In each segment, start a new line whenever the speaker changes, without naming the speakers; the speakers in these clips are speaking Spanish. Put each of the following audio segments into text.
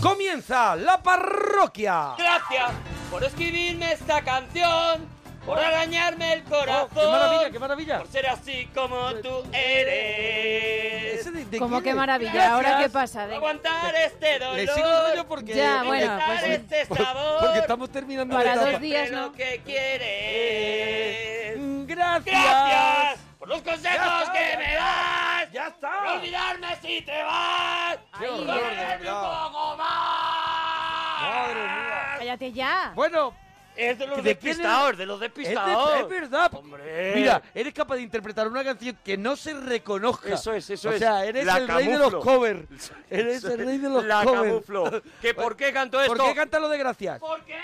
comienza la parroquia.
Gracias por escribirme esta canción, por arañarme el corazón.
Oh, qué maravilla, qué maravilla.
Por ser así como tú eres.
Ese de- de
Como
quién
qué
es?
maravilla,
Gracias.
ahora qué pasa.
Por
Venga.
aguantar este dolor.
Le sigo el rollo porque
Ya,
y
bueno,
besar
pues sí.
este
por-
sabor.
porque estamos terminando la
Para dos
etapa.
días.
de
¿no?
lo que quieres.
Mm, Gracias.
Gracias por los
Ya
consejos
está,
que
ya
me das.
Ya
Por
está.
olvidarme si te vas.
Qué
Por
horror,
de
quererme un
verdad.
poco más.
Madre mía.
Ah, Cállate ya.
Bueno,
Es de los
¿De quién
despistados, de los
es, de-
despistados.
es verdad.
Hombre.
Mira, eres capaz de interpretar una canción que no se reconozca.
Eso es, eso
O
es.
sea, eres
La
el rey de
camuflo.
los covers. Eres el rey de los
la
covers.
camuflo. ¿Que ¿Por qué canto esto?
¿Por qué canta lo de gracias?
Porque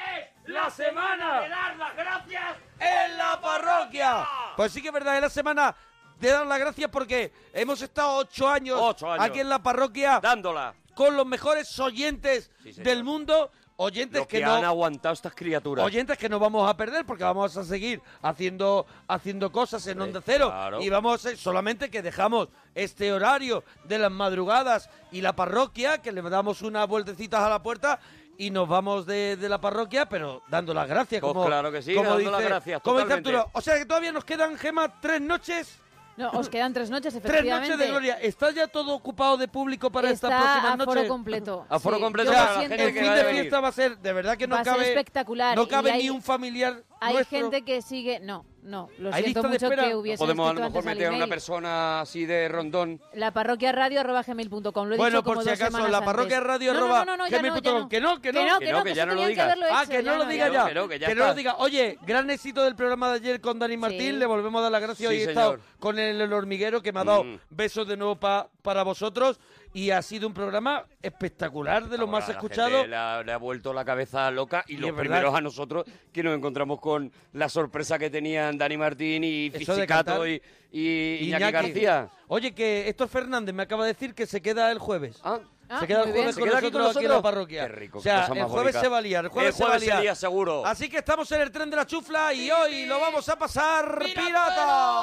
es
La semana.
de dar las gracias
en la parroquia. Pues sí que es verdad, es la semana de dar las gracias porque hemos estado ocho años,
Ocho años.
aquí en la parroquia
dándola.
con los mejores oyentes
Sí, señor.
del mundo, oyentes
Lo que,
que
han
no
aguantado estas criaturas.
oyentes que no vamos a perder porque vamos a seguir haciendo haciendo cosas en
Hombre,
onda cero
claro.
y vamos a- solamente que dejamos este horario de las madrugadas y la parroquia que le damos unas vueltecitas a la puerta y nos vamos de, de la parroquia pero dando las gracias
Pues
como
claro que sí,
como
dando las
dice-
gracias,
como dice
totalmente.
Arturo. o sea que todavía nos quedan Gema tres noches
No, os quedan tres noches,
tres
efectivamente.
noches de gloria está ya todo ocupado de público para
Está
estas próximas
aforo
noches
completo.
Aforo
Sí,
completo
yo lo
para la
siento
gente
el
que
fin
va a
de
venir.
fiesta va a ser, de verdad que no
Va a ser
cabe.
espectacular
No
y
cabe
hay-
ni un familiar.
Hay
nuestro.
gente que sigue... No, no, lo
¿Hay lista
siento
de
mucho
espera?
que hubiese
Podemos a lo
escrito
mejor
antes al
meter a una
email.
persona así de rondón.
La parroquia radio arroba gmail.com. Lo he
Bueno,
dicho
por
como
si
dos
acaso,
semanas
la
antes.
parroquia radio
No, no,
arroba
no, no, ya no,
gmail
ya
punto
no.
com. Que no, que no.
Que no, que ya no lo digas.
Ah, que no lo diga ya.
Que no, que ya
lo
está.
diga. Oye, gran éxito del programa de ayer con Dani Martín.
Sí.
Le volvemos a dar las gracias.
Sí,
Hoy he estado
señor.
con el, El hormiguero que me ha dado
Mm.
besos de nuevo pa- para vosotros. Y ha sido un programa espectacular, de los
Ahora
más
la
escuchados.
gente Le ha, le ha vuelto la cabeza loca y,
Y
los
es verdad.
primeros a nosotros que nos encontramos con la sorpresa que tenían Dani Martín y
Eso de
Fisicato
cantar.
y, y Iñaki,
Iñaki.
García.
Oye, que Héctor Fernández me acaba de decir que se queda el jueves.
Ah,
Ah,
se queda el
muy
jueves con
bien.
¿Se queda
nosotros,
aquí con
aquí en
nosotros?
la parroquia.
Qué rico,
o sea,
qué cosa
el
más
jueves
bonita.
se va a liar, el
El jueves
jueves, se
se
va a liar.
lía seguro.
Así que estamos en el tren de la chufla y hoy lo vamos a pasar pirata.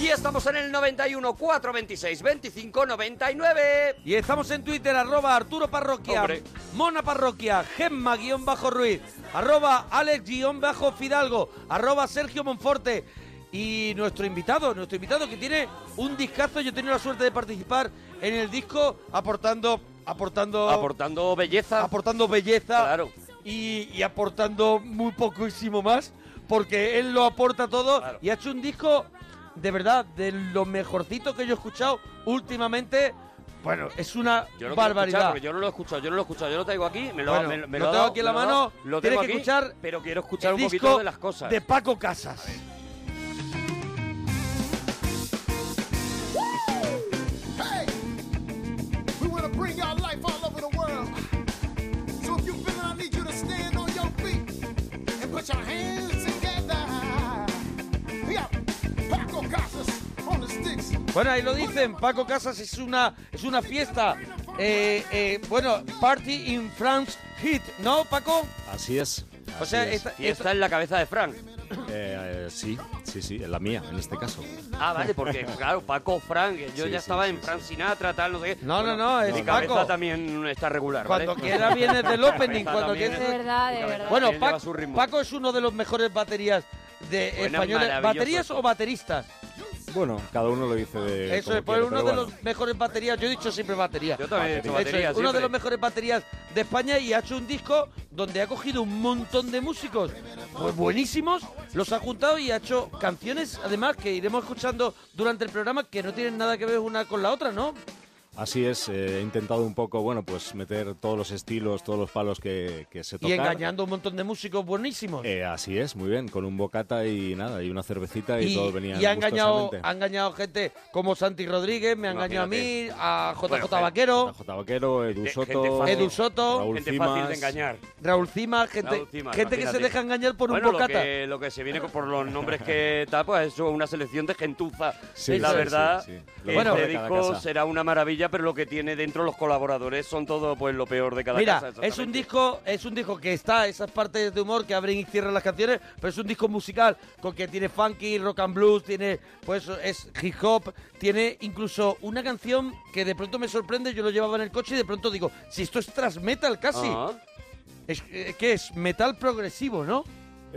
Y estamos en el 91 426 25 99.
Y estamos en Twitter, arroba Arturo Parroquia,
Hombre.
Mona Parroquia, Gemma-Ruiz, arroba Alex-Fidalgo, arroba Sergio Monforte. Y nuestro invitado, nuestro invitado que tiene un discazo, yo he tenido la suerte de participar en el disco aportando, aportando,
Aportando belleza.
aportando belleza
Claro.
y, y aportando muy poquísimo más, porque él lo aporta todo
Claro.
y ha hecho un disco de verdad de lo mejorcito que yo he escuchado últimamente. Bueno, es una
Yo lo quiero escuchar,
barbaridad.
porque yo no lo he escuchado, yo no lo he escuchado, yo lo traigo aquí, me lo,
Bueno,
me, me
lo
ha
tengo
dado,
aquí en
me
la
lo ha dado.
mano,
lo
tienes
tengo
que
aquí,
escuchar
pero quiero escuchar
El
un
disco
poquito de las cosas.
de Paco Casas.
Hey! We want to bring y'all life all over the world. So if you feeling, I need you to stand on your feet and put your hands together. We got Paco Casas on the sticks.
Bueno, ahí lo dicen, Paco Casas es una, es una fiesta. Eh, eh, bueno, Party in France Hit, ¿no, Paco?
Así es.
O
así
sea,
es.
esta-
Y
esta-
está en la cabeza de Frank.
Eh, eh, sí, sí, sí, en la mía, en este caso.
Ah, vale, porque claro, Paco, Frank, yo
Sí,
ya
sí,
estaba
sí,
en
sí.
Frank Sinatra, tal, no sé qué.
No, no,
Bueno,
no, es
Mi
Paco.
cabeza también está regular, ¿vale?
Cuando quiera vienes del opening,
Cabeza
cuando
también.
quieras.
De verdad, de verdad.
Bueno,
Él
Pac-
lleva su ritmo.
Paco es uno de los mejores baterías de
Bueno,
españoles.
maravilloso.
¿Baterías o bateristas?
Bueno, cada uno lo dice de.
Eso
como
es, pues
quiere,
uno de
pero bueno.
los mejores baterías. Yo he dicho siempre batería.
Yo también he hecho
Eso es,
batería,
uno de
siempre.
los mejores baterías de España y ha hecho un disco donde ha cogido un montón de músicos pues buenísimos, los ha juntado y ha hecho canciones, además, que iremos escuchando durante el programa que no tienen nada que ver una con la otra, ¿no?
Así es, eh, he intentado un poco, bueno, pues meter todos los estilos, todos los palos que, que se
Y
tocan.
engañando a un montón de músicos buenísimos.
Eh, así es, muy bien, con un bocata y nada, y una cervecita y,
y,
todo venía
y ha engañado
gustosamente.
ha engañado gente como Santi Rodríguez, me ha engañado a mí,
Imagínate.
a JJ
Bueno, eh,
Vaquero,
eh, J. Vaquero, Edu
Gente
Soto,
fácil.
Edu Soto,
Raúl
Gente
Cimas.
fácil de engañar.
Raúl Cima, gente,
Raúl Cimas,
gente que se
imagínate.
deja engañar por
bueno,
un bocata.
Lo que, lo que se viene con- por los nombres que tal, pues eso, una selección de gentuza.
Sí,
la
sí,
verdad,
sí, sí. Lo
que
mejor
este
de cada
disco
casa.
será una maravilla suya, pero lo que tiene dentro los colaboradores son todo pues lo peor de cada
Mira,
casa.
es un disco, es un disco que está esas partes de humor que abren y cierran las canciones, pero es un disco musical con que tiene funky, rock and blues, tiene pues es hip hop, tiene incluso una canción que de pronto me sorprende, yo lo llevaba en el coche y de pronto digo, si esto es thrash metal casi.
Ajá.
Es, eh, ¿Qué es? Metal progresivo, ¿no?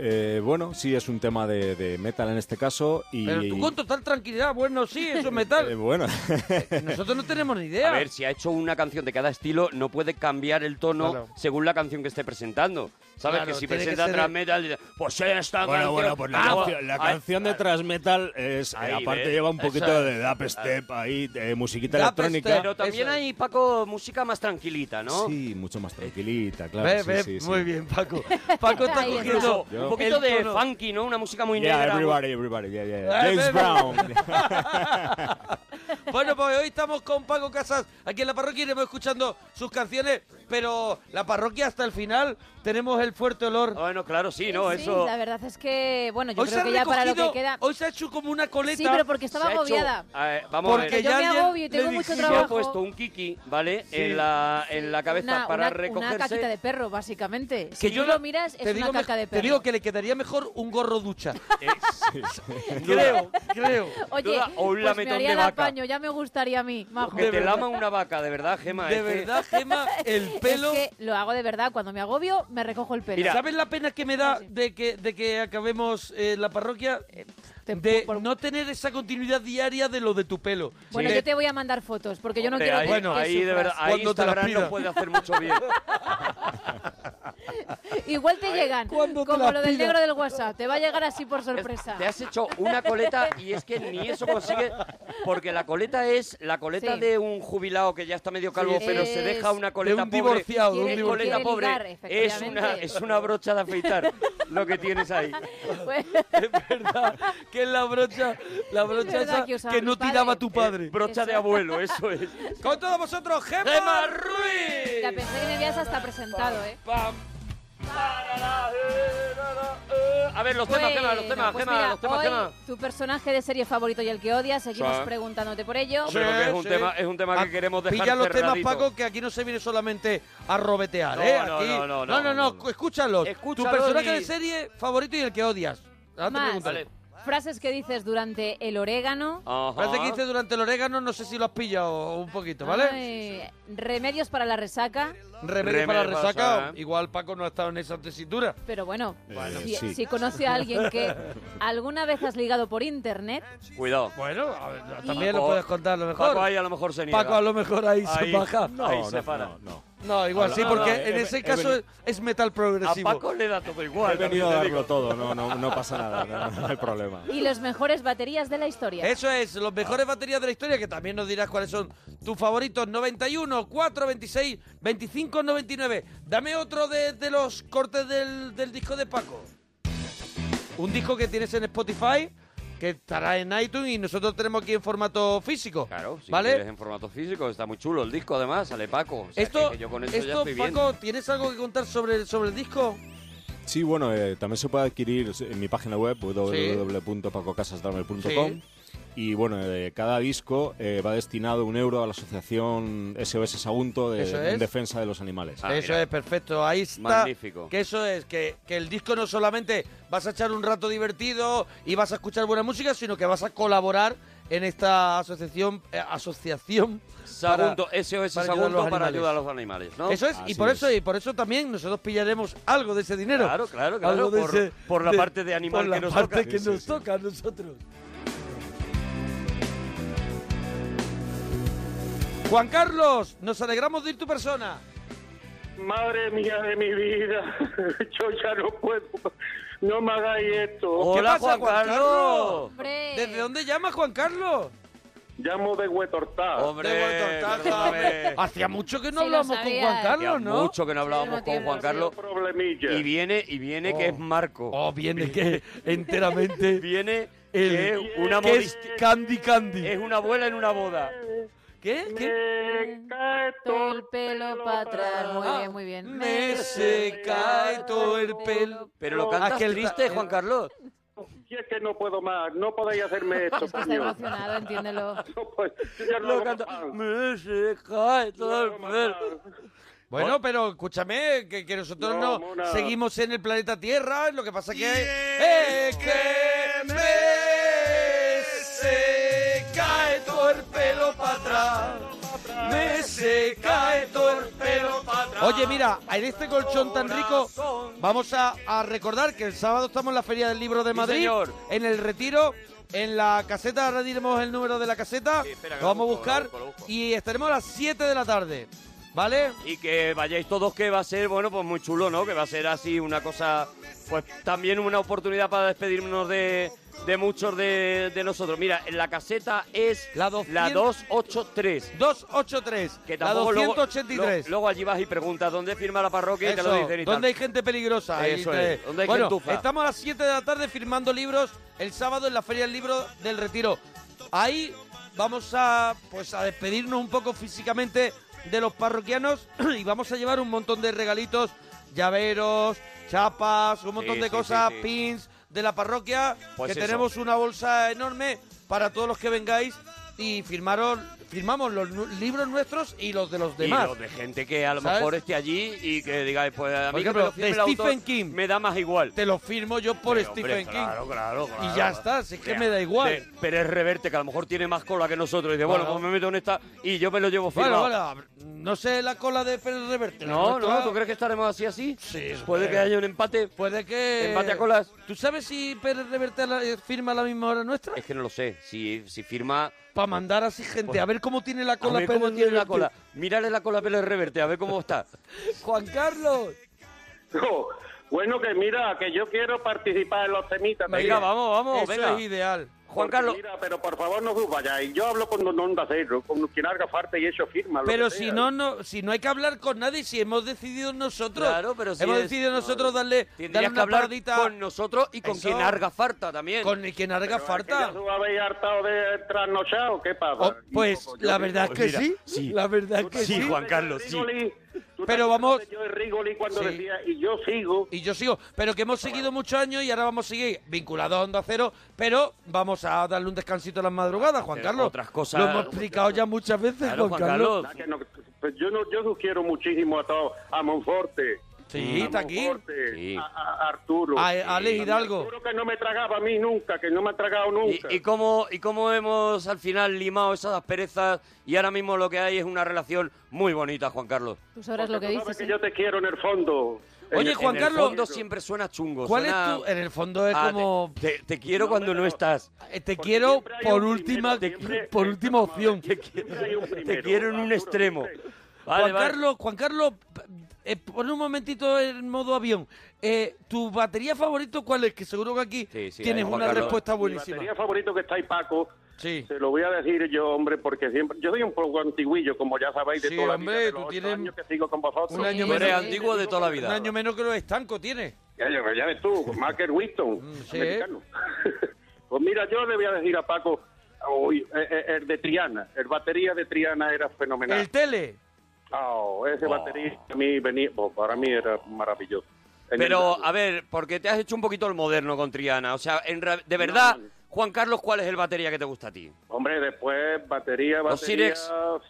Eh, bueno, sí, es un tema de, de metal en este caso. Y,
Pero tú con total tranquilidad, bueno, sí, eso es metal.
Eh, bueno,
Nosotros no tenemos ni idea.
A ver, si ha hecho una canción de cada estilo, no puede cambiar el tono
Claro.
según la canción que esté presentando. ¿Sabes?
Claro,
que si
tiene que
presenta
ser-
thrash metal, dice, pues esta
Bueno,
canción...
bueno, pues la,
Ah,
canción, la
ah,
canción de thrash metal es, eh,
Ahí,
aparte
¿ves?
lleva un poquito
Eso
de dubstep ahí, de musiquita
Dubstep.
electrónica.
Pero también
Eso es.
hay, Paco, música más tranquilita, ¿no? Eh,
Sí, mucho más tranquilita, claro.
Ve,
sí,
ve,
sí, sí.
muy bien, Paco. Paco está
Ahí está.
cogiendo
Yo-
Un poquito
el
de
tono.
funky, ¿no? Una música muy
Yeah,
negra. muy-
everybody, everybody, yeah, yeah.
Eh, ve, ve.
James Brown.
Bueno, pues hoy estamos con Paco Casas aquí en la parroquia iremos escuchando sus canciones, pero la parroquia hasta el final tenemos el fuerte olor.
Ah, Bueno, claro, sí, ¿no?
Sí,
Eso...
la verdad es que, bueno, yo
Hoy se,
creo
ha
que ya para lo que
recogido-
queda...
hoy se ha hecho como una coleta.
Sí, pero porque estaba
se ha hecho-
agobiada.
Eh, vamos a
Porque
ver.
Yo
ya
me
alguien
agobio y
le
tengo mucho
dijimos-
Se ha
trabajo.
puesto un kiki, ¿vale?
Sí.
En, la, en la cabeza
Una,
para
una-
recogerse.
una caquita de perro, básicamente. si tú
la-
lo miras,
te
es una
digo
caca
mej-
de perro.
Te digo que le quedaría mejor un gorro ducha.
Creo.
Creo.
Oye,
duda, o un
pues me
lametón
haría
de
el
vaca.
apaño, ya me gustaría a mí, majo.
Que
De
te
verdad.
lama una vaca, de verdad, Gema.
De
es que-
verdad, Gema, el pelo.
Es que lo hago de verdad, cuando me agobio, me recojo el pelo.
Mira,
¿Sabes la pena que me da
Sí.
de que, de que acabemos eh, la parroquia?
te-
de
por-
no tener esa continuidad diaria de lo de tu pelo.
Bueno,
De-
yo te voy a mandar fotos, porque yo no
Hombre,
quiero
Eh, ahí,
que-
bueno,
que
ahí de
sufras.
verdad, ahí
Cuando te las
Instagram
pida.
no puede hacer mucho bien.
Igual te llegan,
¿cuándo te
como
las
lo del
pido?
negro del WhatsApp, te va a llegar así por sorpresa.
Te has hecho una coleta y es que ni eso consigue, porque la coleta es la coleta
Sí.
de un jubilado que ya está medio calvo,
Sí,
pero
es-
se deja una coleta
De un
pobre.
divorciado, de un
Es
Quiere-
coleta
quiere
pobre.
ligar,
es, una,
efectivamente.
es una brocha de afeitar lo que tienes ahí.
Bueno,
verdad, que es la brocha, la brocha
verdad
esa
que usaba
que
mi
no tiraba
padre.
tu padre.
Eh, Brocha de
Eso.
abuelo, eso es.
Con todos vosotros, Gemma,
Gemma
Ruiz.
ya pensé que me habías hasta presentado, ¿eh?
Pam. A ver, los temas, Gema, los temas,
Bueno, pues
Gema,
mira,
los temas,
hoy,
Gema.
Tu personaje de serie favorito y el que odias, seguimos
Sí.
preguntándote por ello.
Hombre, lo que es un tema- es un tema que
Ah,
queremos dejar
Pilla los
cerradito.
temas, Paco, que aquí no se viene solamente a robetear,
No,
¿eh?
no,
Aquí-
no, no, no,
no,
no,
no, escúchalo.
Escúchalo
tu personaje
y-
de serie favorito y el que odias. Ahora te
Más.
preguntaré.
Vale.
Frases que dices durante el orégano.
Ajá.
Parece que hice durante el orégano, no sé si lo has pillado un
Ah,
poquito, ¿vale?
Ay, remedios para la resaca.
Remedio,
Remedio
para la
para
resaca.
pasar.
Igual Paco no ha estado en esa tesitura.
Pero bueno,
Eh,
Bueno,
si,
sí.
si conoce a alguien que alguna vez has ligado por internet,
Cuidado.
Bueno, a ver, también
Paco-
lo puedes contar a lo mejor.
Paco ahí a lo mejor se niega.
Paco a lo mejor ahí,
Ahí-
se baja.
ahí se para.
no, no.
No, igual
Habla-
sí, porque
no,
no,
en
he-
ese
he
caso
veni-
es metal
A
progresivo.
Paco le da todo igual.
He venido a
también te
darlo
digo.
todo, no, no, no pasa nada, no, no hay problema.
y los mejores baterías de la historia.
¿Eh?
Eso es, los mejores baterías de la historia, que también nos dirás cuáles son tus favoritos. 91, 4, 26, 25, 99. Dame otro de, de los cortes del, del disco de Paco. Un disco que tienes en Spotify, que estará en iTunes y nosotros tenemos aquí en formato físico.
Claro, si
¿Vale?
quieres en formato físico, está muy chulo el disco además, sale Paco. O sea,
Esto,
que yo con eso ya
esto
estoy bien.
Paco, ¿tienes algo que contar sobre, sobre el disco?
Sí, bueno, eh, también se puede adquirir en mi página web, www.pacocasasdramel.com.
Sí.
Y bueno, eh, cada disco eh, va destinado un euro a la asociación SOS Sagunto de-
Eso es.
en defensa de los animales.
Ah,
eso
mira.
es, perfecto. Ahí está.
Magnífico.
Que eso es, que, que el disco no solamente vas a echar un rato divertido y vas a escuchar buena música, sino que vas a colaborar en esta asociación. eh, asociación para-
Sagunto, SOS
para ayudar a
Sagunto
los
para
animales.
ayudar a los animales, ¿no?
Eso es, y
Así
por, eso,
es.
y por eso también nosotros pillaremos algo de ese dinero.
Claro, claro, claro.
Algo de
Por,
ese-
por la
de-
parte de animal
por la
que nos
parte
toca.
que
Sí,
nos
sí, sí.
toca a nosotros. Juan Carlos, nos alegramos de ir tu persona.
Madre mía de mi vida, yo ya no puedo, no me hagáis esto.
Hola,
pasa,
Juan
Juan
Carlos.
Hombre.
¿Desde dónde llamas, Juan Carlos?
Llamo de Huetortá.
Hombre,
De vuelta,
perdóname.
Hacía mucho que no
Sí, lo
hablábamos con
sabía.
Juan
Hacía
Carlos, ¿no?
mucho que no hablábamos
Sí,
con
no
Juan
tiene
Carlos.
problemilla.
Y viene, y viene que es Marco.
Oh, viene que enteramente
Viene
el
que es una
que es
modista-
Candy Candy.
es una abuela en una boda.
¿Qué? ¿Qué?
Me cae
Todo el pelo para atrás. Muy
Ah,
bien, muy bien.
Me se cae todo el pelo.
Pero lo cantas
Aquel-
triste, Juan Carlos.
Si es que que no puedo más. No podéis hacerme esto.
Es que está
coño.
emocionado, entiéndelo.
No, pues, yo ya no
Lo
hago
canto.
más. No
Me se cae todo el
hago más.
poder.
Bueno, pero escúchame, que, que nosotros no,
No, mona.
seguimos en el planeta Tierra, lo que pasa que...
es que me
se cae todo el pelo para atrás, me se cae todo el pelo para atrás. Oye, mira, en este colchón tan rico vamos a, a recordar que el sábado estamos en la Feria del Libro de
Sí,
Madrid,
señor.
en el Retiro. En la caseta, ahora diremos el número de la caseta,
Sí, espera, que
lo
lo
vamos a
busco, lo
buscar
busco, lo busco.
y estaremos a las 7 de la tarde, ¿vale?
Y que vayáis todos, que va a ser, bueno, pues muy chulo, ¿no? Que va a ser así una cosa, pues también una oportunidad para despedirnos de, de muchos de, de nosotros. Mira, en la caseta es
La 200.
283.
283,
Que
la
tampoco luego-
283.
lo- Luego allí vas y preguntas dónde firma la parroquia y te lo
Eso,
dicen y
¿Dónde hay
tal.
gente peligrosa? Ahí
Eso
te-
es, ¿dónde hay
bueno,
gentuza?
estamos a las 7 de la tarde firmando libros el sábado en la Feria del Libro del Retiro. Ahí vamos a, pues, a despedirnos un poco físicamente de los parroquianos y vamos a llevar un montón de regalitos, llaveros, chapas, un montón
Sí,
de
sí,
cosas,
sí, sí.
pins de la parroquia,
Pues
que
eso.
tenemos una bolsa enorme para todos los que vengáis y firmaron, firmamos los nu- libros nuestros y los de los
Y
demás.
lo de gente que a lo
¿Sabes?
mejor esté allí y que digáis, pues a
Por
mí que
ejemplo,
me lo firme
de
el autor,
Stephen King.
me da más igual.
Te lo firmo yo por
Pero, hombre,
Stephen King.
Claro, claro, claro.
Y ya está, si es que
Mira,
me da igual.
de- pero es reverte, que a lo mejor tiene más cola que nosotros. Y dice, bueno,
Claro.
pues me meto en esta y yo me lo llevo
Bueno,
firmado.
bueno, no sé la cola de Pérez Reverte. la
No,
nuestra-
no, ¿tú crees que estaremos así así? Pues
Sí, eso
Puede
creo.
que haya un empate.
Puede que.
Empate a colas.
¿Tú sabes si Pérez Reverte a la- eh, firma a la misma hora nuestra?
Es que no lo sé. Si, si firma.
Para mandar así gente,
Pues-
a ver cómo tiene la
A
cola
ver cómo
Pérez
tiene la
Reverte.
cola. Mírale la cola a Pérez Reverte, a ver cómo está.
Juan Carlos.
Bueno, que mira, que yo quiero participar en los temitas. también.
Venga, vamos, vamos,
Eso
venga.
es ideal.
Juan
Porque
Carlos.
Mira, pero por favor no os vayáis. Yo hablo con Don Onda Cero, con quien haga falta y eso firma. lo
Pero
que
si
sea.
no, no, si no hay que hablar con nadie, si hemos decidido nosotros.
Claro, pero si
Hemos
es-
decidido nosotros darle, darle
Tendrías que
una
hablar
paradita
con nosotros y con
Eso.
quien larga farta también.
con el quien haga
Pero es que
falta.
ya ¿Tú habéis hartado de trasnochar o qué pasa?
Oh, pues
Hijo, yo
la
digo,
verdad es que
Pues mira,
sí.
sí.
La verdad es
¿tú
que
te
Sí,
sí.
Juan
acuerdas de
Carlos, sí.
Rigoli? ¿Tú te
Pero
acuerdas
vamos-
de Yo de Rigoli cuando
Sí.
decía, y yo sigo.
Y yo sigo, pero que hemos seguido muchos años y ahora vamos a seguir vinculados a Onda Cero, pero vamos a darle un descansito a las madrugadas, Juan
Pero
Carlos.
otras cosas-
Lo hemos explicado ya muchas veces,
Claro,
Juan Carlos.
Ah, que no, pues yo no, yo los quiero muchísimo a todos, a Monforte.
Sí,
a
está aquí.
Monforte,
Sí.
a, a- a Arturo.
A, a Alex Hidalgo.
Arturo que no me tragaba a mí nunca, que no me ha tragado
¿Y,
nunca.
y cómo, ¿Y cómo hemos al final limado esas asperezas y ahora mismo lo que hay es una relación muy bonita, Juan Carlos?
Tú sabrás lo
Porque
que
tú
dices.
sabes que
¿eh?
yo te quiero en el fondo.
Oye,
En el-
Juan
en
Carlos-
el fondo siempre suena chungo.
¿Cuál es
suena
tu...? eh? En el fondo es
a-
como...
Te, te quiero
No,
cuando no
pero-
estás.
eh, Te
Porque
quiero
siempre hay
por
un
última,
primero, siempre-
por última
Vamos a ver,
opción.
siempre hay un
Te
primero,
quiero en un
Arturo,
extremo.
siempre.
Vale,
Ah, Juan
vale.
Carlos, Juan Carlos, eh, pon un momentito en modo avión. Eh, ¿Tu batería favorito cuál es? Que seguro que aquí
Sí, sí,
tienes
ahí, Juan
una
Carlos.
respuesta
Mi
buenísima.
batería favorito que está ahí Paco.
Sí.
Se lo voy a decir yo, hombre, porque siempre. Yo soy un poco antiguillo, como ya sabéis, de
Sí,
toda la
hombre,
vida. de
tú
los ocho
tienes
años que sigo con vosotros.
un año
Tú eres
menos.
antiguo de toda la vida.
Un año menos que los estancos tiene.
Ya, ya, ya ves tú, Michael Winston,
Mm, sí.
americano. pues mira, yo le voy a decir a Paco, hoy, eh, eh, el de Triana, el batería de Triana era fenomenal.
El tele.
Oh, ese batería a mí venía, bueno, para mí era maravilloso. En
Pero,
el-
a ver, porque te has hecho un poquito el moderno con Triana. O sea, en ra- de verdad,
No.
Juan Carlos, ¿cuál es el batería que te gusta a ti?
Hombre, después batería,
Los
batería.
Sirex.
eh,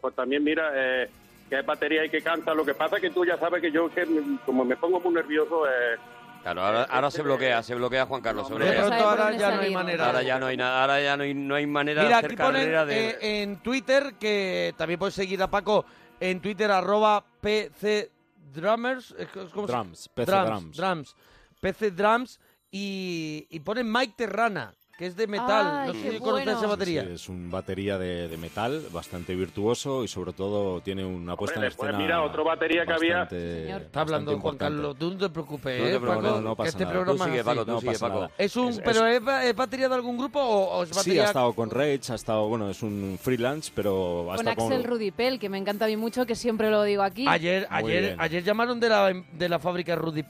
Pues también mira eh, que es batería y que canta. Lo que pasa es que tú ya sabes que yo, que me- como me pongo muy nervioso, eh,
Claro, ahora, ahora se bloquea, se bloquea Juan Carlos, se
No,
De
Pero
bloquea.
pronto
sabe por
ahora
dónde
ya no hay
salir.
manera.
Ahora ya no hay nada, ahora ya no hay, no hay manera
Mira,
de
aquí
hacer
ponen
carrera de...
eh, en Twitter, que también puedes seguir a Paco en Twitter, arroba PC Drummers. es que- es como se-
Drums, PC
drums,
Drums.
drums. PC Drums. Y, y ponen Mike Terrana, que es de metal.
Ay,
no sé
qué
si conoces
bueno.
esa batería.
Sí, es un batería de, de metal bastante virtuoso y sobre todo tiene una puesta en
después
escena.
mira, otro batería que había.
bastante-
señor.
Está hablando
bastante
Juan
importante.
Carlos. Tú no te preocupes,
No te
eh,
preocupes,
Paco,
no, no
que
pasa
este
nada.
programa
Tú sigue,
es
Paco,
así.
tú
No
sigue,
pasa
Paco.
nada.
Es un,
Es-
pero es, ba- es batería de algún grupo o, o es
Sí,
batería.
ha estado con Rage, ha estado, bueno, es un freelance, pero ha
Con
estado
Axel Rudipel, que me encanta a mí mucho, que siempre lo digo aquí.
Ayer,
Muy
ayer,
bien.
ayer llamaron de la, de la fábrica Rudy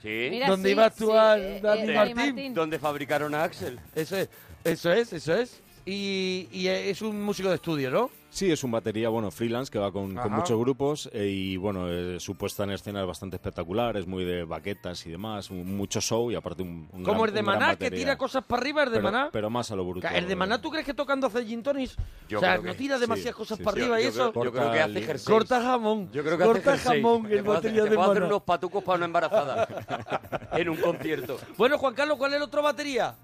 Sí,
Mira,
¿Dónde
sí,
iba a actuar
sí, eh,
Dani
eh,
Martín?
donde fabricaron a Axel.
Eso es, eso es, eso es. y, y es un músico de estudio, ¿no?
Sí, es un batería, bueno, freelance, que va con, con
Ajá.
muchos grupos eh, y, bueno, eh, su puesta en escena es bastante espectacular, es muy de baquetas y demás, un- mucho show y aparte un, un
Como
gran-
el de
un gran
Maná, que
batería.
tira cosas para arriba, el de
pero,
Maná.
Pero más a lo bruto.
¿El de Maná tú crees que tocando hace gin tonics?
Yo
o sea,
creo que
no tira
sí,
demasiadas cosas
sí,
para
sí.
arriba y
Yo creo-
eso.
yo creo que hace jerseys.
Corta jamón.
Yo creo que
corta
hace jerseys.
jamón
Te
el
puedo hacer-
batería
te
de
puedo hacer
Maná.
unos patucos para una embarazada en un concierto.
Bueno, Juan Carlos, ¿cuál es el otro batería?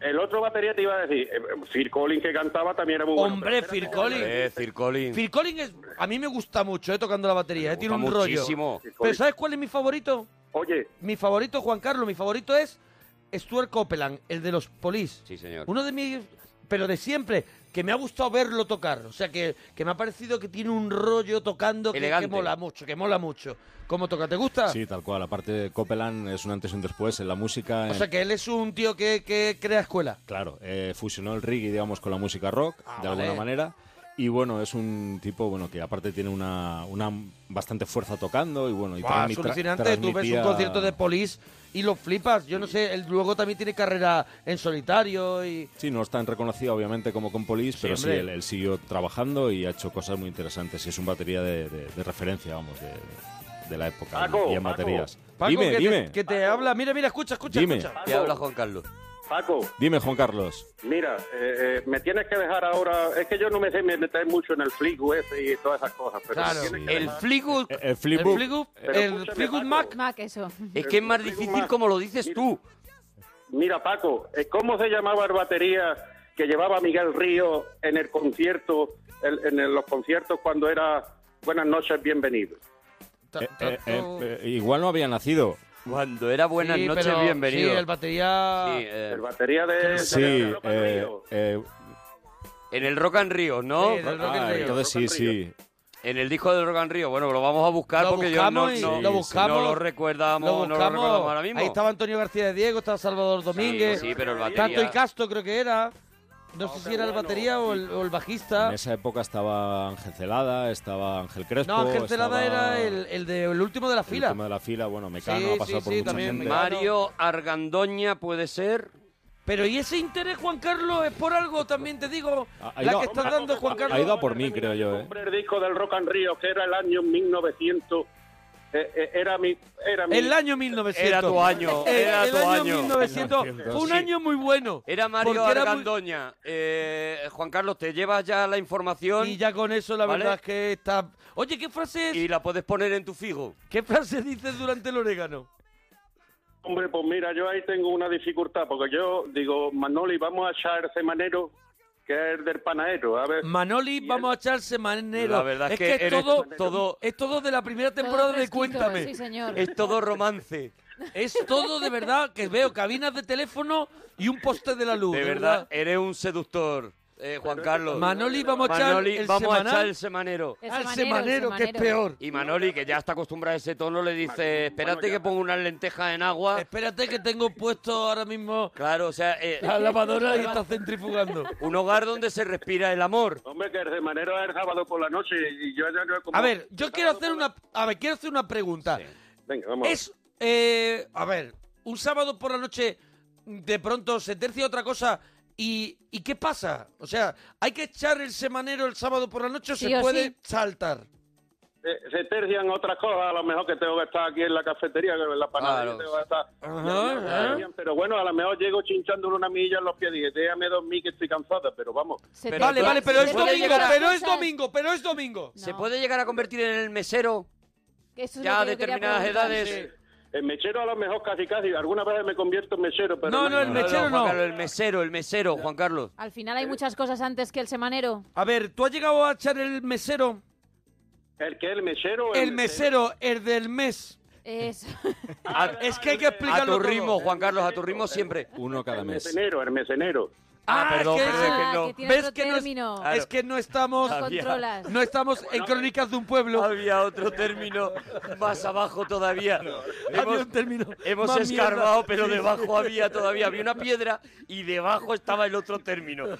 El otro batería te iba a decir, eh, Phil Collins que cantaba también era muy bueno.
Hombre, Phil Collins.
Eh, Phil Collins.
Phil Collins es- a mí me gusta mucho, eh, tocando la batería. eh, tiene un
gusta
rollo.
muchísimo.
Pero ¿sabes cuál es mi favorito?
Oye.
Mi favorito, Juan Carlos, mi favorito es Stuart Copeland, el de los Police.
Sí, señor.
Uno de mis... Pero de siempre, que me ha gustado verlo tocar. O sea, que, que me ha parecido que tiene un rollo tocando que, que
Elegante.
mola mucho, que mola mucho. ¿Cómo toca? ¿Te gusta?
Sí, tal cual. Aparte, Copeland es un antes y un después en la música.
O sea, que él es un tío que, que crea escuela. Ah,
Claro, eh, fusionó el reggae, digamos, con la música rock, de
vale.
alguna manera. Y bueno, es un tipo, bueno, que aparte tiene una, una bastante fuerza tocando y bueno, y
Buah,
transmit-
es alucinante. Tú ves un
transmitía-
concierto de Police y lo flipas. Yo no sé, él luego también tiene carrera en solitario y...
Sí, no es tan reconocido obviamente como con Police, pero sí,
hombre.
él, él siguió trabajando y ha hecho cosas muy interesantes. Y es un batería de, de- de referencia, vamos, de, de la época
Paco,
y en
Paco.
baterías.
Paco,
dime,
que
dime,
Te, que te habla. Mira, mira, escucha, escucha,
Dime.
escucha.
Te habla Juan Carlos.
Paco,
dime, Juan Carlos.
mira, eh, eh, me tienes que dejar ahora. Es que yo no me sé me meter mucho en el flick ese y todas esas cosas. Pero
Claro.
tienes que
El
dejar-
Flickwood
El, el
El
flipbook.
Flickwood,
Pero
el
escúchame,
Flickwood
Paco.
Mac.
Mac, eso.
es que es más difícil como lo dices tú.
Mira, Paco, eh, ¿cómo se llamaba el batería que llevaba Miguel Río en el concierto, el- en el- los conciertos cuando era Buenas noches, bienvenido?
Ta-
Eh,
ta-
eh, eh, eh, igual no había nacido.
Cuando era buenas
Sí,
noches,
pero-
bienvenido.
Sí, el batería...
Sí, eh,
El batería de. de-
Sí,
de Rock and
eh,
Rio.
eh,
en el Rock and Rio, ¿no?
Sí, en el Rock and
ah,
Rio.
entonces sí,
Rock and Rio.
sí.
En el disco del Rock and Rio. Bueno, lo vamos a buscar
Lo
porque yo no,
buscamos y-
no-
lo
no
buscamos,
lo recordamos,
lo
no lo recordamos
buscamos.
ahora mismo.
Ahí estaba Antonio García de Diego, estaba Salvador Domínguez.
sí, pero el batería-
Tato y Castro creo que era. No sé
qué
si era el
bueno.
batería o el, o el bajista.
En esa época estaba Ángel Celada, estaba Ángel Crespo.
No, Ángel Celada
estaba
era el, el de, el último de la
el
fila.
último de la fila. Bueno, Mecano
Sí,
ha pasado
sí,
por
sí,
mucha
también
gente.
Mecano.
Mario Argandoña puede ser.
Pero ¿y ese interés, Juan Carlos? ¿Es por algo? También te digo,
Ah, ahí
la
no.
que está
Ah,
dando Juan
ha
Carlos.
ido a por mí, creo yo, ¿eh?
Hombre, el disco del Rock and Rio, que era el año 1900. eh, eh, era mi. Era mi
El año 1900.
Era tu año,
El,
era
el
tu año.
1900. Fue un año muy bueno.
Era Mario
porque era muy-
Argandoña. Eh, Juan Carlos, te llevas ya la información
Y
y,
ya con eso la
¿Vale?
verdad es que está... Oye, ¿qué frase, es-
la puedes poner en tu figo.
¿qué frase dices durante el orégano?
Hombre, pues mira, yo ahí tengo una dificultad, porque yo digo, Manoli, vamos a echar ese manero que es el del panadero, a ver.
Manoli, vamos a echarse manero.
La verdad es que
es
eres
todo,
tú- todo-
es todo de la primera temporada
Todo
de
fresquito,
Cuéntame.
Sí, señor.
Es todo romance.
Es todo de verdad que veo cabinas de teléfono y un poste de la luz.
De verdad, eres un seductor, eh, Juan Carlos.
Manoli, vamos a echar
Manoli,
el
vamos a
semanal.
echar el semanero.
El
Al
semanero, el
semanero, que es
semanero.
peor.
Y Manoli, que ya está acostumbrado a ese tono, le dice, espérate que pongo unas lentejas en agua.
Espérate que tengo puesto ahora mismo
Claro, o sea, eh,
la lavadora y está centrifugando.
un hogar donde se respira el amor.
Hombre, que el de manero es el sábado por la noche y yo ya no he comido.
A ver, yo quiero hacer una, a ver, quiero hacer una pregunta.
Venga, vamos. a ver.
Es, eh, a ver, un sábado por la noche de pronto se tercia otra cosa y, ¿y qué pasa? O sea, ¿hay que echar el semanero el sábado por la noche o
Sí
se
o
puede
sí.
saltar?
Eh, se tercian otras cosas, a lo mejor que tengo que estar aquí en la cafetería, que en la panadería
Claro.
tengo que estar.
Ajá,
Ya, ya, ya, Pero bueno, a lo mejor llego chinchándole una milla en los pies y dije, déjame dormir que estoy cansada, pero vamos.
Se
Pero
te-
vale,
ya-
vale, pero
se
es
te
puede
domingo,
llegar a-
pero es
cosas-
domingo, pero es domingo.
No,
¿Se puede llegar a convertir en el mesero?
eso es
ya
lo
a
que yo quería
determinadas
preguntar.
edades.
Sí.
El mechero a lo mejor casi casi, algunas veces me convierto en mechero, pero...
No, no, el mechero
Juan
no.
Carlos, el mesero, el mesero, Juan Carlos.
Al final hay muchas cosas antes que el semanero.
A ver, ¿tú has llegado a echar el mesero?
El que el mechero...
El mesero, el del mes.
Eso.
A,
Es que hay que
a
explicarlo
tu
todo.
ritmo, Juan Carlos, a tu ritmo siempre.
Uno cada
El
mes.
mecenero, el mecenero.
Ah,
perdón,
es que,
perdón,
Ah,
no.
que tiene
¿Ves
otro
que no, es,
término.
Claro.
es que no estamos,
No controlas.
no estamos en Crónicas de un Pueblo?
Había otro término más abajo todavía.
Había
Hemos,
un término
hemos
más mierda.
escarbado, pero debajo había todavía. Había una piedra y debajo estaba el otro término.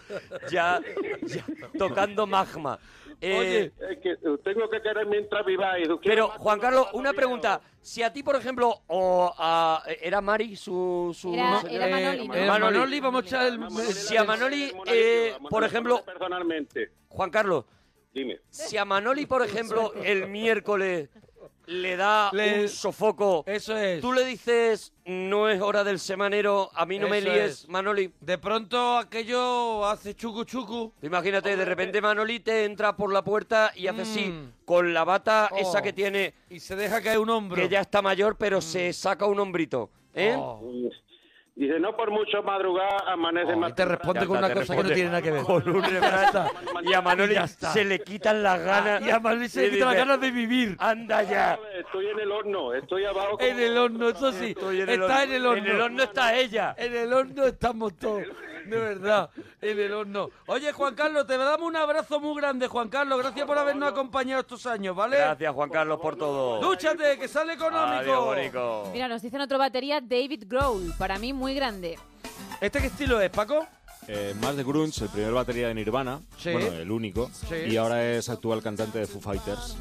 Ya, ya tocando magma. Eh,
Oye,
Es que eh, tengo que querer mientras viváis.
pero, Juan Carlos, una pregunta. Si a ti, por ejemplo, o a... ¿Era Mari su...? su
Era-
no?
era Manoli, ¿no?
Eh, Manoli, vamos a echar el...
Si a Manoli, eh, por ejemplo...
Personalmente,
Juan Carlos,
dime.
si a Manoli, por ejemplo, el miércoles le da
Le-
un sofoco,
Eso es.
tú le dices, no es hora del semanero, a mí no me
Eso
líes,
es.
Manoli.
De pronto aquello hace chucu chucu.
Tú Imagínate, de repente Manoli te entra por la puerta y hace
Mm.
así, con la bata
Oh.
esa que tiene,
Y se deja caer un hombro. Mm.
que ya está mayor, pero se saca un hombrito. ¿eh?
Oh.
Mm. Dice, no por mucho madrugar, amanece
Oh,
más.
y te responde
Ya
con
está,
una
te
cosa que no
responde.
tiene nada que ver.
Con un refrán.
Ya está.
y a Manoli
Y ya está.
se le quitan las ganas.
Y a Manoli se
Y
le quita las
dice,
ganas de vivir.
Anda ya.
Estoy en el horno, estoy abajo. como-
En el horno, eso sí.
Estoy en el horno.
está en el horno.
En el horno está ella.
En el horno estamos todos. De verdad. En el horno. Oye, Juan Carlos, te damos un abrazo muy grande, Juan Carlos. Gracias por habernos acompañado estos años, ¿vale?
Gracias, Juan Carlos, por todo.
Dúchate, que sale
Adiós,
económico.
bonico.
Mira, nos dicen otro batería, David Grohl, para mí muy grande.
¿Este qué estilo es, Paco?
Eh, más de Grunge, el primer batería de Nirvana,
Sí.
bueno, el único,
Sí.
y ahora es actual cantante de Foo Fighters.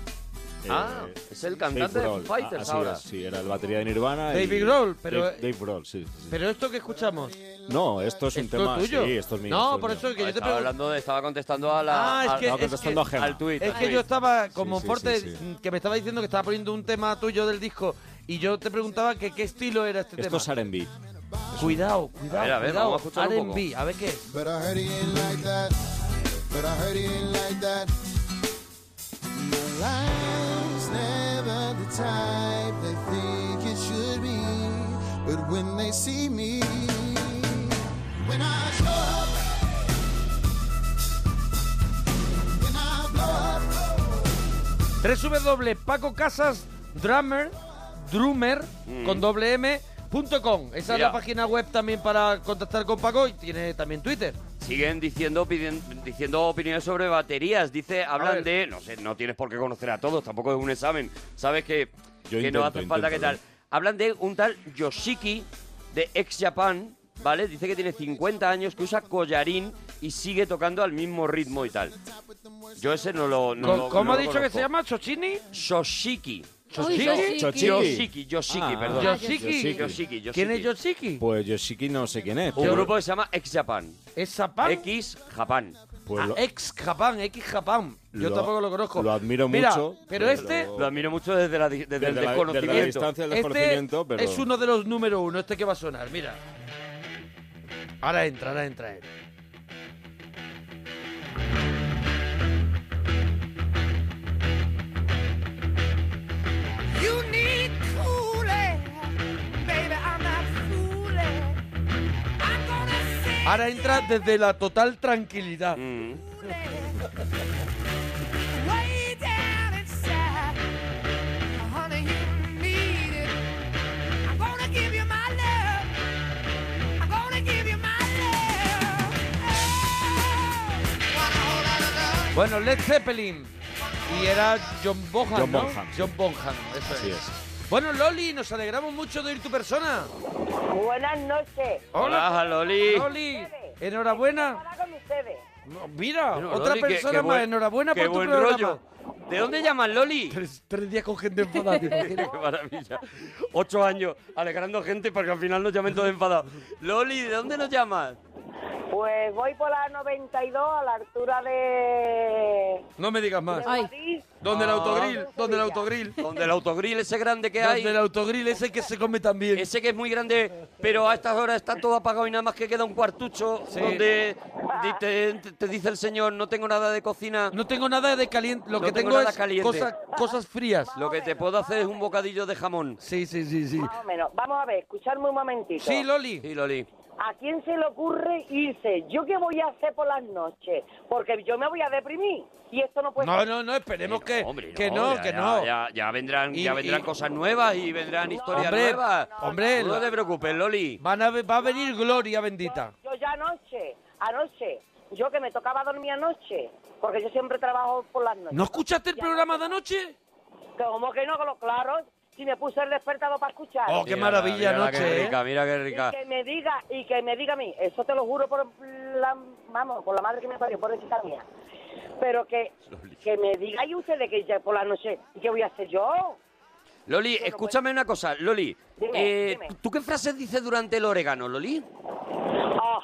Ah,
Eh,
es el cantante de Foo
Grohl.
Fighters
Ah, así
ahora.
es, sí, era el batería de Nirvana. y-
David Grohl, pero- eh,
Dave, Dave Grohl, sí. sí, sí.
Pero esto que escuchamos.
no, esto es un
¿Esto
tema.
es tuyo?
Sí, esto es mío.
No,
esto es
por
mío.
eso es que yo te
estaba
pregunto.
hablando de- estaba contestando a la
Ah, es
al-
que-
Estaba
es
contestando a Gemma.
al tuit.
Es
al
que
tuit.
yo estaba
sí,
con Monforte,
sí, sí.
que me estaba diciendo que estaba poniendo un tema tuyo del disco, y yo te preguntaba que qué estilo era este
Esto es
tema.
R&B.
Cuidado, cuidado,
A ver, a ver,
cuidado.
vamos a escucharlo un poco.
R&B, a ver qué es.
But I heard he ain't like that. But I heard he ain't like that. My life's never the type they think it should be. But when they see me, when I show up, when I blow up.
www.pacocasas Paco Casas Drummer Drummer con doble M punto com. Esa
Mm. Mira.
es la página web también para contactar con Paco y tiene también Twitter.
Siguen diciendo, piden- diciendo opiniones sobre baterías. Dice, hablan
ver.
de. No sé, no tienes por qué conocer a todos, tampoco es un examen. Sabes que,
Yo
que
intento,
no hace falta que
intento,
tal. Hablan de un tal Yoshiki de ex Japan, ¿vale? Dice que tiene 50 años, que usa collarín y sigue tocando al mismo ritmo y tal. Yo ese no lo. No,
Co-
lo-
¿Cómo
no
ha
lo
dicho que
conozco.
se llama? ¿Chochini?
Shoshiki.
Chochiki.
Uy,
Chochiki.
Yoshiki, Yoshiki,
Ah.
perdón.
Yoshiki.
Yoshiki, Yoshiki.
¿Quién es Yoshiki?
Pues Yoshiki no sé quién es.
Un
pero-
grupo que se llama Ex Japan.
¿Es Zapan?
X Japan.
pues
Ah,
lo-
ex Japán, X Japán. Yo
Lo-
tampoco lo conozco.
lo admiro
Mira,
mucho,
Pero
pero-
este,
Lo admiro mucho desde, la, di- desde
desde,
el
la, desde la
desconocimiento.
distancia del
este
desconocimiento, pero...
es uno de los número uno, este que va a sonar, mira. Ahora entra, ahora entra él.
You need cooling, baby. I'm not fooling. I'm gonna sing
Ahora entra desde la total tranquilidad.
Mm.
it way down inside. Honey, you need it. I'm gonna give you my love. I'm gonna give you my love. Oh, want a whole lot of love.
Bueno, Led Zeppelin. Y era John Bonham,
John
¿no?
Bonham.
John Bonham, eso
Así
es.
es.
Bueno, Loli, nos alegramos mucho de oír tu persona.
Buenas noches.
Hola, Jaloli.
Loli. Enhorabuena.
Hola con ustedes.
No, Mira,
Bueno,
otra
Loli, qué-
persona
qué
más.
buen-
Enhorabuena
qué
por tu
buen
programa.
rollo. ¿De dónde llaman Loli?
Tres, tres días con gente enfadada, ¿te imaginas?
Qué maravilla. Ocho años alegrando gente para que al final nos llamen todos enfadados. Loli, ¿de dónde nos llamas?
Pues voy por la 92 a la altura de...
No me digas
de
más.
Ay.
Guadix.
¿Dónde el
Ah.
autogrill? ¿Dónde el autogrill?
Donde el autogrill ese grande que hay.
¿Dónde el autogrill? Ese que se come también.
Ese que es muy grande, pero a estas horas está todo apagado y nada más que queda un cuartucho
Sí.
donde di- te, te dice el señor, no tengo nada de cocina.
No tengo nada de caliente. Lo
No
que
tengo
tengo,
nada
es
caliente.
cosas- cosas frías.
Lo que te puedo hacer es un bocadillo de jamón.
Sí, sí, sí, sí.
Más o menos. Vamos a ver, escuchadme un momentito.
Sí, Loli.
Sí, Loli.
¿A quién se le ocurre irse? ¿Yo qué voy a hacer por las noches? Porque yo me voy a deprimir. Y esto no puede
No,
ser.
no, no, esperemos que,
hombre,
que no,
ya,
que
ya,
no.
Ya, ya vendrán,
Y-
ya vendrán
y-
cosas nuevas y vendrán historias
Hombre,
nuevas.
hombre,
no
la-
te preocupes, Loli.
Van a, ve- va a venir gloria bendita.
Yo ya anoche, anoche, yo que me tocaba dormir anoche, porque yo siempre trabajo por las noches.
¿No escuchaste el programa de anoche?
¿Cómo que no? Claro, si me puse el despertador para escuchar.
Oh, qué maravilla
mira
noche,
Qué
¿eh?
rica, mira qué
Y
rica.
que me diga, y que me diga a mí, eso te lo juro por la, vamos, por la madre que me parió, por esa mía. Pero que, que me diga y ustedes que ya por la noche, ¿y qué voy a hacer yo?
Loli, escúchame una cosa, Loli.
pues Dime,
eh,
dime.
¿Tú qué frases dices durante el orégano, Loli?
Ah,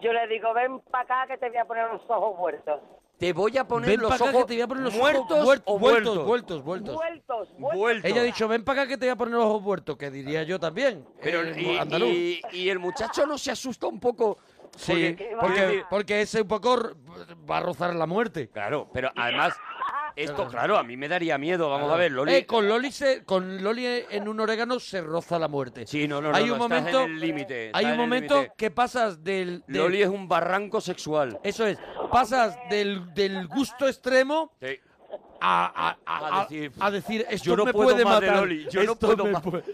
yo le digo, ven para acá que te voy a poner los ojos muertos.
Te voy a poner
Ven
los
para acá
ojos
que te voy a poner los ojos
muertos
vuelt-
o
vueltos,
vueltos.
vueltos, vueltos.
Vueltos, vueltos.
Ella ha dicho, ven para acá que te voy a poner los ojos vueltos, que diría yo también.
Pero
eh,
y,
andaluz.
y- y el muchacho no se asusta un poco.
sí,
porque-
porque,
porque-
porque ese un poco r- va a rozar la muerte.
Claro, pero además, esto, claro, a mí me daría miedo. Vamos a ver, Loli.
Ah. Eh, con Loli se- con Loli en un orégano se roza la muerte.
Sí, no, no, no,
hay
no,
un
estás
momento,
en el límite, estás
hay un
en el
momento
límite.
que pasas del, del-
Loli es un barranco sexual.
eso es, pasas del, del gusto extremo
Sí.
a, a- a-
A
a-
decir,
a decir esto
yo no
me
puedo
puede
más de
matar.
Loli, yo no
esto
puedo
me
más".
puede-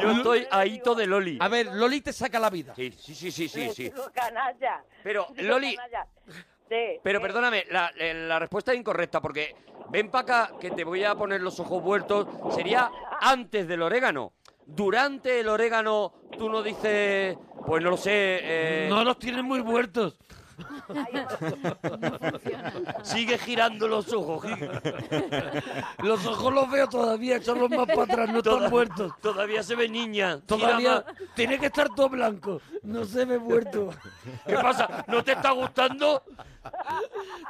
Yo estoy ahito de Loli.
A ver, Loli te saca la vida.
Sí, sí, sí, sí, sí.
Le
sí.
digo, canalla.
Pero,
Le digo,
Loli-
canalla. Sí,
Pero
sí.
perdóname, la, eh, la respuesta es incorrecta porque ven para acá que te voy a poner los ojos vueltos. Sería antes del orégano. Durante el orégano tú no dices, pues no lo sé. eh,
No los tienes muy muertos.
Sigue girando los ojos.
Los ojos los veo todavía, echarlos más para atrás, no
Toda-
están muertos.
Todavía se ve niña.
Todavía tiene que estar todo blanco. No se ve muerto.
¿Qué pasa? ¿No te está gustando?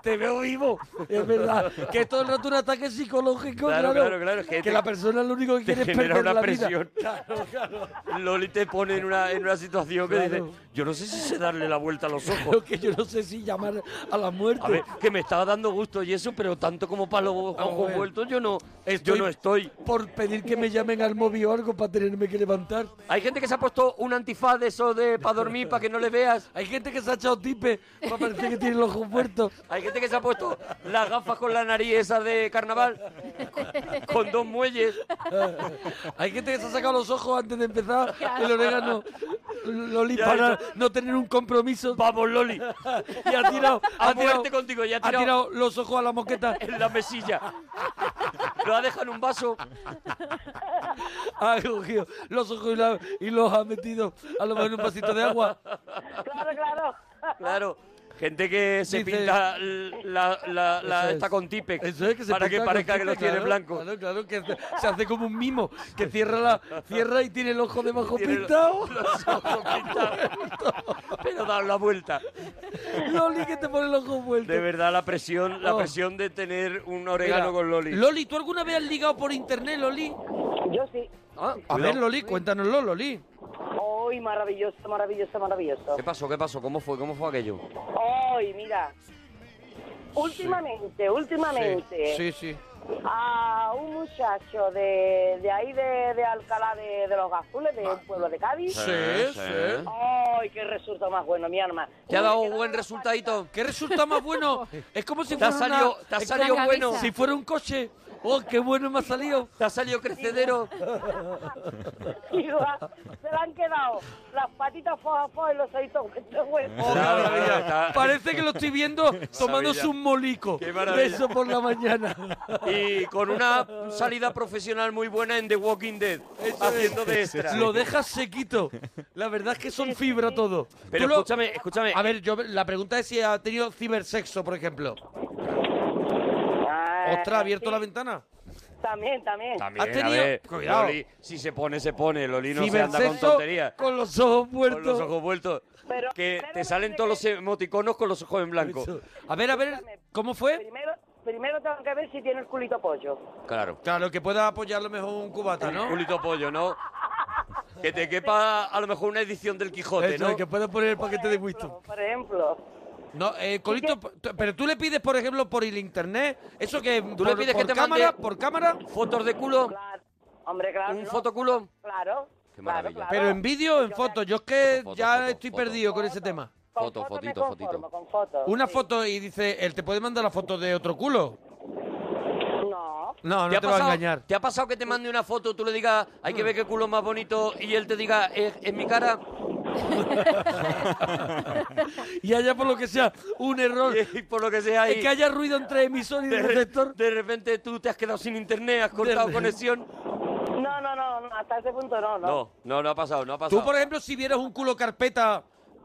Te veo vivo. Es verdad. Que es todo el rato un ataque psicológico.
Claro,
Claro,
claro, claro, es que
Que,
te-
la persona lo único que
Te
quiere es
genera
perder
una
la
presión.
vida. Claro, claro.
Loli te pone en una, en una situación que
Claro.
dice, yo no sé si sé darle la vuelta a los ojos.
Lo que yo no sé si llamar a la muerte.
A ver, que me estaba dando gusto y eso, pero tanto como para los
Vamos a
ojos
ver.
vueltos yo no,
Estoy-
yo no estoy.
Por pedir que me llamen al móvil o algo para tenerme que levantar.
Hay gente que se ha puesto un antifaz de eso de para dormir, para que no le veas.
Hay gente que se ha echado tipe para parecer que tiene los ojos muertos.
Hay gente que se ha puesto las gafas con la nariz esa de carnaval, con dos muelles.
Hay gente que se ha sacado los ojos antes de empezar el orégano. Loli,
Ya, ya.
para no tener un compromiso.
Vamos, Loli.
Y ha tirado,
A
ha tirado,
muerte contigo, ya ha
ha
tirado,
tirado los ojos a la mosqueta.
en la mesilla. Lo ha dejado en un vaso.
Ha cogido los ojos y, la- y los ha metido a lo mejor en un vasito de agua.
Claro, claro.
Claro. Gente que se
Dice-
pinta l- la, la, la-
Eso es.
esta con Tipex
Eso es que se
para que
pinta
parezca
con
que lo
tinta,
tiene
claro,
blanco.
Claro, claro, que se, se hace como un mimo, que cierra la cierra y tiene el ojo debajo
Tiene lo-
pintado.
los ojos pintados. Pero dar la vuelta.
Loli que te pone el ojo vuelto.
De verdad, la presión, la
Oh.
presión de tener un orégano
Mira,
con Loli.
Loli, ¿tú alguna vez has ligado por internet, Loli?
Yo sí.
Ah,
A
cuidado.
ver, Loli, cuéntanoslo, Loli.
Hoy maravilloso, maravilloso, maravilloso.
¿Qué pasó? ¿Qué pasó? ¿Cómo fue? ¿Cómo fue aquello?
Hoy, mira. Últimamente, últimamente,
Sí, sí.
a un muchacho de, de ahí de, de Alcalá de, de los Gazules, de un pueblo de Cádiz.
Sí, sí.
¡Ay, qué resulta más bueno, mi alma!
¿Te ha
Mira,
dado
que
un
no
buen
me lo
resultadito?
¿Qué resulta más bueno? Es como si
¿Te ha
fuera una-
salido, te ha
es
salido
una
bueno?
camisa.
Si fuera un coche. ¡Oh, qué bueno me ha salido!
¿Te ha salido crecedero?
Iba, ah, se le han quedado las patitas foja foja y los ojitos vueltos huevos.
Oh, qué
Claro,
maravilla.
claro, está.
Parece que lo estoy viendo tomándose un molico.
Qué maravilla.
Eso por la mañana.
Y con una salida profesional muy buena en The Walking Dead, haciendo de extra.
Lo dejas sequito. La verdad es que son fibra todo.
Pero
Tú lo-
escúchame, escúchame.
A ver, yo la pregunta es si ha tenido cibersexo, por ejemplo.
Ah,
Ostras, ¿ha abierto
sí,
la ventana?
También, también.
También,
¿Has tenido-
a ver,
Cuidado.
Loli, si se pone, se pone. Loli no se anda con
Cibersexo
tonterías.
con los ojos
Con los
muertos.
ojos vueltos.
Pero-
que
pero
te
no
salen
tiene
todos los
que-
emoticonos con los ojos en blanco.
Eso. A ver, a ver, ¿cómo fue?
Primero, primero tengo que ver si tiene el culito pollo.
Claro.
Claro, que pueda apoyarlo mejor un cubata, ¿no?
Culito pollo, ¿no? Que te quepa a lo mejor una edición del Quijote,
Eso,
¿no?
que pueda poner el paquete de Winston.
Por ejemplo.
No, eh, Colito, p- pero tú le pides, por ejemplo, por el internet, eso que
¿Tú
por,
le pides que
por
te mande-
cámara, por cámara,
¿Fotos de culo?
Claro, hombre, claro.
¿Un
¿no?
fotoculo?
Claro.
Qué maravilla.
claro, claro.
pero en vídeo o en
Yo
foto.
me-
Yo es que
Foto, foto,
ya
foto,
estoy
foto.
perdido con ese tema.
con
Foto,
foto me
fotito, fotito.
conformo, Con foto,
Una
sí.
foto y dice, él te puede mandar la foto de otro culo.
No.
No, no te,
ha
va a
pasado-
engañar.
¿Te ha pasado que te mande una foto, tú le digas, hay que ver qué culo más bonito, y él te diga, es, es mi cara?
Y haya por lo que sea un error.
Y por lo que sea,
Es
ahí,
que haya ruido entre emisor y
de,
receptor.
de repente tú te has quedado sin internet, has cortado
De-
conexión.
No, no, no, no, hasta ese punto no, no.
No, no, no ha pasado, no ha pasado.
Tú, por ejemplo, si vieras un culo carpeta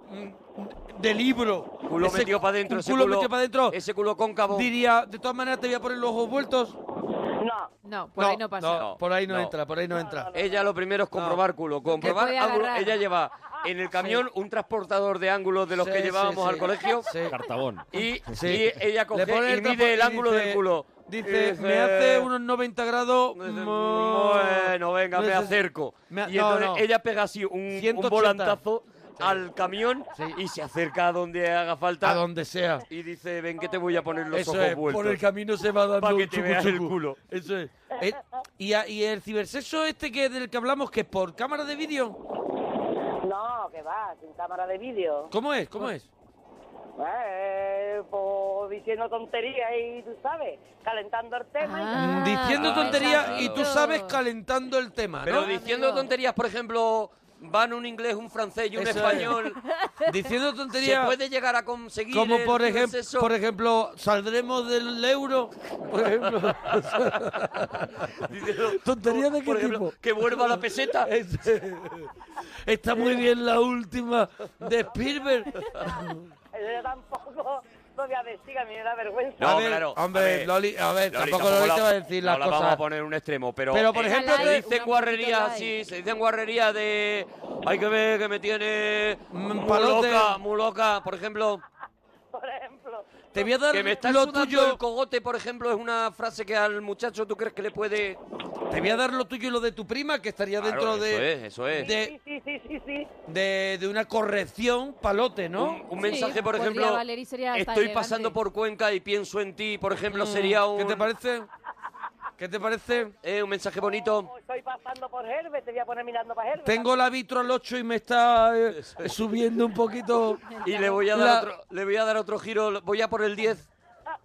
mm, de libro.
culo
ese-
metido para adentro,
un
ese
culo metido para adentro.
Ese culo cóncavo.
Diría, de todas maneras te voy a poner los ojos vueltos.
No.
No, por ahí no pasa.
por ahí no, entra, por ahí no entra.
Ella lo primero es comprobar culo, comprobar
puede
ángulo.
agarrar.
Ella lleva en el camión un transportador de ángulos de los
Sí,
que
sí,
llevábamos
sí.
al colegio.
Cartabón.
Y,
Sí.
y ella coge
Le pone
y
el trapo
mide el
y
ángulo
dice-
del culo.
dice,
Y
"Me hace unos 90 grados. mm,
Bueno, venga, me
No sé-
acerco.
Me ha-
y
no,
entonces
no.
ella pega así un, un
180.
volantazo al camión y se acerca a donde haga falta.
A donde sea.
Y dice, ven que te voy a poner los
Eso
ojos
es,
vueltos.
por el camino se va dando
Pa' que
un
te
chucu,
veas el
chucu.
culo.
Eso es. Eh, y, a- y el cibersexo este que del que hablamos, que es por cámara de vídeo,
No, que va, sin cámara de vídeo.
¿cómo es? ¿Cómo es?
Eh, pues diciendo tonterías y tú sabes, calentando el tema.
Ah.
y-
Diciendo
ah,
tonterías y tú sabes calentando el tema, ¿no?
Pero diciendo tonterías, por ejemplo, van un inglés, un francés y un
Eso es.
español.
Diciendo tonterías.
Se puede llegar a conseguir.
Como
el
por,
libre
ejemplo,
sexo?
por ejemplo, saldremos del euro, por ejemplo. ¿Tontería de qué
Por ejemplo,
tipo?
que vuelva la peseta.
Está muy bien la última de Spielberg.
Yo tampoco lo voy a decir, a mí me da vergüenza.
No,
A ver,
claro.
hombre, Loli- a ver, tampoco Loli te
la-
va a decir
no
las
la
cosas.
vamos a poner en un extremo, pero...
Pero, por
eh,
ejemplo,
se
te-
dicen guarrerías, sí, se dicen guarrerías de... Hay que ver que me tiene eh, muy
mm, palote.
loca, muy loca, por ejemplo...
Por ejemplo...
Te voy a dar
que me está
lo
sudando
tuyo-
el cogote, por ejemplo, es una frase que al muchacho tú crees que le puede...
Te voy a dar lo tuyo y lo de tu prima, que estaría
Claro,
dentro
eso es,
de,
eso es.
de,
Sí, sí, sí, sí.
de- de una corrección palote, ¿no?
Un mensaje, por
podría
ejemplo,
valer y sería hasta
estoy
elegante.
pasando por Cuenca y pienso en ti, por ejemplo,
Mm,
sería un...
¿Qué te parece? ¿Qué te parece?
Eh, un mensaje bonito.
O Pues Estoy pasando por Herbert, te voy a poner mirando para Herbert.
Tengo la vitro al 8 y me está eh, subiendo un poquito.
Y le voy a dar
La-
otro, le voy a dar otro giro, voy a por el 10.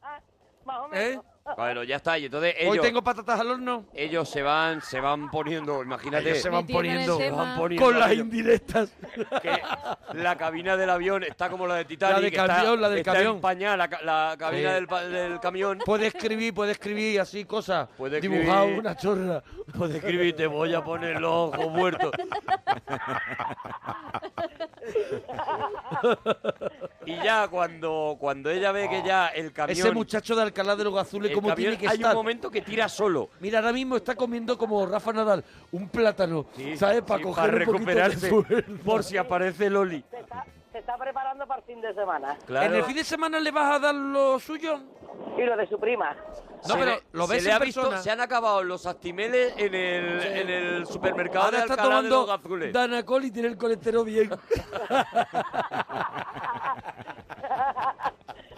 Ah, Más o menos.
¿Eh?
Ah,
Bueno, ya está, y entonces ellos...
Hoy tengo patatas al horno.
Ellos se van, se van poniendo, imagínate.
Ellos se van
Metiendo en el
poniendo,
tema.
van poniendo
con las
aquello.
indirectas.
Que la cabina del avión está como la de Titanic.
La de
que está-
camión, la del
está
camión.
en pañal, la, ca- la cabina
Sí.
del, pa- del camión.
Puede escribir, puede escribir así cosas.
Puede escribir.
Dibujado una chorra.
Pues escribí, te voy a poner los ojos muertos. y ya cuando, cuando ella ve que ya el camión...
Ese muchacho de Alcalá de los Azules,
el
¿cómo
camión-
tiene que
hay
estar?
un momento que tira solo.
Mira, ahora mismo está comiendo como Rafa Nadal un plátano,
Sí,
¿sabes? Para
sí,
coger
para
un poquito de
recuperarse.
fuerza.
Por si aparece Loli.
Se está, se está preparando para el fin de semana.
¿En el fin de semana le vas a dar lo suyo?
Y lo de su prima.
No,
Se
pero
le-
lo
se
ves
le
en
ha visto-
persona.
se han acabado los actimeles en el, en el supermercado
Ahora
de
está
Alcalá de los
tomando
Gazules.
Danacol y tiene el colesterol bien.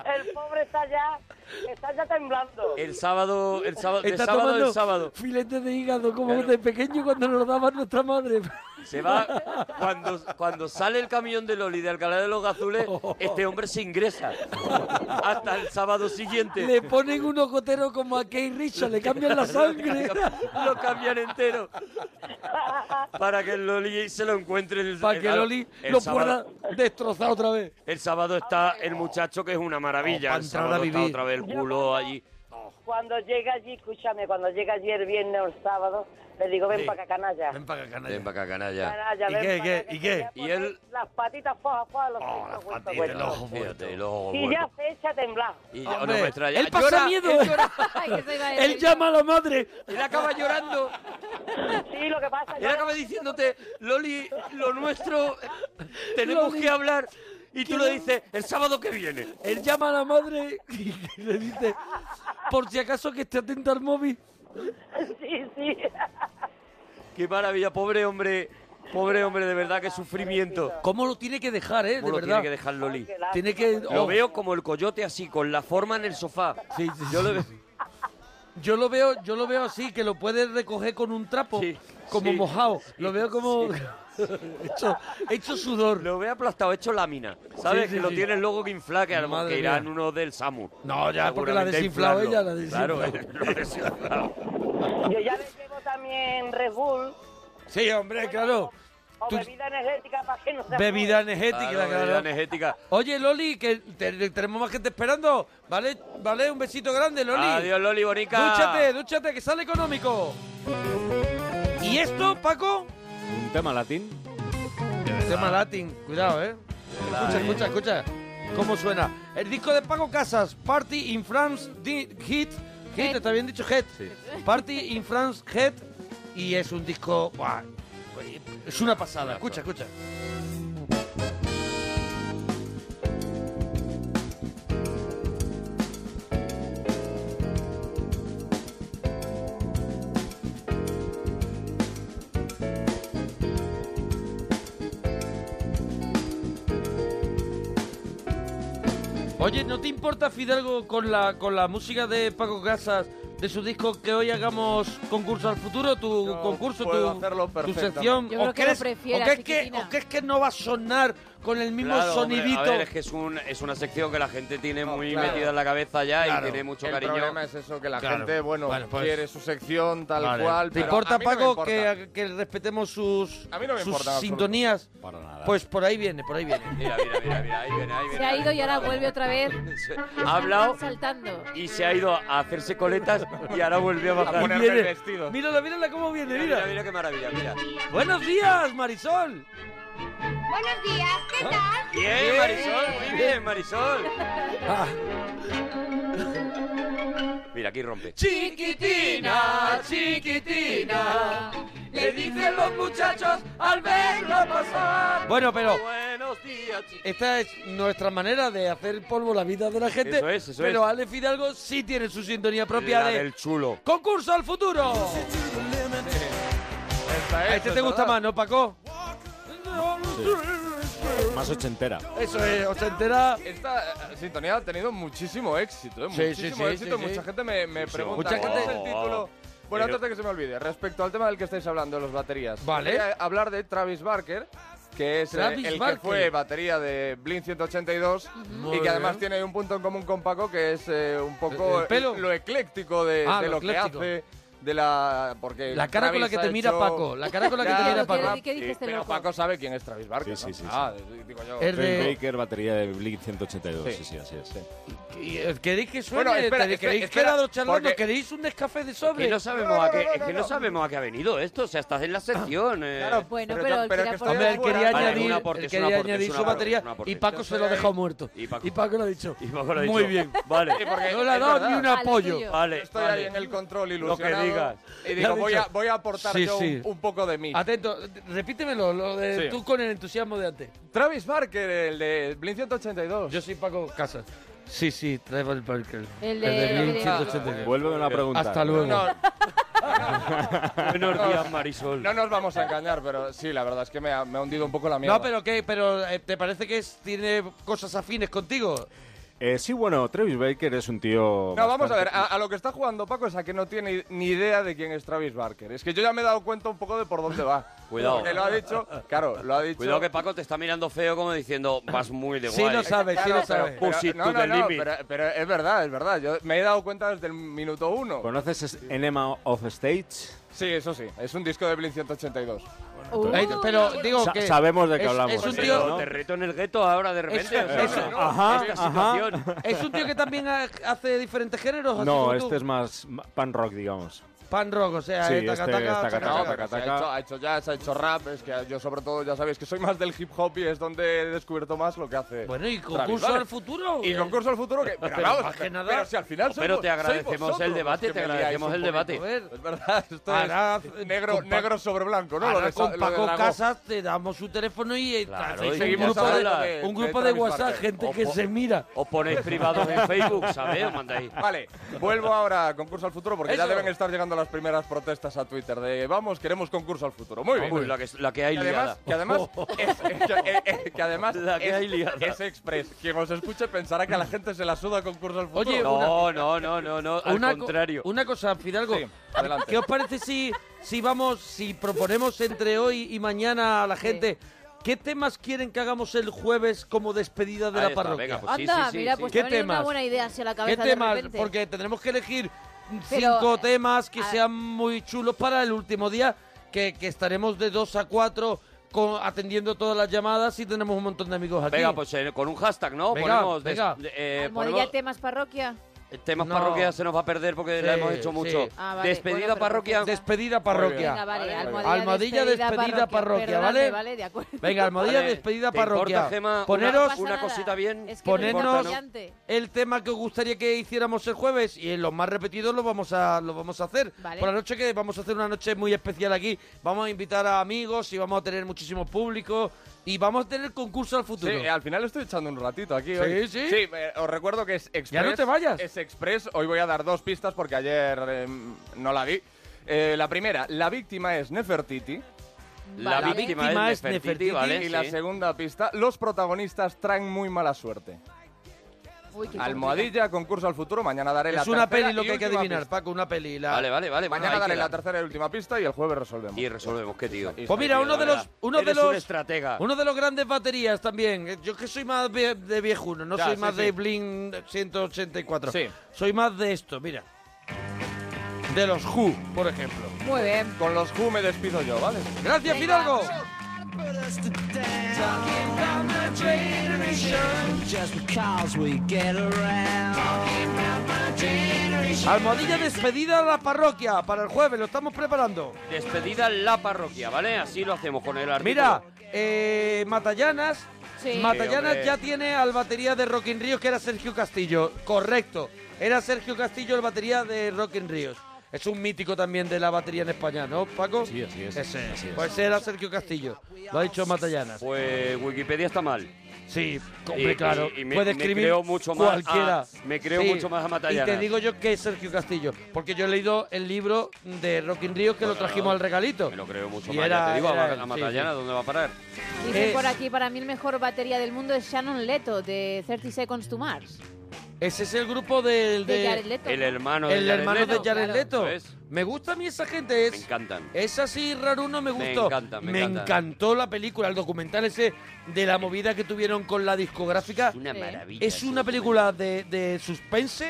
El pobre está ya, está ya temblando.
El sábado, el sábado, de
Está
sábado
tomando
en sábado.
filetes de hígado como de pequeño cuando nos lo daba nuestra madre.
Se va cuando, cuando sale el camión de Loli de Alcalá de los Gazules, este hombre se ingresa hasta el sábado siguiente.
Le ponen un gotero como a Kate Richard, le cambian la sangre
Lo cambian entero para que el Loli se lo encuentre el
para
el-
que Loli
el
lo pueda
sábado.
destrozar otra vez.
El sábado está el muchacho que es una
Oh,
maravilla.
pa'
el
entrar a
sábado está
vivir.
otra vez el culo allí.
Cuando llega allí, escúchame, cuando llega allí el viernes o el sábado, le digo, ven
Sí.
para acá, canalla.
para acá,
Ven para acá, canalla.
Canalla,
¿Y
ven
qué,
pa'
qué,
acá, que
y
te
qué?
voy a
Y
poner
él-
Las patitas fojas, fojas, los
Oh,
pechos
las
vueltos,
patitas,
vueltos.
los-
Fíjate, el ojo
Y ya
muerto.
se echa a temblar.
Y ya no
Hombre,
me extraña.
él pasa
Llora,
miedo.
Él, llora,
Ay, que se iba a
Él
decir.
llama a la madre.
él acaba llorando.
Sí, lo que pasa
Él acaba diciéndote, Loli, lo nuestro, tenemos
Loli.
que hablar. Y tú le dices, el sábado que viene.
Él llama a la madre y le dice, por si acaso que esté atenta al móvil.
Sí, sí.
Qué maravilla, pobre hombre. Pobre hombre, de verdad, qué sufrimiento.
¿Cómo lo tiene que dejar, eh? De
¿Cómo lo
verdad.
tiene que dejar Loli?
Tiene que-
Lo
oh,
veo como el coyote así, con la forma en el sofá.
Sí, sí,
Yo lo
sí.
veo.
Yo lo veo, yo lo veo así, que lo puedes recoger con un trapo,
Sí,
como
sí,
mojado. lo veo como hecho, hecho sudor.
Lo ve aplastado, hecho lámina. ¿Sabes?
Sí, sí,
que lo
sí.
tienes luego que inflar, que, a lo mejor
Madre
que irán
mía.
unos del SAMU.
No, ya, porque la ha
Seguramente
desinflado
inflarlo.
ella, la ha
Claro, lo ha desinflado.
Yo ya le llevo también Red Bull
Sí, hombre, claro.
o
Tú-
bebida energética para que no se
Bebida
apure.
energética,
Claro,
claro.
bebida energética.
Oye, Loli, que te- tenemos más gente esperando. Vale, vale, un besito grande, Loli.
Adiós, Loli, bonica.
Dúchate, dúchate, que sale económico. ¿Y esto, Paco?
Un tema latín.
Tema latín, cuidado, eh. Escucha, escucha, escucha. ¿Cómo suena? El disco de Paco Casas, Party in France, di- Hit Hit, está bien dicho, Head. Party in France, Head. Y es un disco... buah, es una pasada. Escucha, escucha. Oye, ¿no te importa, Fidalgo, con la, con la música de Paco Casas, de su disco, que hoy hagamos concurso al futuro? Tu concurso,
puedo
tu,
hacerlo
tu
perfectamente.
sección.
Yo creo
¿O
que lo
crees-
prefieras,
o crees que-
chiquitina.
¿O crees que no va a sonar con el mismo
Claro, hombre,
sonidito?
a ver, es que es, un- es una sección que la gente tiene muy
claro.
metida en la cabeza ya
Claro.
y tiene mucho
El
cariño.
problema es eso, que la
Claro.
gente, bueno,
Bueno, pues-
quiere su sección tal
Vale.
cual.
¿Te
pero
importa,
a mí no me
Paco,
importa.
Que, que respetemos sus,
A mí no me
sus
importa en absoluto.
sintonías? Pues por ahí viene, por ahí viene.
Mira, mira, mira, mira, ahí viene, ahí
Se
viene.
ha ido y ahora vuelve otra vez.
Ha hablado
Están saltando.
y se ha ido a hacerse coletas y ahora vuelve a bajar.
ponerme el Viene. Mírala, mírala cómo viene,
Mira,
mira.
mira, mira qué maravilla, mira.
Buenos días, Marisol.
Buenos días,
¿Ah?
¿qué tal?
Bien, Marisol, muy bien, Marisol.
Ah.
Mira, aquí rompe.
Chiquitina, chiquitina, le dicen los muchachos al verla pasar.
Bueno, pero-
Buenos días,
Esta es nuestra manera de hacer polvo la vida de la gente.
Eso es, eso
pero
es.
Ale Fidalgo sí tiene su sintonía propia
La
de
del chulo.
Concurso al futuro.
es,
este
es
te gusta
verdad.
más, ¿no, Paco?
Más ochentera.
Eso es, ochentera.
Esta eh, sintonía ha tenido muchísimo éxito, ¿eh?
Sí, sí,
muchísimo
sí,
éxito.
sí, sí.
Mucha gente me, me
Sí,
pregunta
mucha
cuál
gente-
es el título. Bueno,
Pero-
antes de que se me olvide, respecto al tema del que estáis hablando, de los baterías.
Vale.
quería hablar de Travis Barker, que es eh,
Travis
el
Barker.
que fue batería de Blink 182
Muy
y que además
bien.
tiene un punto en común con Paco, que es eh, un
¿El-
poco
el pelo?
lo ecléctico de,
Ah,
de
lo
lo,
ecléctico.
que hace. De la. Porque
La cara con la
Travis
que
ha
te mira
hecho-
Paco, la cara con la que te
Ya,
mira
pero-
Paco. ¿Qué- qué
sí,
dice este
pero
loco?
Paco sabe quién es Travis Barker.
Sí, sí,
¿no?
sí, sí.
Ah, digo yo.
Es
Trent
de-
Baker, batería de Blink 182. Sí,
Sí.
sí, así es.
Y, eh, ¿Queréis que suene?
Bueno, espera,
¿Te-
espera,
¿Queréis
espera,
quedado charlando?
porque-
¿Queréis un descafé de sobre?
Que no sabemos a qué, es que no sabemos a qué ha venido esto, o sea, estás en la sección. eh.
Claro,
Bueno,
pero
pero,
yo-
él
pero
tira
que
por-
Hombre, él quería
Vale,
añadir,
un aporte,
él
es un
quería
aporte,
añadir
es un
su
aporte,
batería
es un aporte.
y Paco se lo ha dejado muerto. Y Paco, lo ha dicho.
Paco lo ha
Muy
dicho.
bien.
Vale.
Sí, porque
No le ha
es
dado
verdad.
ni un apoyo.
Vale,
Yo estoy ahí
vale.
en el control
Lo que
ilusionado.
digas.
Y
Le ha
digo, voy a,
dicho.
voy a aportar
Sí,
yo un-
sí.
Un, poco de mí.
Atento, repítemelo, lo de
Sí.
tú con el entusiasmo de antes.
Travis Barker, el de Blink 182.
Yo soy Paco Casas. Sí, sí, Travis Barker.
El de- el de-
Vuelve a preguntar.
Hasta luego.
No,
Buenos días, Marisol.
no nos vamos a engañar, pero sí, la verdad es que me ha, me ha hundido un poco la mierda.
No, pero ¿qué? Pero, eh, ¿te parece que es- tiene cosas afines contigo?
Eh, sí, bueno, Travis Baker es un tío.
No, vamos
bastante-
a ver, a, a lo que está jugando Paco es a que no tiene ni idea de quién es Travis Barker. Es que yo ya me he dado cuenta un poco de por dónde va.
Cuidado.
Porque lo ha dicho, claro, lo ha dicho.
Cuidado que Paco te está mirando feo como diciendo, vas muy de
Sí
guay.
lo sabe, sí lo
Claro, pero-
sabe.
pero-
Pussy
no,
to
no,
the
no,
limit.
pero, pero es verdad, es verdad. Yo me he dado cuenta desde el minuto uno.
¿Conoces es- Enema of Stage?
Sí, eso sí, es un disco de Blink 182.
Ahí- pero digo
Sa-
que...
sabemos de qué
es-
hablamos,
Es un
pero
tío...
¿no?
Te reto en el gueto ahora de repente.
Es-
o sea,
es-
no,
ajá,
esta
ajá.
situación.
¿Es un tío que también ha- hace diferentes géneros? así
No,
como tú?
este es más ma- pan rock, digamos.
Pan rock, o sea,
Sí,
eh, taca,
este
taca,
es taca,
taca,
taca,
No,
taca.
pero se ha,
taca.
hecho, ha hecho jazz, ha hecho rap. Es que yo, sobre todo, ya sabéis que soy más del hip hop y es donde he descubierto más lo que hace.
Bueno, ¿y
Travis
concurso
Barker.
al futuro?
Y
Eh,
concurso al futuro que. Pero,
Pero
vamos,
más que
pero-
nada-
pero si al final sois
Pero
vos-
te
sois
agradecemos
vosotros
el
los
debate,
que
te
me liáis
agradecemos
un
el
poquito.
A
debate.
ver,
Es verdad, esto
Ahora, eh,
es negro,
con Pa-
negro sobre blanco, ¿no?
ahora
Lo de-
con
lo de
Paco
Dragón.
Casas te damos su teléfono y eh,
Claro,
hacéis
y
un
seguimos
grupo de,
hablando
de-
un
de
grupo de,
Travis
WhatsApp,
Barker.
gente que
Ojo.
se mira.
Os ponéis privados en Facebook, ¿sabéis? Os mandáis.
Vale, vuelvo ahora a concurso al futuro porque ya
Eso.
deben estar llegando las primeras protestas a Twitter de vamos, queremos concurso al futuro. Muy bien.
Uy, la que, la que hay
Que además,
liada.
que además, es, que, eh, eh, que además
La que
es,
hay liada.
es express. Quien os escuche pensará que a la gente se la suda concurso al futuro.
Oye,
No, no, no, no, no. Al
Una co-
contrario.
Una cosa, Fidalgo.
Sí, adelante.
¿Qué os parece si, si vamos, si proponemos entre hoy y mañana a la gente qué temas quieren que hagamos el jueves como despedida de
Ahí
la
está,
parroquia?
venga, pues sí,
Anda,
sí, sí,
mira,
sí.
pues
¿Qué
te ha venido una
temas?
buena idea hacia la
¿Qué
cabeza de
temas?
repente.
Porque tendremos que elegir cinco
Pero, eh,
temas que
a-
sean muy chulos para el último día, que, que estaremos de dos a cuatro con- atendiendo todas las llamadas y tenemos un montón de amigos aquí.
pues, Venga, pues eh, con un hashtag, ¿no?
Venga,
ponemos. des-
venga.
eh,
Almohadilla
ponemos-
temas parroquia.
Temas
No.
parroquias se nos va a perder porque la
Sí,
hemos hecho
sí.
mucho.
Ah, vale.
Despedida
Bueno, pero
parroquia.
Despedida parroquia.
Venga, vale, almohadilla,
Almohadilla, despedida, parroquia, ¿vale?
perdonadme, vale, de acuerdo.
Venga, almohadilla,
Vale.
despedida,
¿Te importa,
parroquia.
Gema, una-
poneros
una cosita bien?
Es que no está
ponernos
brillante.
el tema que os gustaría que hiciéramos el jueves y en los más repetidos lo vamos a lo vamos a hacer
Vale.
por la noche que vamos a hacer una noche muy especial aquí vamos a invitar a amigos y vamos a tener muchísimo público y vamos a tener concurso al futuro
Sí, al final estoy echando un ratito aquí
Sí,
hoy.
sí.
eh, os recuerdo que es Express.
Ya no te vayas.
Es Express. Hoy voy a dar dos pistas porque ayer eh, no la di. Eh, la primera, la víctima es Nefertiti.
La Vale. víctima es Nefertiti, vale,
Y la
sí.
segunda pista, los protagonistas traen muy mala suerte.
Uy, qué
Almohadilla, concurso al futuro. Mañana daré la
es una
tercera
peli lo
y
que hay que
última
adivinar
pista.
Paco una peli la-
Vale, vale, vale.
Mañana daré la
tercera
tercera y última pista y el jueves resolvemos.
Y resolvemos, qué tío.
Pues mira, uno de los, uno de
Eres
los,
un estratega.
uno de los grandes baterías también. Eh, Yo que soy más vie- de viejuno, no
Ya,
soy
sí,
más
sí.
de Blink 184.
Sí.
Soy más de esto, mira. De los Who, por ejemplo.
Muy bien.
Con los Who me despido yo, ¿vale?
Gracias, Fidalgo.
Talking about my generation, just because we get around. Talking about my generation.
Almohadilla despedida a la parroquia para el jueves, lo estamos preparando.
Despedida la parroquia, ¿vale? Así lo hacemos con el artículo.
Mira, eh, Matallanas.
Sí.
Matallanas
Sí, hombre.
ya tiene al batería de Rock in Ríos, que era Sergio Castillo. Correcto. Era Sergio Castillo el batería de Rock in Ríos. Es un mítico también de la batería en España, ¿no, Paco? Sí, así es. Pues era Sergio Castillo. Lo ha dicho Matallanas.
Pues Wikipedia está mal.
Sí,
Y-
hombre,
y-
claro.
y me-
Puede
me
escribir
creo mucho más
cualquiera.
a- me creo mucho más a Matallanas.
Y te digo yo que es Sergio Castillo, porque yo he leído el libro de Rock in Ríos que lo trajimos al regalito.
Me lo creo mucho
Y
más. ya
era-
te digo,
era
a,
él,
a
sí,
Matallana,
sí.
¿dónde va a parar?
Dicen
Eh,
por aquí, para mí el mejor batería del mundo es Shannon Leto, de 30 Seconds to Mars.
Ese es el grupo del
De
de-
Jared Leto.
El hermano de
el
Jared
hermano
Leto.
de Jared
Claro.
Leto.
Eso es.
Me gusta a mí esa gente. Es,
Me encantan.
Es así, raruno, me
Me
gustó.
encanta, me encanta.
encantó la película, el documental ese de la movida que tuvieron con la discográfica. Es una
maravilla
Es una película de, de suspense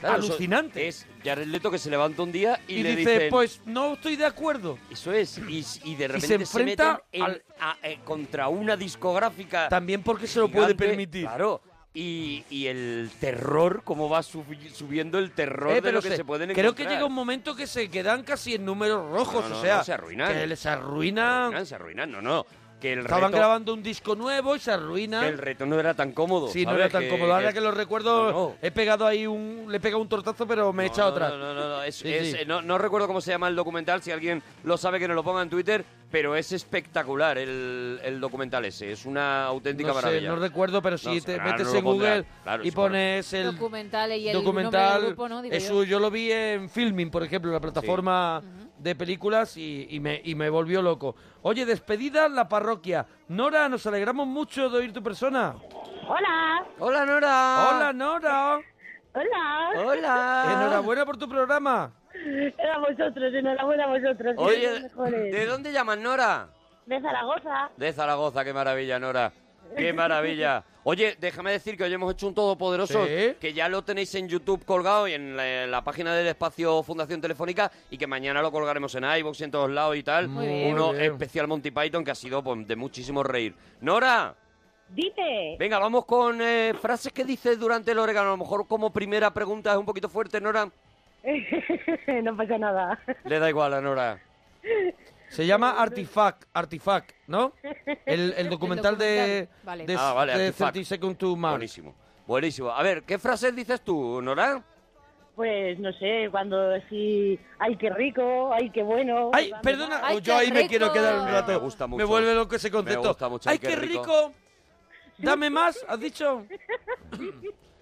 Claro, eso
alucinante.
Es Jared Leto que se levanta un día y,
y
le
dice,
dicen-
pues no estoy de acuerdo.
Eso es. Y, y de repente
se enfrenta
meten en-
al-
a- eh, contra una discográfica.
También porque se lo
gigante,
puede permitir.
Claro. Y, y el terror, cómo va subi- subiendo el terror
Eh,
de lo
pero
que
se-
se pueden
creo
encontrar.
que llega un momento que se quedan casi en números rojos,
No, no,
o sea,
no, se arruinan.
que les
Se
arruinan.
arruinan, se arruinan, no, no. Que el
Estaban
reto,
grabando un disco nuevo y se arruinan.
que el reto no era tan cómodo.
Sí, no
¿sabes?
era tan cómodo. Ahora que lo recuerdo,
No, no.
he pegado ahí un. Le he pegado un tortazo, pero me he echado
No,
atrás.
No, no, no, no, es-
Sí,
es-
sí.
eh, no- no recuerdo cómo se llama el documental, si alguien lo sabe que nos lo ponga en Twitter, pero es espectacular el, el documental ese, es una auténtica
No sé,
maravilla.
no recuerdo, pero si
No,
te
claro,
metes
no lo
en Google
pondrán, claro,
y
seguro.
pones el
Documental y el nombre
documental.
del grupo, ¿no? Digo
eso
yo.
yo. lo vi en Filming, por ejemplo, la plataforma de películas, y, y me, y me volvió loco. Oye, despedida la parroquia. Nora, nos alegramos mucho de oír tu persona.
Hola.
Hola, Nora.
Hola, Nora.
Hola.
Enhorabuena por tu programa.
A vosotros, enhorabuena a vosotros.
Oye,
sois los mejores.
¿de dónde llamas, Nora?
De Zaragoza.
De Zaragoza, qué maravilla, Nora. Qué maravilla. Oye, déjame decir que hoy hemos hecho un todopoderoso
Sí.
que ya lo tenéis en YouTube colgado y en la, la página del espacio Fundación Telefónica y que mañana lo colgaremos en iVoox y en todos lados y tal.
Muy bien.
Uno
Muy bien.
especial Monty Python que ha sido pues, de muchísimo reír. Nora,
Dite.
venga, vamos con eh, frases que dices durante el orégano. A lo mejor como primera pregunta es un poquito fuerte, Nora.
no pasa nada.
Le da igual a Nora.
Se llama Artifact, Artifact, ¿no? El, el documental de,
documental, vale.
de,
Ah, vale,
de
Artifact.
30 Seconds to Mars.
Buenísimo. Buenísimo. A ver, ¿qué frases dices tú, Nora?
Pues no sé, cuando sí. Ay, qué rico, ay, qué bueno.
Ay,
Vamos,
perdona,
ay,
yo
qué
ahí me
rico.
quiero quedar un rato.
Me gusta mucho.
Me vuelve loco ese
Me
concepto.
gusta mucho.
Ay, qué rico. Dame más, has dicho.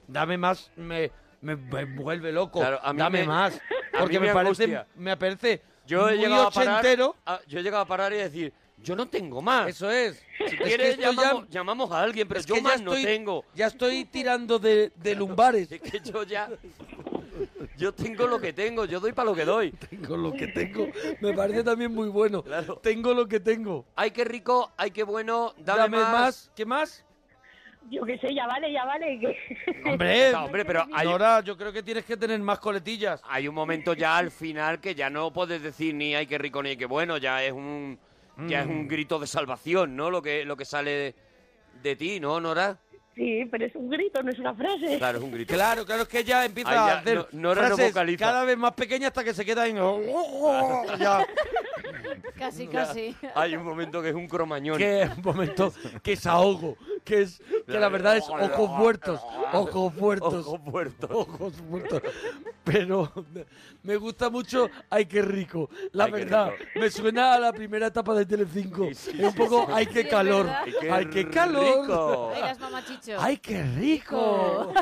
Dame más, me, me- me vuelve loco.
Claro, a mí
Dame
me-
más.
a
Porque
mí
me,
me
parece,
angustia.
me parece
Yo he
muy
llegado a parar,
ochentero.
a- yo he llegado a parar y decir, yo no tengo más.
Eso es.
Si
Es que
quieres
esto ya-
llamamos, llamamos a alguien, pero
es
yo
que ya
más no
estoy-
tengo.
Ya estoy tirando de, de lumbares.
Es que yo ya yo tengo lo que tengo, yo doy para lo que doy.
Tengo lo que tengo. Me parece también muy bueno. Tengo lo que tengo.
Ay, qué rico, ay, qué bueno, dame,
Dame más. ¿Qué más?
Yo qué sé, ya vale, ya vale. que-
Hombre,
No, hombre, pero hay,
Nora, yo creo que tienes que tener más coletillas.
hay un momento ya al final que ya no puedes decir ni ay, qué rico ni ay, qué bueno, ya es un
Mm.
ya es un grito de salvación, ¿no? Lo que lo que sale de, de ti, ¿no, Nora?
Sí, pero es un grito, no es una frase.
Claro, es un grito.
Claro, claro, es que ella empieza
Ahí ya,
a hacer
no- Nora no
frases
vocaliza.
cada vez más pequeñas hasta que se queda en... "Oh, ya.
Casi,
Ya.
casi.
Hay un momento que es un cromañón.
Que es un momento que es ahogo, que es que la verdad es ojos muertos, ojos muertos,
Ojos muertos,
ojos muertos. Pero me gusta mucho, ay qué rico, la
Ay, qué
verdad.
rico.
Me suena a la primera etapa de Telecinco. es un
sí,
poco,
sí.
ay
Sí,
qué
es
calor,
verdad. Ay, qué
ay qué calor.
rico.
Ay, las mamachichos.
Ay qué rico.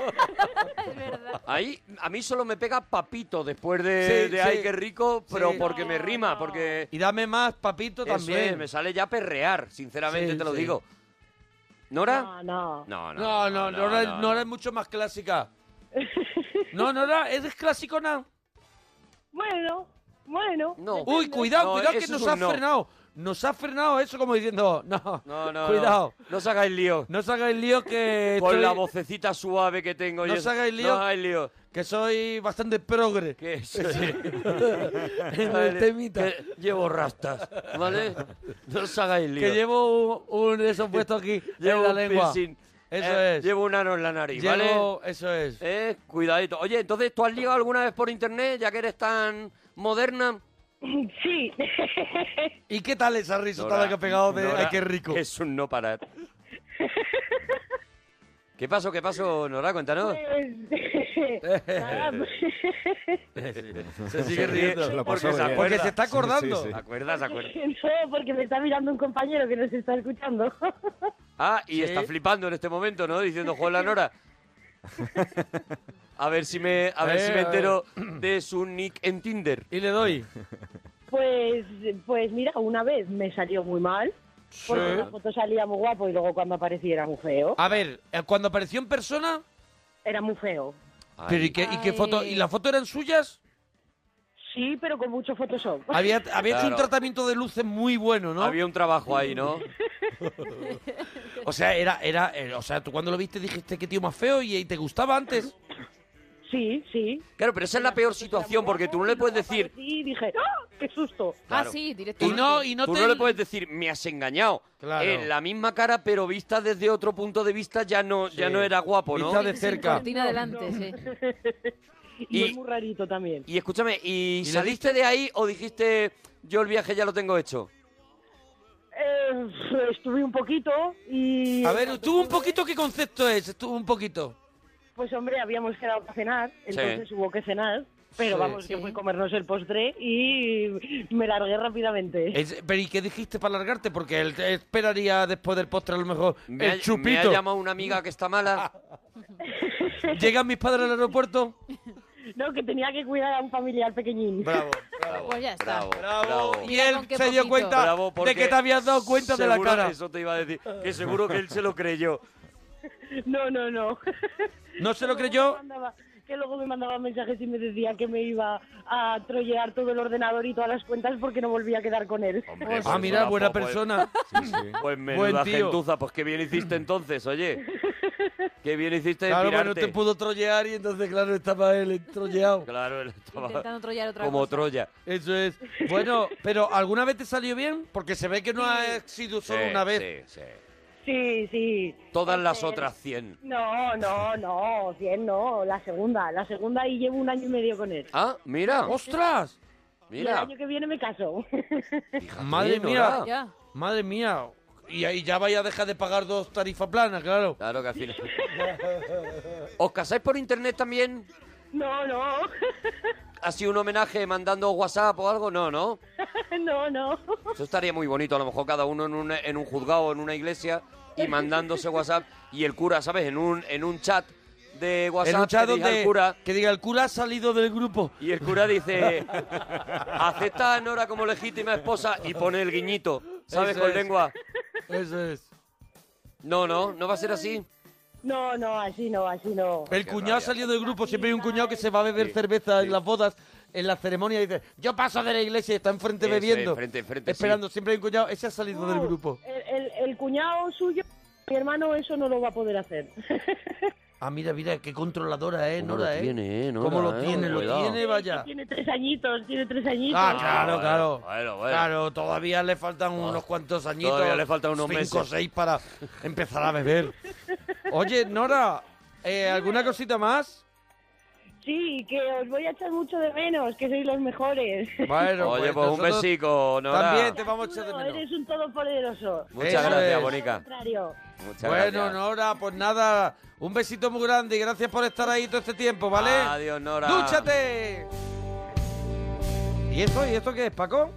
Ahí a mí solo me pega papito después de,
Sí,
de
sí.
ay qué rico, pero
Sí.
porque me rima, porque
Y dame más papito
eso es,
también.
me sale ya perrear, sinceramente
Sí,
te lo
sí.
digo. ¿Nora? no,
No,
No, no, Nora, Nora es mucho más clásica. No, Nora, eres clásico now.
Bueno, bueno.
Uy, cuidado,
No,
cuidado que
eso es
nos
un
ha
no.
frenado. Nos ha frenado eso como diciendo, no,
No, no,
cuidado.
No, os hagáis lío.
No os hagáis lío que
Con
estoy-
la vocecita suave que tengo.
No
yo-
os hagáis lío.
No os hagáis lío.
Que soy bastante progre.
Que
Sí.
sí.
en el
Vale,
temita.
que llevo rastas, ¿vale? No os hagáis lío.
Que llevo un, un eso puesto aquí
Llevo
en la
un
lengua.
piercing,
Eso
eh,
es.
Llevo un ano en la nariz,
Llevo-
¿vale?
Eso es.
Eh, cuidadito. Oye, entonces, ¿tú has ligado alguna vez por internet, ya que eres tan moderna?
Sí.
¿Y qué tal esa risotada
Nora,
que ha pegado de
Nora,
ay qué rico?
Es un no parar. ¿Qué pasó? ¿Qué pasó, Nora? Cuéntanos.
Pues, nada, pues,
Se sigue
ríe
riendo. Porque
porque,
se
se
acuerda. Porque se está acordando. Sí, sí, sí.
¿Se acuerda, se acuerda.
no, porque me está mirando un compañero que nos está escuchando.
Ah, y está flipando en este momento, ¿no? Diciendo, Juan la Nora. A ver si me, a ver
Eh,
si me
a
entero de su nick en Tinder.
Y le doy.
Pues, pues mira, una vez me salió muy mal. Porque la foto salía muy guapo y luego cuando aparecía era muy feo.
A ver, eh, cuando apareció en persona,
Era muy feo.
pero ¿y qué, y qué foto? ¿Y las fotos eran suyas?
Sí, pero con mucho Photoshop.
Había, había hecho un
Claro.
tratamiento de luces muy bueno, ¿no?
Había un trabajo ahí, ¿no?
O sea, era, era, eh, o sea, tú cuando lo viste dijiste que tío más feo y, y te gustaba antes.
Sí, sí.
Claro, pero esa es la peor situación porque tú no le puedes decir.
Sí, dije, ¡ah! ¡Qué susto!
Claro.
sí,
Tú
directamente.
no, tú no le puedes decir, me has engañado.
Claro.
En la misma cara, pero vista desde otro punto de vista, ya no, ya
Sí.
no era guapo, ¿no?
Vista de
Ah.
cerca.
Cortina adelante, sí.
Y,
Y-
es muy rarito también.
Y escúchame, ¿y, saliste de ahí o dijiste, yo el viaje ya lo tengo hecho?
Eh, estuve un poquito y...
A ver, tú un poquito, ¿qué concepto es? Tú un poquito.
Pues hombre, habíamos quedado para cenar, entonces
Sí.
hubo que cenar. Pero
Sí.
vamos, que
Sí.
fue comernos el postre y me largué rápidamente.
Es- pero ¿y qué dijiste para largarte? Porque él te esperaría después del postre a lo mejor
Me ha-
el
Me ha
chupito.
llamado una amiga que está mala.
Llegan mis padres al aeropuerto.
No, que tenía que cuidar a un familiar pequeñín.
Bravo.
Pues ya está.
Bravo, bravo.
Y él
con qué
se dio
poquito.
cuenta
Bravo,
de
porque
que te habías dado cuenta de la
seguro-
cara.
Eso te iba a decir, que seguro que él se lo creyó.
No, no, no.
No se lo
Luego
creyó.
me mandaba- que luego me mandaba mensajes y me decía que me iba a trollear todo el ordenador y todas las cuentas porque no volvía a quedar con él.
Hombre,
Ah,
pues,
mira,
guapo,
buena
pues.
persona.
Pues
Buen
menuda
tío.
gentuza, pues qué bien hiciste entonces, oye. Qué bien hiciste en
Claro, bueno,
pirarte.
te pudo trollear y entonces, claro, estaba él trolleado.
Claro, él estaba
Intentando trollar otra
como
cosa.
Troya.
Eso es. Bueno, pero ¿alguna vez te salió bien? Porque se ve que no ha sido solo
Sí,
una vez.
sí, sí.
Sí, sí.
Todas las otras 100.
No, no, no, bien no, la segunda, la segunda y llevo un año y medio con él.
Ah, mira,
¡Ostras!
Y el
mira.
año que viene me caso.
Madre
Sí,
mía,
Nora.
Ya.
madre mía. Y ahí ya vaya a dejar de pagar dos tarifas planas, claro.
Claro que al final. ¿Os casáis por internet también?
No, no,
¿Así un homenaje mandando WhatsApp o algo? No, no.
no, no.
Eso estaría muy bonito, a lo mejor cada uno en un, en un juzgado o en una iglesia y mandándose WhatsApp y el cura, ¿sabes? En un, en un chat de WhatsApp
En un chat
que diga
donde
el cura
que diga el cura ha salido del grupo.
y el cura dice acepta a Nora como legítima esposa y pone el guiñito, ¿sabes?
Eso
con
es.
lengua.
Eso es.
No, no, no va a ser así.
No, no, así no, así no.
El
Qué
cuñado ha
rabia.
salido del grupo. Siempre hay un cuñado que se va a beber cerveza en las bodas, en la ceremonia, y dice, yo paso de la iglesia y está enfrente
Eso,
bebiendo.
enfrente, enfrente, sí.
esperando. Siempre hay un cuñado. Ese ha salido del grupo.
El, el- el cuñado suyo, mi hermano, eso no lo va a poder hacer.
Ah, mira, mira, qué controladora, ¿eh?
¿Cómo
Nora,
lo tiene, eh, Nora,
¿Cómo lo
eh?
tiene? Lo
Cuidado.
tiene, vaya.
tiene tres añitos, tiene tres añitos.
Ah, claro,
bueno,
claro.
bueno, bueno.
Claro, todavía le faltan unos cuantos añitos.
Todavía le faltan unos
cinco o
meses.
seis para empezar a beber. Oye, Nora, eh, ¿alguna cosita más?
Sí, que os voy a echar mucho de menos, que sois los mejores.
Oye, pues, un
nosotros
besico, Nora.
También te vamos a echar de
No,
menos.
eres un todopoderoso.
Muchas
Eso
gracias,
es.
Bonica.
Contrario.
Muchas
bueno,
gracias.
Nora, pues nada, un besito muy grande y gracias por estar ahí todo este tiempo, ¿vale?
Adiós, Nora.
¡Dúchate! ¿Y esto? ¿Y esto qué es, Paco?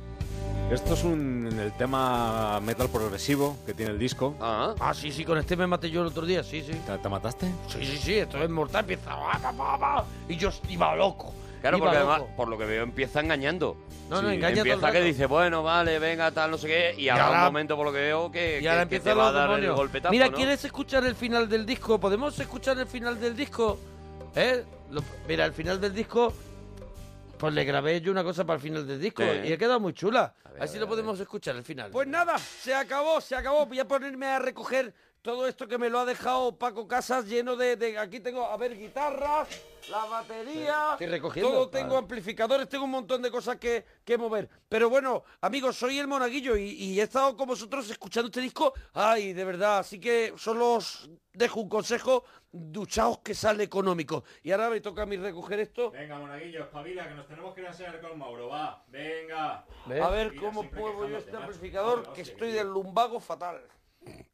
Esto es un, el tema metal progresivo que tiene el disco.
Ah,
sí, sí, con este me maté yo el otro día, sí, sí.
¿Te, te mataste?
Sí, sí, sí, esto es mortal, empieza... pa, pa, pa, pa, Y yo iba loco.
Claro,
iba
porque
loco.
además, por lo que veo, empieza engañando.
No, no, engaña
Empieza
todo el
que
rato.
dice, bueno, vale, venga, tal, no sé qué. Y, habrá
ahora-
un momento, por lo que veo, que,
Y
que-
ahora
que
empieza
te va a
los
dar el
demonios.
golpetazo,
Mira,
¿no?
¿quieres escuchar el final del disco? ¿Podemos escuchar el final del disco? ¿Eh? Lo- mira, el final del disco... Pues le grabé yo una cosa para el final del disco
Sí.
y ha quedado muy chula. A ver, si lo podemos escuchar al final. Pues nada, se acabó, se acabó. Voy a ponerme a recoger todo esto que me lo ha dejado Paco Casas lleno de... de- aquí tengo, a ver, guitarras, la batería...
Estoy recogiendo.
Todo tengo
Vale.
amplificadores, tengo un montón de cosas que, que mover. Pero bueno, amigos, soy el monaguillo y, y he estado con vosotros escuchando este disco. Ay, de verdad, así que solo os dejo un consejo, duchaos que sale económico. Y ahora me toca a mí recoger esto.
Venga, monaguillo, espabila, que nos tenemos que ir a enseñar con Mauro, va. Venga.
A ver cómo puedo yo este amplificador, que estoy del lumbago fatal.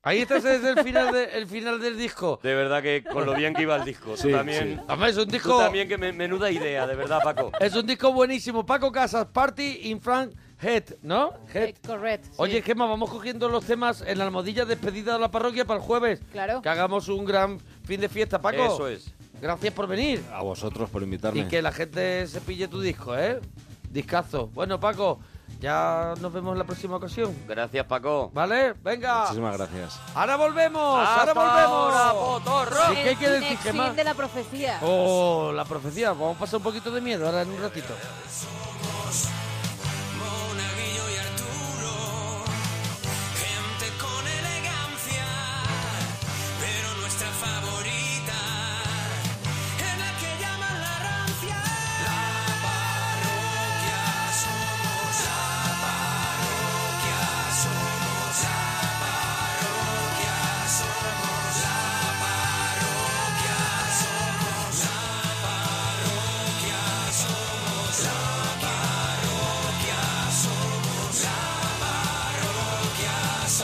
Ahí está ese es el final, de- el final del disco.
De verdad que con lo bien que iba el disco. tú
Sí,
también.
sí. Además, es un
tú
disco-
también, que me- menuda idea, de verdad, Paco.
Es un disco buenísimo. Paco Casas, Party in Frank Head, ¿no?
Eh,
Head.
Correcto.
Oye, Gemma, vamos cogiendo los temas en la almohadilla despedida de la parroquia para el jueves.
Claro.
Que hagamos un gran fin de fiesta, Paco.
Eso es.
Gracias por venir.
A vosotros por invitarme.
Y que la gente se pille tu disco, ¿eh? Discazo. Bueno, Paco, ya nos vemos en la próxima ocasión.
Gracias, Paco.
¿Vale? Venga.
Muchísimas gracias.
Ahora volvemos, ahora
Hasta
volvemos.
ahora, potorro.
Sí, ¿Qué hay que
El
decir,
Inexil
Gemma?
de la profecía.
Oh, la profecía. Vamos a pasar un poquito de miedo ahora en un ratito.
Monaguillo y Arturo, gente con elegancia, pero nuestra favorita es la que llaman la rancia. La parroquia somos, la parroquia somos, la parroquia somos, la parroquia somos, la parroquia somos, la parroquia somos, la parroquia somos, la parroquia somos.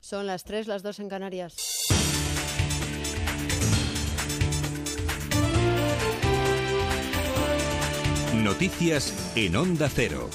Son las 3, las 2 en Canarias.
Noticias en Onda Cero.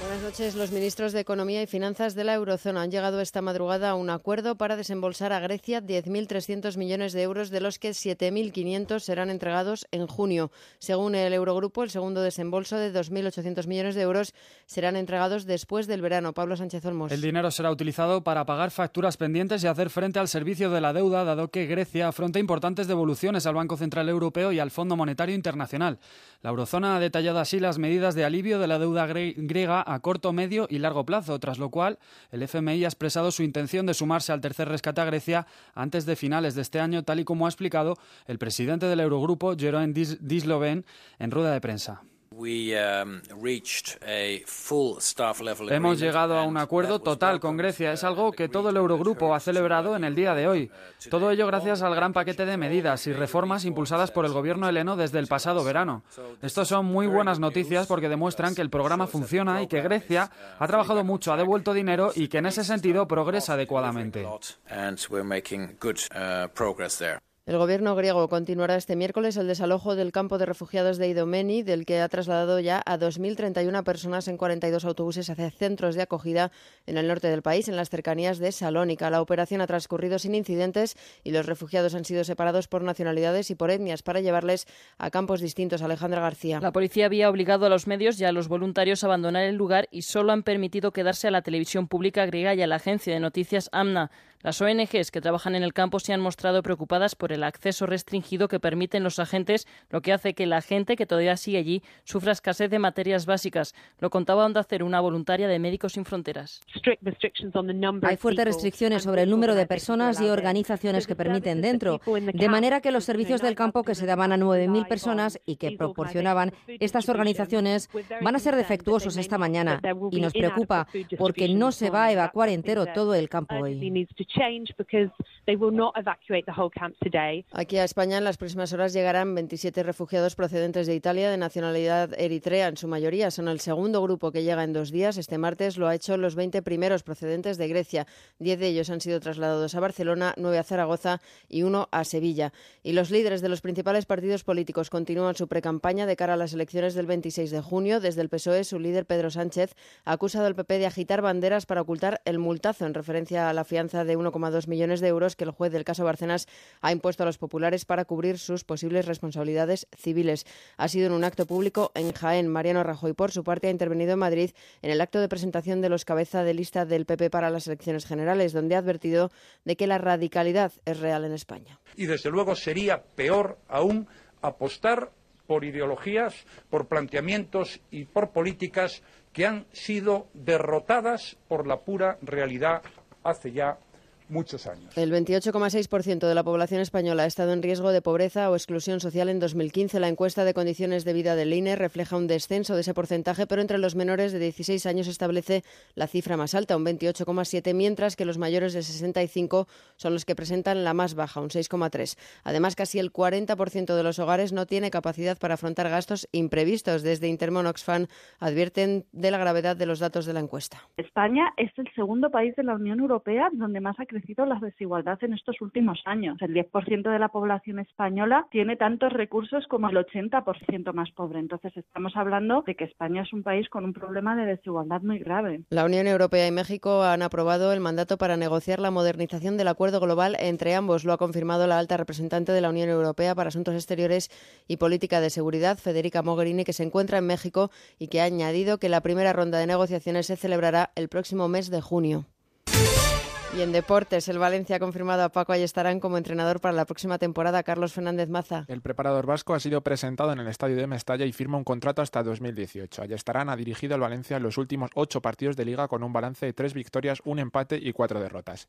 Buenas noches. Los ministros de Economía y Finanzas de la Eurozona han llegado esta madrugada a un acuerdo para desembolsar a Grecia 10.300 millones de euros, de los que 7.500 serán entregados en junio. Según el Eurogrupo, el segundo desembolso de 2.800 millones de euros serán entregados después del verano. Pablo Sánchez Olmos.
El dinero será utilizado para pagar facturas pendientes y hacer frente al servicio de la deuda, dado que Grecia afronta importantes devoluciones al Banco Central Europeo y al Fondo Monetario Internacional. La eurozona ha detallado así las medidas de alivio de la deuda gre- griega a corto, medio y largo plazo, tras lo cual el FMI ha expresado su intención de sumarse al tercer rescate a Grecia antes de finales de este año, tal y como ha explicado el presidente del Eurogrupo, Jeroen Dis- Dijsselbloem, en rueda de prensa.
We um, reached a full staff level
Hemos
agreement.
llegado a un acuerdo total con Grecia. Es algo que todo el Eurogrupo ha celebrado en el día de hoy. Todo ello gracias al gran paquete de medidas y reformas impulsadas por el gobierno heleno desde el pasado verano. Estos son muy buenas noticias porque demuestran que el programa funciona y que Grecia ha trabajado mucho, ha devuelto dinero y que en ese sentido progresa adecuadamente.
and we're making good uh, progress there.
El gobierno griego continuará este miércoles el desalojo del campo de refugiados de Idomeni, del que ha trasladado ya a 2.031 personas en 42 autobuses hacia centros de acogida en el norte del país, en las cercanías de Salónica. La operación ha transcurrido sin incidentes y los refugiados han sido separados por nacionalidades y por etnias para llevarles a campos distintos. Alejandra García.
La policía había obligado a los medios y a los voluntarios a abandonar el lugar y solo han permitido quedarse a la televisión pública griega y a la agencia de noticias AMNA. Las ONGs que trabajan en el campo se han mostrado preocupadas por el del acceso restringido que permiten los agentes, lo que hace que la gente que todavía sigue allí sufra escasez de materias básicas. Lo contaba Onda Cero, una voluntaria de Médicos Sin Fronteras.
Hay fuertes restricciones sobre el número de personas y organizaciones que permiten dentro, de manera que los servicios del campo que se daban a 9.000 personas y que proporcionaban estas organizaciones van a ser defectuosos esta mañana y nos preocupa porque no se va a evacuar entero todo el campo hoy.
Aquí a España en las próximas horas llegarán 27 refugiados procedentes de Italia de nacionalidad eritrea. En su mayoría son el segundo grupo que llega en dos días. Este martes lo ha hecho los 20 primeros procedentes de Grecia. Diez de ellos han sido trasladados a Barcelona, nueve a Zaragoza y uno a Sevilla. Y los líderes de los principales partidos políticos continúan su precampaña de cara a las elecciones del 26 de junio. Desde el PSOE, E, su líder Pedro Sánchez ha acusado al PP de agitar banderas para ocultar el multazo en referencia a la fianza de 1,2 millones de euros que el juez del caso Barcenas ha impuesto a los populares para cubrir sus posibles responsabilidades civiles. Ha sido en un acto público en Jaén. Mariano Rajoy, por su parte, ha intervenido en Madrid en el acto de presentación de los cabeza de lista del PP para las elecciones generales, donde ha advertido de que la radicalidad es real en España.
Y desde luego sería peor aún apostar por ideologías, por planteamientos y por políticas que han sido derrotadas por la pura realidad hace ya muchos años.
El 28,6% de la población española ha estado en riesgo de pobreza o exclusión social en 2015. La encuesta de condiciones de vida del INE refleja un descenso de ese porcentaje, pero entre los menores de 16 años establece la cifra más alta, un 28,7, mientras que los mayores de 65 son los que presentan la más baja, un 6,3. Además, casi el 40% de los hogares no tiene capacidad para afrontar gastos imprevistos. Desde Intermon Oxfam advierten de la gravedad de los datos de la encuesta.
España es el segundo país de la Unión Europea donde más ha crecido la desigualdad en estos últimos años. El 10% de la población española tiene tantos recursos como el 80% más pobre. Entonces estamos hablando de que España es un país con un problema de desigualdad muy grave.
La Unión Europea y México han aprobado el mandato para negociar la modernización del acuerdo global entre ambos. Lo ha confirmado la alta representante de la Unión Europea para Asuntos Exteriores y Política de Seguridad, Federica Mogherini, que se encuentra en México y que ha añadido que la primera ronda de negociaciones se celebrará el próximo mes de junio. Y en deportes, el Valencia ha confirmado a Paco Ayestarán como entrenador para la próxima temporada, Carlos Fernández Maza.
El preparador vasco ha sido presentado en el estadio de Mestalla y firma un contrato hasta 2018. Ayestarán ha dirigido al Valencia en los últimos ocho partidos de liga con un balance de tres victorias, un empate y cuatro derrotas.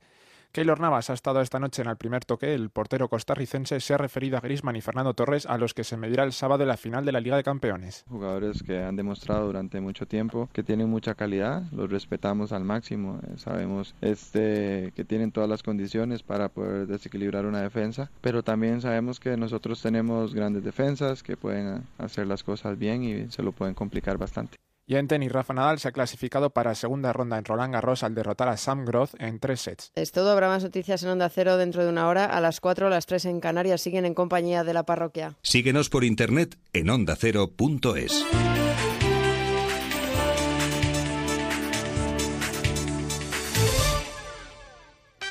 Keylor Navas ha estado esta noche en el primer toque. El portero costarricense se ha referido a Grisman y Fernando Torres, a los que se medirá el sábado en la final de la Liga de Campeones.
Jugadores que han demostrado durante mucho tiempo que tienen mucha calidad, los respetamos al máximo. eh, Sabemos este, que tienen todas las condiciones para poder desequilibrar una defensa, pero también sabemos que nosotros tenemos grandes defensas que pueden hacer las cosas bien y se lo pueden complicar bastante.
Y en tenis, Rafa Nadal se ha clasificado para segunda ronda en Roland Garros al derrotar a Sam Groth en tres sets.
Es todo, habrá más noticias en Onda Cero dentro de una hora. A las 4, las 3 en Canarias siguen en compañía de la parroquia.
Síguenos por internet en ondacero.es.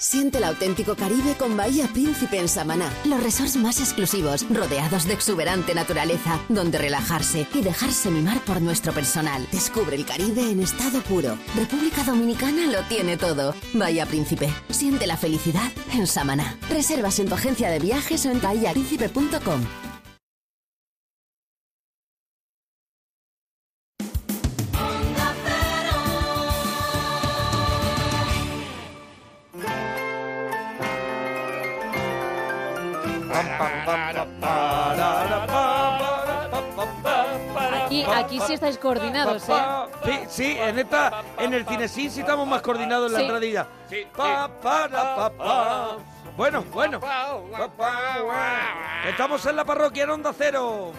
Siente el auténtico Caribe con Bahía Príncipe en Samaná. Los resorts más exclusivos, rodeados de exuberante naturaleza, donde relajarse y dejarse mimar por nuestro personal. Descubre el Caribe en estado puro. República Dominicana lo tiene todo. Bahía Príncipe. Siente la felicidad en Samaná. Reservas en tu agencia de viajes o en bahiapríncipe.com.
Aquí, aquí sí estáis coordinados, ¿eh?
Sí, sí, en esta, en el cinesín sí estamos más coordinados en la
Sí.
entradilla.
Sí, sí.
Pa, pa, la, pa, pa. Bueno, bueno. Pa, pa, pa. Estamos en la parroquia en Onda Cero.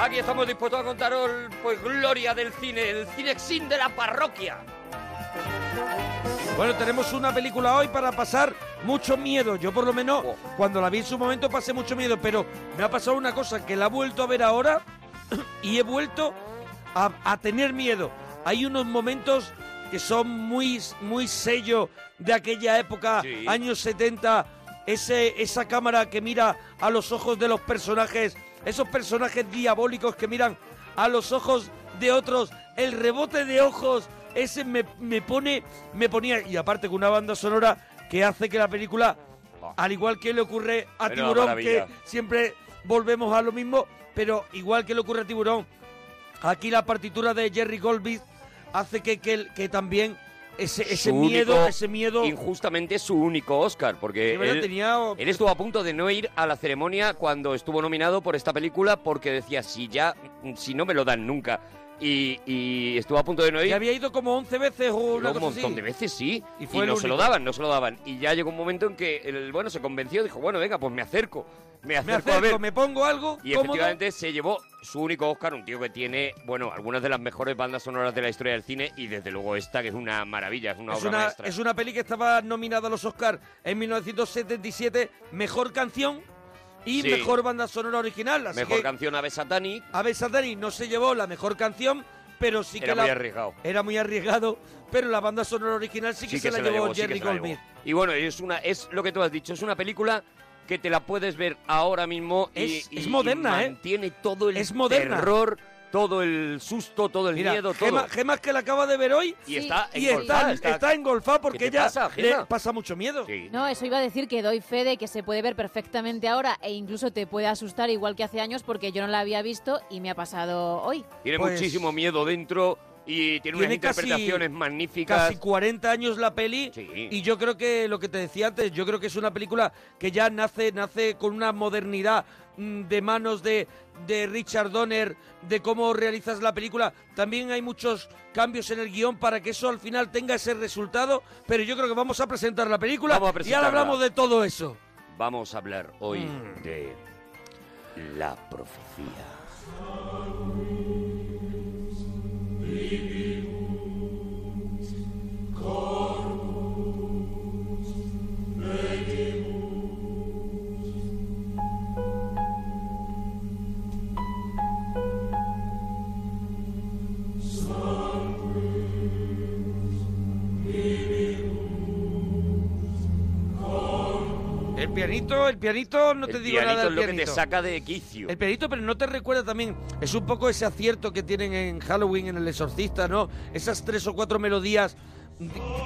Aquí estamos dispuestos a contaros pues gloria del cine, el cinexin de la parroquia.
Bueno, tenemos una película hoy para pasar mucho miedo. Yo por lo menos cuando la vi en su momento pasé mucho miedo, pero me ha pasado una cosa que la he vuelto a ver ahora y he vuelto a, a tener miedo. Hay unos momentos que son muy, muy sello de aquella época, años 70, ese, esa cámara que mira a los ojos de los personajes, esos personajes diabólicos que miran a los ojos de otros, el rebote de ojos, ese me, me pone, me ponía, y aparte con una banda sonora que hace que la película Al igual que le ocurre a
Menuda
Tiburón,
maravilla.
que siempre volvemos a lo mismo, pero igual que le ocurre a Tiburón, aquí la partitura de Jerry Goldsmith hace que, que, que también ese, ese
Su
miedo,
único-
ese miedo...
Injustamente su único Oscar, porque
Sí, ¿verdad?
él,
Tenía-
él estuvo a punto de no ir a la ceremonia cuando estuvo nominado por esta película porque decía, si ya, si no me lo dan nunca. Y, y estuvo a punto de no ir.
Que había ido como 11 veces o una
Pero un
cosa así.
montón de veces sí. Y,
fue el
no se lo
único.
daban, no se lo daban. Y ya llegó un momento en que el bueno se convenció, dijo, bueno, venga, pues me acerco. Me acerco, a ver.
me pongo algo.
Y
cómodo.
efectivamente se llevó su único Oscar, un tío que tiene, bueno, algunas de las mejores bandas sonoras de la historia del cine y desde luego esta que es una maravilla, es una
Es
obra
una,
maestra.
es una peli que estaba nominada a los Oscars en 1977, mejor canción y
Sí.
mejor banda sonora original. Así
Mejor
que
canción Ave Satani.
Abe Satani no se llevó la mejor canción, pero sí que
Era
la-
muy arriesgado.
Era muy arriesgado, pero la banda sonora original sí que, se, la llevó
sí que
Jerry
se la llevó.
Goldsmith.
Y bueno, es una es lo que tú has dicho, es una película que te la puedes ver ahora mismo y,
Es-
y-
es moderna,
y
¿eh?
mantiene todo el
Es moderna.
terror, todo el susto, todo el
Mira,
miedo, todo.
Gemma, Gemma que la acaba de ver hoy
Y está
y
engolfada,
está,
está-
está engolfada
¿Qué
porque
te
ella
pasa,
le
Gemma?
pasa mucho miedo.
¿eh? No, eso iba a decir que doy fe de que se puede ver perfectamente ahora e incluso te puede asustar igual que hace años porque yo no la había visto y me ha pasado hoy.
Tiene
Pues-
muchísimo miedo dentro y tiene unas
Tiene casi-
interpretaciones magníficas.
Casi 40 años la peli y yo creo que lo que te decía antes, yo creo que es una película que ya nace nace con una modernidad mm, de manos de, de Richard Donner, de cómo realizas la película. También hay muchos cambios en el guión para que eso al final tenga ese resultado, pero yo creo que vamos a presentar la película
Vamos a
y ahora
presentarla.
hablamos de todo eso.
Vamos a hablar hoy
Mm.
de la profecía.
El pianito, el pianito, no te
El
digo
pianito
nada del
es lo que
pianito.
te saca de quicio.
El pianito, pero no te recuerda también, es un poco ese acierto que tienen en Halloween, en El Exorcista, ¿no? Esas tres o cuatro melodías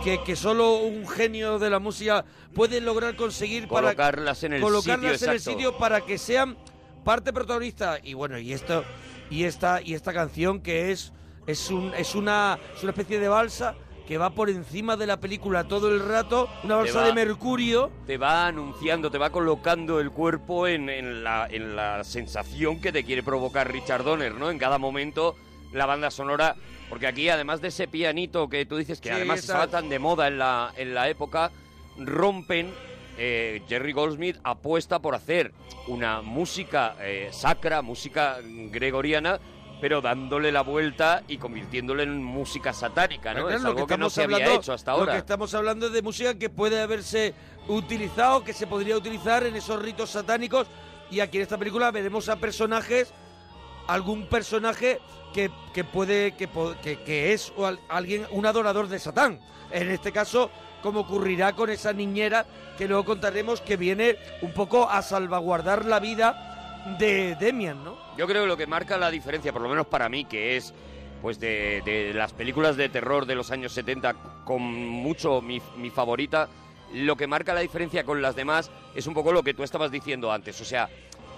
que, que solo un genio de la música puede lograr conseguir para...
Colocarlas en el
colocarlas
sitio
en el
exacto.
sitio para que sean parte protagonista. Y bueno, y esto, y esta, y esta canción que es, es, un, es, una, es una especie de balsa que va por encima de la película todo el rato, una
Te
balsa
va-
de mercurio.
Te va anunciando, te va colocando el cuerpo en, en la, en la sensación que te quiere provocar Richard Donner, ¿no? En cada momento la banda sonora, porque aquí además de ese pianito que tú dices que
Sí,
además
está-
estaba tan de moda en la, en la época, rompen, eh, Jerry Goldsmith apuesta por hacer una música eh, sacra, música gregoriana, pero dándole la vuelta y convirtiéndolo en música satánica, ¿no?
Claro,
es
lo
algo que, no
estamos
se había
hablando-
hecho hasta
Lo que
ahora.
estamos hablando es de música que puede haberse utilizado, que se podría utilizar en esos ritos satánicos. Y aquí en esta película veremos a personajes, algún personaje que, que puede, que, po- que- que es o al- alguien, un adorador de Satán. En este caso, como ocurrirá con esa niñera que luego contaremos que viene un poco a salvaguardar la vida de Demian, ¿no?
Yo creo que lo que marca la diferencia, por lo menos para mí, que es pues de, de las películas de terror de los años 70, con mucho mi, mi favorita, lo que marca la diferencia con las demás es un poco lo que tú estabas diciendo antes. O sea,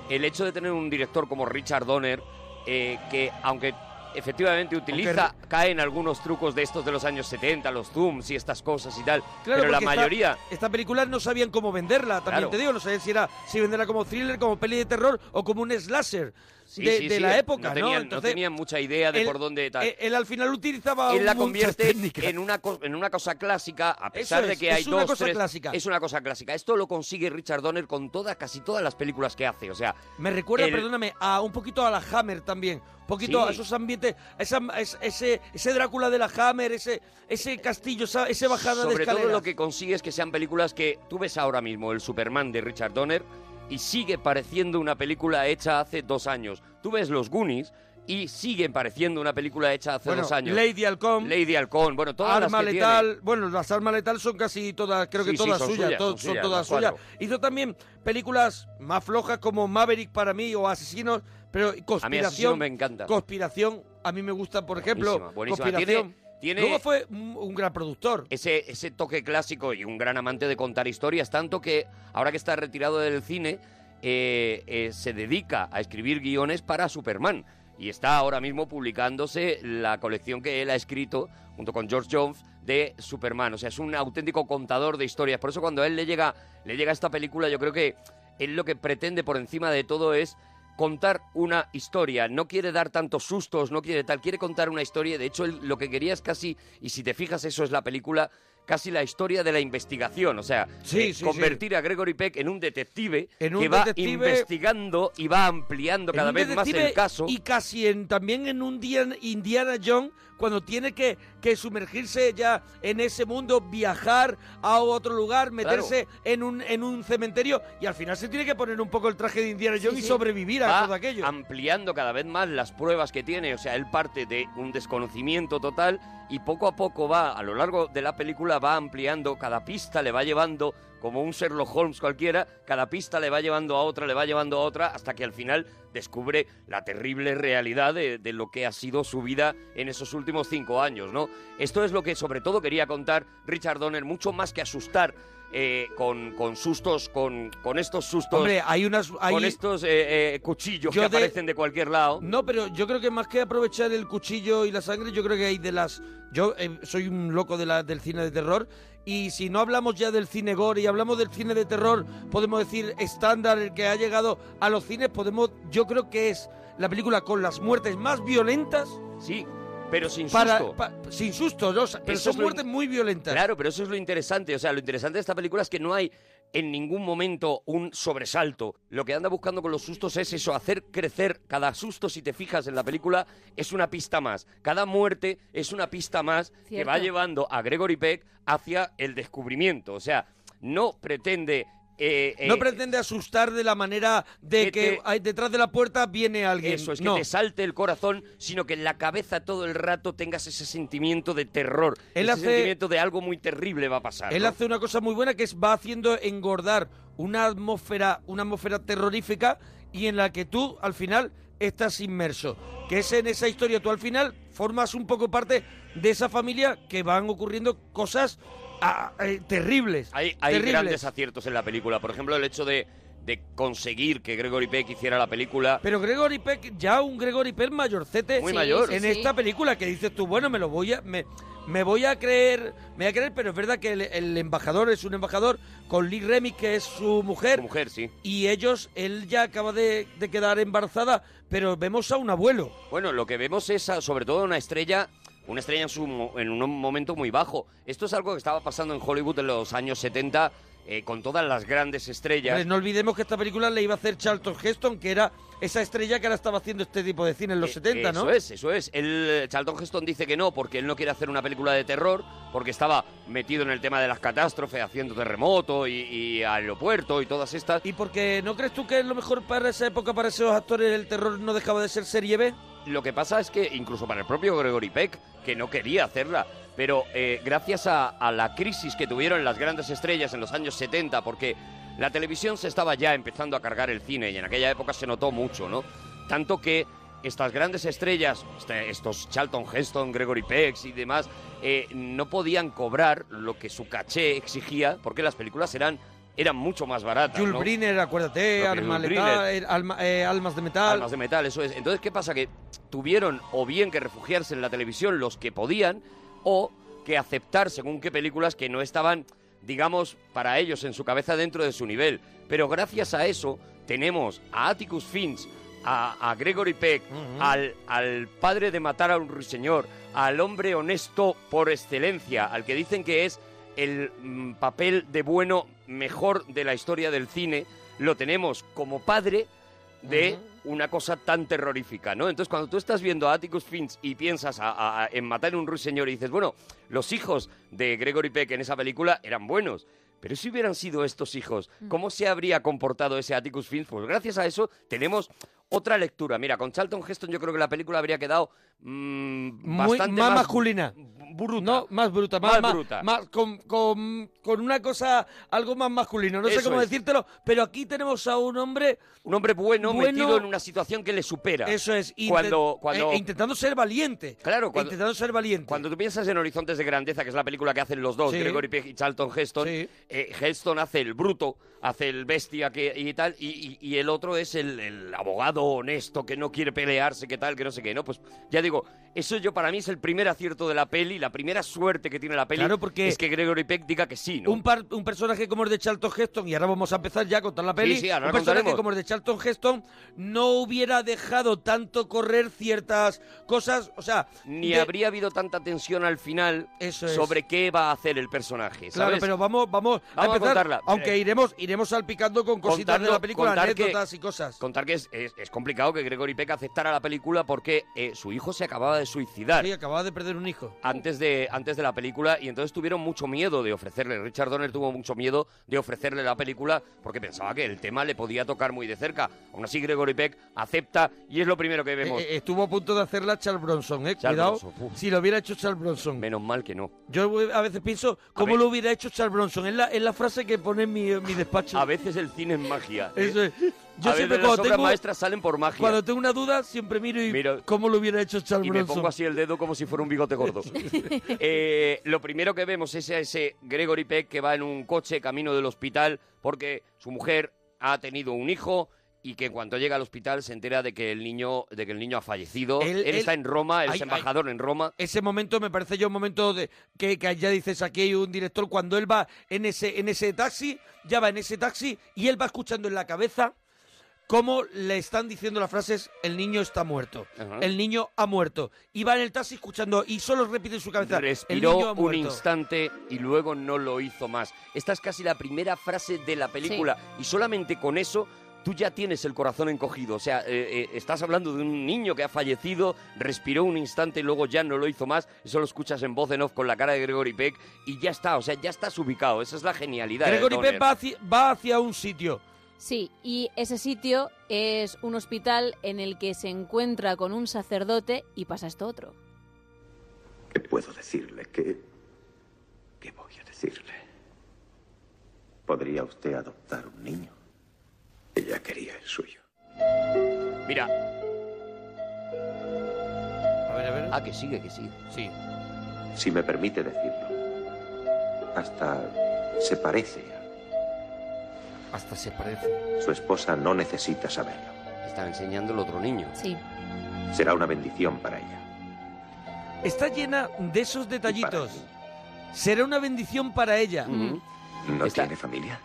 el hecho de tener un director como Richard Donner, eh, que aunque efectivamente utiliza, cae en algunos trucos de estos de los años 70, los zooms y estas cosas y tal,
Claro,
pero la
porque esta-
mayoría...
Esta, película no sabían cómo venderla, también
Claro.
te digo. No sabían si, era, si venderla como thriller, como peli de terror o como un slasher
sí,
de,
sí,
de
sí, eh,
la época, ¿no?
no tenían,
Entonces,
tenían mucha idea de
él-
por dónde tal.
eh, él al final utilizaba
él la
un montón de
convierte
técnicas.
en una, co- en una cosa clásica, a
Eso
pesar de
es,
que
es
hay
una
dos,
cosa
tres-
clásica.
Es una cosa clásica. Esto lo consigue Richard Donner con todas, casi todas las películas que hace. O sea,
Me recuerda,
el-
perdóname, a un poquito a la Hammer también. Un poquito
Sí.
a esos ambientes, a esa- a ese, ese, ese Drácula de la Hammer, ese, ese castillo, esa, ese bajada de
Sobre
escalera.
todo lo que consigue es que sean películas que tú ves ahora mismo el Superman de Richard Donner y sigue pareciendo una película hecha hace dos años. Tú ves los Goonies y siguen pareciendo una película hecha hace
Bueno,
dos años.
Lady Halcón.
Lady Halcón. Bueno, todas las
Arma
que tiene.
letal, bueno, las armas letal son casi todas, creo
Sí,
que
sí,
todas
son
suyas,
suyas,
to-
son
son,
suyas,
todas
las
suyas.
cuatro.
Hizo también películas más flojas como Maverick para mí o Asesinos, pero
A mí Asesino
Conspiración.
me encanta.
Conspiración, a mí me gusta, por ejemplo.
Buenísima, buenísima.
Conspiración.
Tiene, Tiene
Luego fue un, gran productor.
Ese, ese toque clásico y un gran amante de contar historias, tanto que ahora que está retirado del cine, eh, eh, se dedica a escribir guiones para Superman. Y está ahora mismo publicándose la colección que él ha escrito, junto con George Jones, de Superman. O sea, es un auténtico contador de historias. Por eso cuando a él le llega, le llega esta película, yo creo que él lo que pretende por encima de todo es contar una historia, no quiere dar tantos sustos, no quiere tal, quiere contar una historia, de hecho él lo que quería es casi, y si te fijas eso es la película, casi la historia de la investigación, o sea, eh,
Sí, sí, sí.
convertir a Gregory Peck en un detective
En un
que va
detective-
investigando y va ampliando cada
En un
vez más el
detective
caso.
Y casi en, también en un Dian- Indiana Jones, cuando tiene que, que sumergirse ya en ese mundo, viajar a otro lugar, meterse en, un, en un cementerio y al final se tiene que poner un poco el traje de Indiana Jones y sobrevivir a
Va
todo aquello.
ampliando cada vez más las pruebas que tiene, o sea, él parte de un desconocimiento total y poco a poco va, a lo largo de la película va ampliando, cada pista le va llevando, como un Sherlock Holmes cualquiera, cada pista le va llevando a otra, le va llevando a otra, hasta que al final descubre la terrible realidad de, de lo que ha sido su vida en esos últimos cinco años, ¿no? Esto es lo que sobre todo quería contar Richard Donner, mucho más que asustar. eh, con, con sustos, con, con estos sustos.
Hombre, hay unas- hay-
Con estos eh, eh, cuchillos
Yo
que
de-
aparecen de cualquier lado.
No, pero yo creo que más que aprovechar el cuchillo y la sangre, yo creo que hay de las... Yo eh, soy un loco de la, del cine de terror y si no hablamos ya del cine gore y hablamos del cine de terror, podemos decir estándar, el que ha llegado a los cines, podemos... Yo creo que es la película con las muertes más violentas.
Sí, pero sin
para-
susto.
pa- sin susto, ¿no? pero son muertes muy violentas.
Claro, pero eso es lo interesante. O sea, lo interesante de esta película es que no hay en ningún momento un sobresalto. Lo que anda buscando con los sustos es eso, hacer crecer cada susto, si te fijas en la película, es una pista más. Cada muerte es una pista más que
Cierto.
va llevando a Gregory Peck hacia el descubrimiento. O sea, no pretende... eh, eh,
no pretende asustar de la manera de
que
que,
te-
hay- detrás de la puerta viene alguien.
Eso, es que
no.
te salte el corazón, sino que en la cabeza todo el rato tengas ese sentimiento de terror.
Él
ese
hace-
sentimiento de algo muy terrible va a pasar.
Él
¿no?
hace una cosa muy buena que es va haciendo engordar una atmósfera, una atmósfera terrorífica y en la que tú al final estás inmerso. Que es en esa historia, tú al final formas un poco parte de esa familia que van ocurriendo cosas ah, eh, terribles.
Hay, hay
terribles.
grandes aciertos en la película. Por ejemplo, el hecho de, de conseguir que Gregory Peck hiciera la película.
Pero Gregory Peck, ya un Gregory Peck mayorcete
Muy Sí, mayor.
en
sí, sí.
esta película que dices tú, bueno, me lo voy a... Me, me voy a creer, me voy a creer, pero es verdad que el, el embajador es un embajador con Lee Remy, que es su mujer.
mujer, sí.
Y ellos, él ya acaba de, de quedar embarazada, pero vemos a un abuelo.
Bueno, lo que vemos es a- sobre todo una estrella, una estrella en, su mo- en un momento muy bajo. Esto es algo que estaba pasando en Hollywood en los años 70 eh, con todas las grandes estrellas.
Hombre, no olvidemos que esta película le iba a hacer Charlton Heston, que era esa estrella que ahora estaba haciendo este tipo de cine en los 70, ¿no?
E, Eso es, eso es. El eh, Charlton Heston dice que no, porque él no quiere hacer una película de terror, porque estaba metido en el tema de las catástrofes, haciendo terremoto y, y aeropuerto y todas estas.
Y porque no crees tú que es lo mejor para esa época, para esos actores, el terror no dejaba de ser serie B.
Lo que pasa es que incluso para el propio Gregory Peck, que no quería hacerla, pero eh, gracias a, a la crisis que tuvieron las grandes estrellas en los años 70, porque la televisión se estaba ya empezando a cargar el cine y en aquella época se notó mucho, ¿no? Tanto que estas grandes estrellas, este- estos Charlton Heston, Gregory Peck y demás, eh, no podían cobrar lo que su caché exigía, porque las películas eran, eran mucho más baratas.
Jules
¿no?
Briner, acuérdate,
Lo que
Arma
Jules
Letal,
Briner.
eh, Alma- eh, Almas de Metal.
Almas de metal, eso es. Entonces, ¿qué pasa? Que tuvieron o bien que refugiarse en la televisión los que podían, o que aceptar según qué películas que no estaban, digamos, para ellos en su cabeza dentro de su nivel. Pero gracias a eso tenemos a Atticus Finch, a, a Gregory Peck, al, al padre de matar a un ruiseñor, al hombre honesto por excelencia, al que dicen que es el mm, papel de bueno mejor de la historia del cine, lo tenemos como padre de una cosa tan terrorífica, ¿no? Entonces, cuando tú estás viendo a Atticus Finch y piensas a- a- a- en matar a un ruiseñor y dices, bueno, los hijos de Gregory Peck en esa película eran buenos, pero si
Mm.
hubieran sido estos hijos, ¿cómo se habría comportado ese Atticus Finch? Pues gracias a eso tenemos otra lectura. Mira, con Charlton Heston yo creo que la película habría quedado mm,
Muy, más,
bastante
masculina.
Bruta.
No, más bruta. Más,
Más
más-
bruta.
más- con, con- con una cosa, algo más masculino. No sé
Eso
cómo
es.
decírtelo, pero aquí tenemos a un hombre...
Un hombre bueno, metido en una situación que le supera.
Eso es. Inten-
Cuando,
eh,
cuando,
intentando ser valiente.
Claro, cuando,
intentando ser valiente.
Cuando tú piensas en Horizontes de Grandeza, que es la película que hacen los dos,
Sí.
Gregory Peck y Charlton Heston, eh, Heston hace el bruto, hace el bestia que, y tal, y, y- y el otro es el, el abogado honesto que no quiere pelearse, que tal, que no sé qué, ¿no? Pues ya digo, eso yo para mí es el primer acierto de la peli, la primera suerte que tiene la peli
Claro, porque-
es que Gregory Peck diga que sí, ¿no?
Un, par- un personaje como el de Charlton Heston, y ahora vamos a empezar ya a contar la peli,
Sí, sí, ahora
un
la
personaje
contaremos.
como el de Charlton Heston no hubiera dejado tanto correr ciertas cosas, o sea...
Ni
de-
habría habido tanta tensión al final
Eso es.
sobre qué va a hacer el personaje, ¿sabes?
Claro, pero vamos, vamos,
Vamos a
empezar,
contarla.
Aunque
Eh,
iremos, iremos salpicando con cositas de
contando-
la película,
contar que-
anécdotas y cosas.
Contar que es, es- es complicado que Gregory Peck aceptara la película porque eh, su hijo se acababa de suicidar.
Sí, acababa de perder un hijo.
Antes de, antes de la película, y entonces tuvieron mucho miedo de ofrecerle. Richard Donner tuvo mucho miedo de ofrecerle la película porque pensaba que el tema le podía tocar muy de cerca. Aún así, Gregory Peck acepta y es lo primero que vemos.
Eh, eh, estuvo a punto de hacerla Charles Bronson, eh,
Charles
cuidado.
Bronson, uf.
si lo hubiera hecho Charles Bronson.
Menos mal que no.
Yo a veces pienso, ¿cómo lo hubiera hecho Charles Bronson? Es la, es la frase que pone en mi, en mi despacho.
A veces el cine es magia. ¿eh?
Eso es. Yo
a veces
siempre
las
cuando
obras
tengo-
maestras salen por magia.
Cuando tengo una duda, siempre miro y
Miro-
cómo lo hubiera hecho Charles
y me
Bronson.
pongo así el dedo como si fuera un bigote gordo. Eh, lo primero que vemos es a ese Gregory Peck que va en un coche camino del hospital porque su mujer ha tenido un hijo y que en cuanto llega al hospital se entera de que el niño, de que el niño ha fallecido. Él,
Él- él-
está en Roma, él
Ay,
es embajador en Roma.
Ese momento me parece yo un momento de que, que ya dices aquí hay un director cuando él va en ese en ese taxi, ya va en ese taxi y él va escuchando en la cabeza cómo le están diciendo las frases el niño está muerto,
Ajá.
el niño ha muerto y va en el taxi escuchando y solo repite en su cabeza el niño
Respiró
ha
un
muerto.
instante y luego no lo hizo más. Esta es casi la primera frase de la película y solamente con eso tú ya tienes el corazón encogido. O sea, eh, eh, estás hablando de un niño que ha fallecido, respiró un instante y luego ya no lo hizo más. Eso lo escuchas en voz en off con la cara de Gregory Peck y ya está. O sea, ya estás ubicado. Esa es la genialidad. de
Gregory
Donner.
Peck va hacia, va hacia un sitio.
Sí, y ese sitio es un hospital en el que se encuentra con un sacerdote y pasa esto otro.
¿Qué puedo decirle? ¿Qué, qué voy a decirle? ¿Podría usted adoptar un niño? Ella quería el suyo.
Mira. A ver, a ver. Ah, que sigue, que sigue. Sí.
Si me permite decirlo. Hasta se parece.
Hasta se parece.
Su esposa no necesita saberlo.
Está enseñando el otro niño.
Sí.
Será una bendición para ella.
Está llena de esos detallitos. Será una bendición para ella.
¿No tiene familia?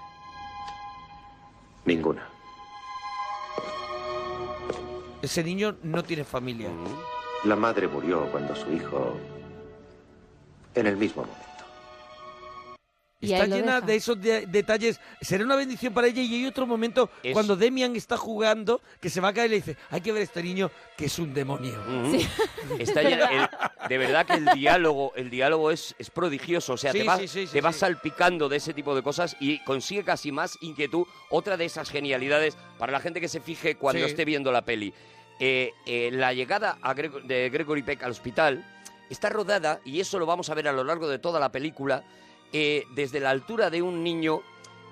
Ninguna.
Ese niño no tiene familia.
La madre murió cuando su hijo... En el mismo momento.
Y
está
ahí lo
llena
deja.
de esos de- detalles. Será una bendición para ella y hay otro momento
Es-
cuando Demian está jugando que se va a caer y le dice, hay que ver a este niño que es un demonio.
Está llena- el- de verdad que el diálogo, el diálogo es, es prodigioso. O sea,
Sí,
te vas
sí, sí, sí,
te vas
sí.
salpicando de ese tipo de cosas y consigue casi más inquietud. Otra de esas genialidades para la gente que se fije cuando
Sí.
esté viendo la peli. Eh, eh, la llegada a Grego- de Gregory Peck al hospital está rodada, y eso lo vamos a ver a lo largo de toda la película, eh, desde la altura de un niño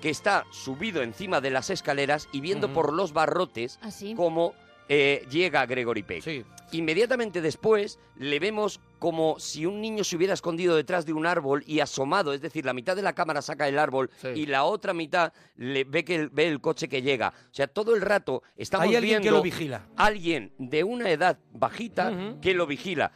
que está subido encima de las escaleras y viendo por los barrotes cómo eh, llega Gregory Peck. Inmediatamente después le vemos como si un niño se hubiera escondido detrás de un árbol y asomado, es decir, la mitad de la cámara saca el árbol y la otra mitad le ve que el- ve el coche que llega. O sea, todo el rato estamos
Hay alguien que
viendo
lo vigila.
alguien de una edad bajita
Ujú.
que lo vigila.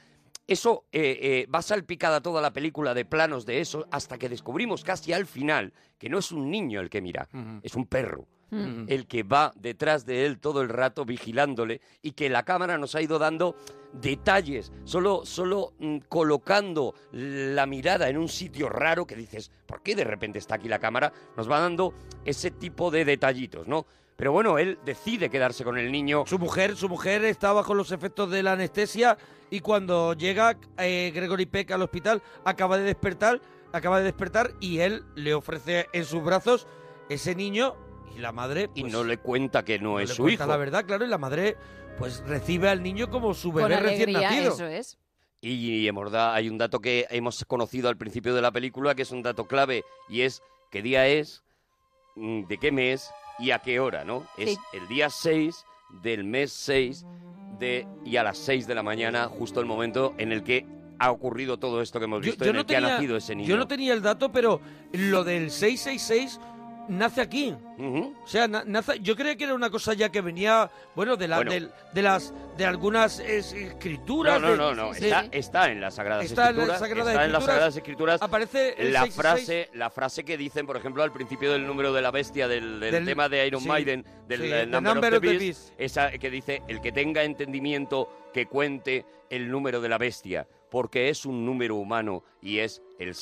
Eso eh, eh, va salpicada toda la película de planos de eso hasta que descubrimos casi al final que no es un niño el que mira, es un perro.
Ujú.
El que va detrás de él todo el rato vigilándole y que la cámara nos ha ido dando detalles, solo, solo mm, colocando la mirada en un sitio raro que dices, ¿por qué de repente está aquí la cámara? Nos va dando ese tipo de detallitos, ¿no? Pero bueno, él decide quedarse con el niño.
Su mujer, su mujer está bajo los efectos de la anestesia y cuando llega eh, Gregory Peck al hospital acaba de despertar, acaba de despertar y él le ofrece en sus brazos ese niño Y la madre... pues
y no le cuenta que no,
no
es
le
su
cuenta
hijo.
La verdad, claro, y la madre pues recibe al niño como su bebé recién nacido.
eso es.
Y, en verdad hay un dato que hemos conocido al principio de la película que es un dato clave y es qué día es, mm, de qué mes y a qué hora, ¿no? Es
Sí.
el día 6 del mes 6 de, y a las 6 de la mañana, justo el momento en el que ha ocurrido todo esto que hemos visto, en el que ha nacido ese niño.
yo no tenía el dato, pero lo del 666 nace aquí. O sea, na- nace- yo creía que era una cosa ya que venía, bueno, de, la,
Bueno.
del- de las de algunas es- escrituras.
No,
de-
no, no, no,
de-
Está, está en las Sagradas
Está en las
Escrituras.
Sagradas
está en las
Escrituras.
Sagradas Escrituras.
Aparece el
la
666.
frase, la frase que dicen, por ejemplo, al principio del número de la bestia, del, del
Del-
tema de Iron
sí,
Maiden, del
sí,
eh,
The
number,
Number
of the, beast, esa que dice el que tenga entendimiento que cuente el número de la bestia, porque es un número humano y es el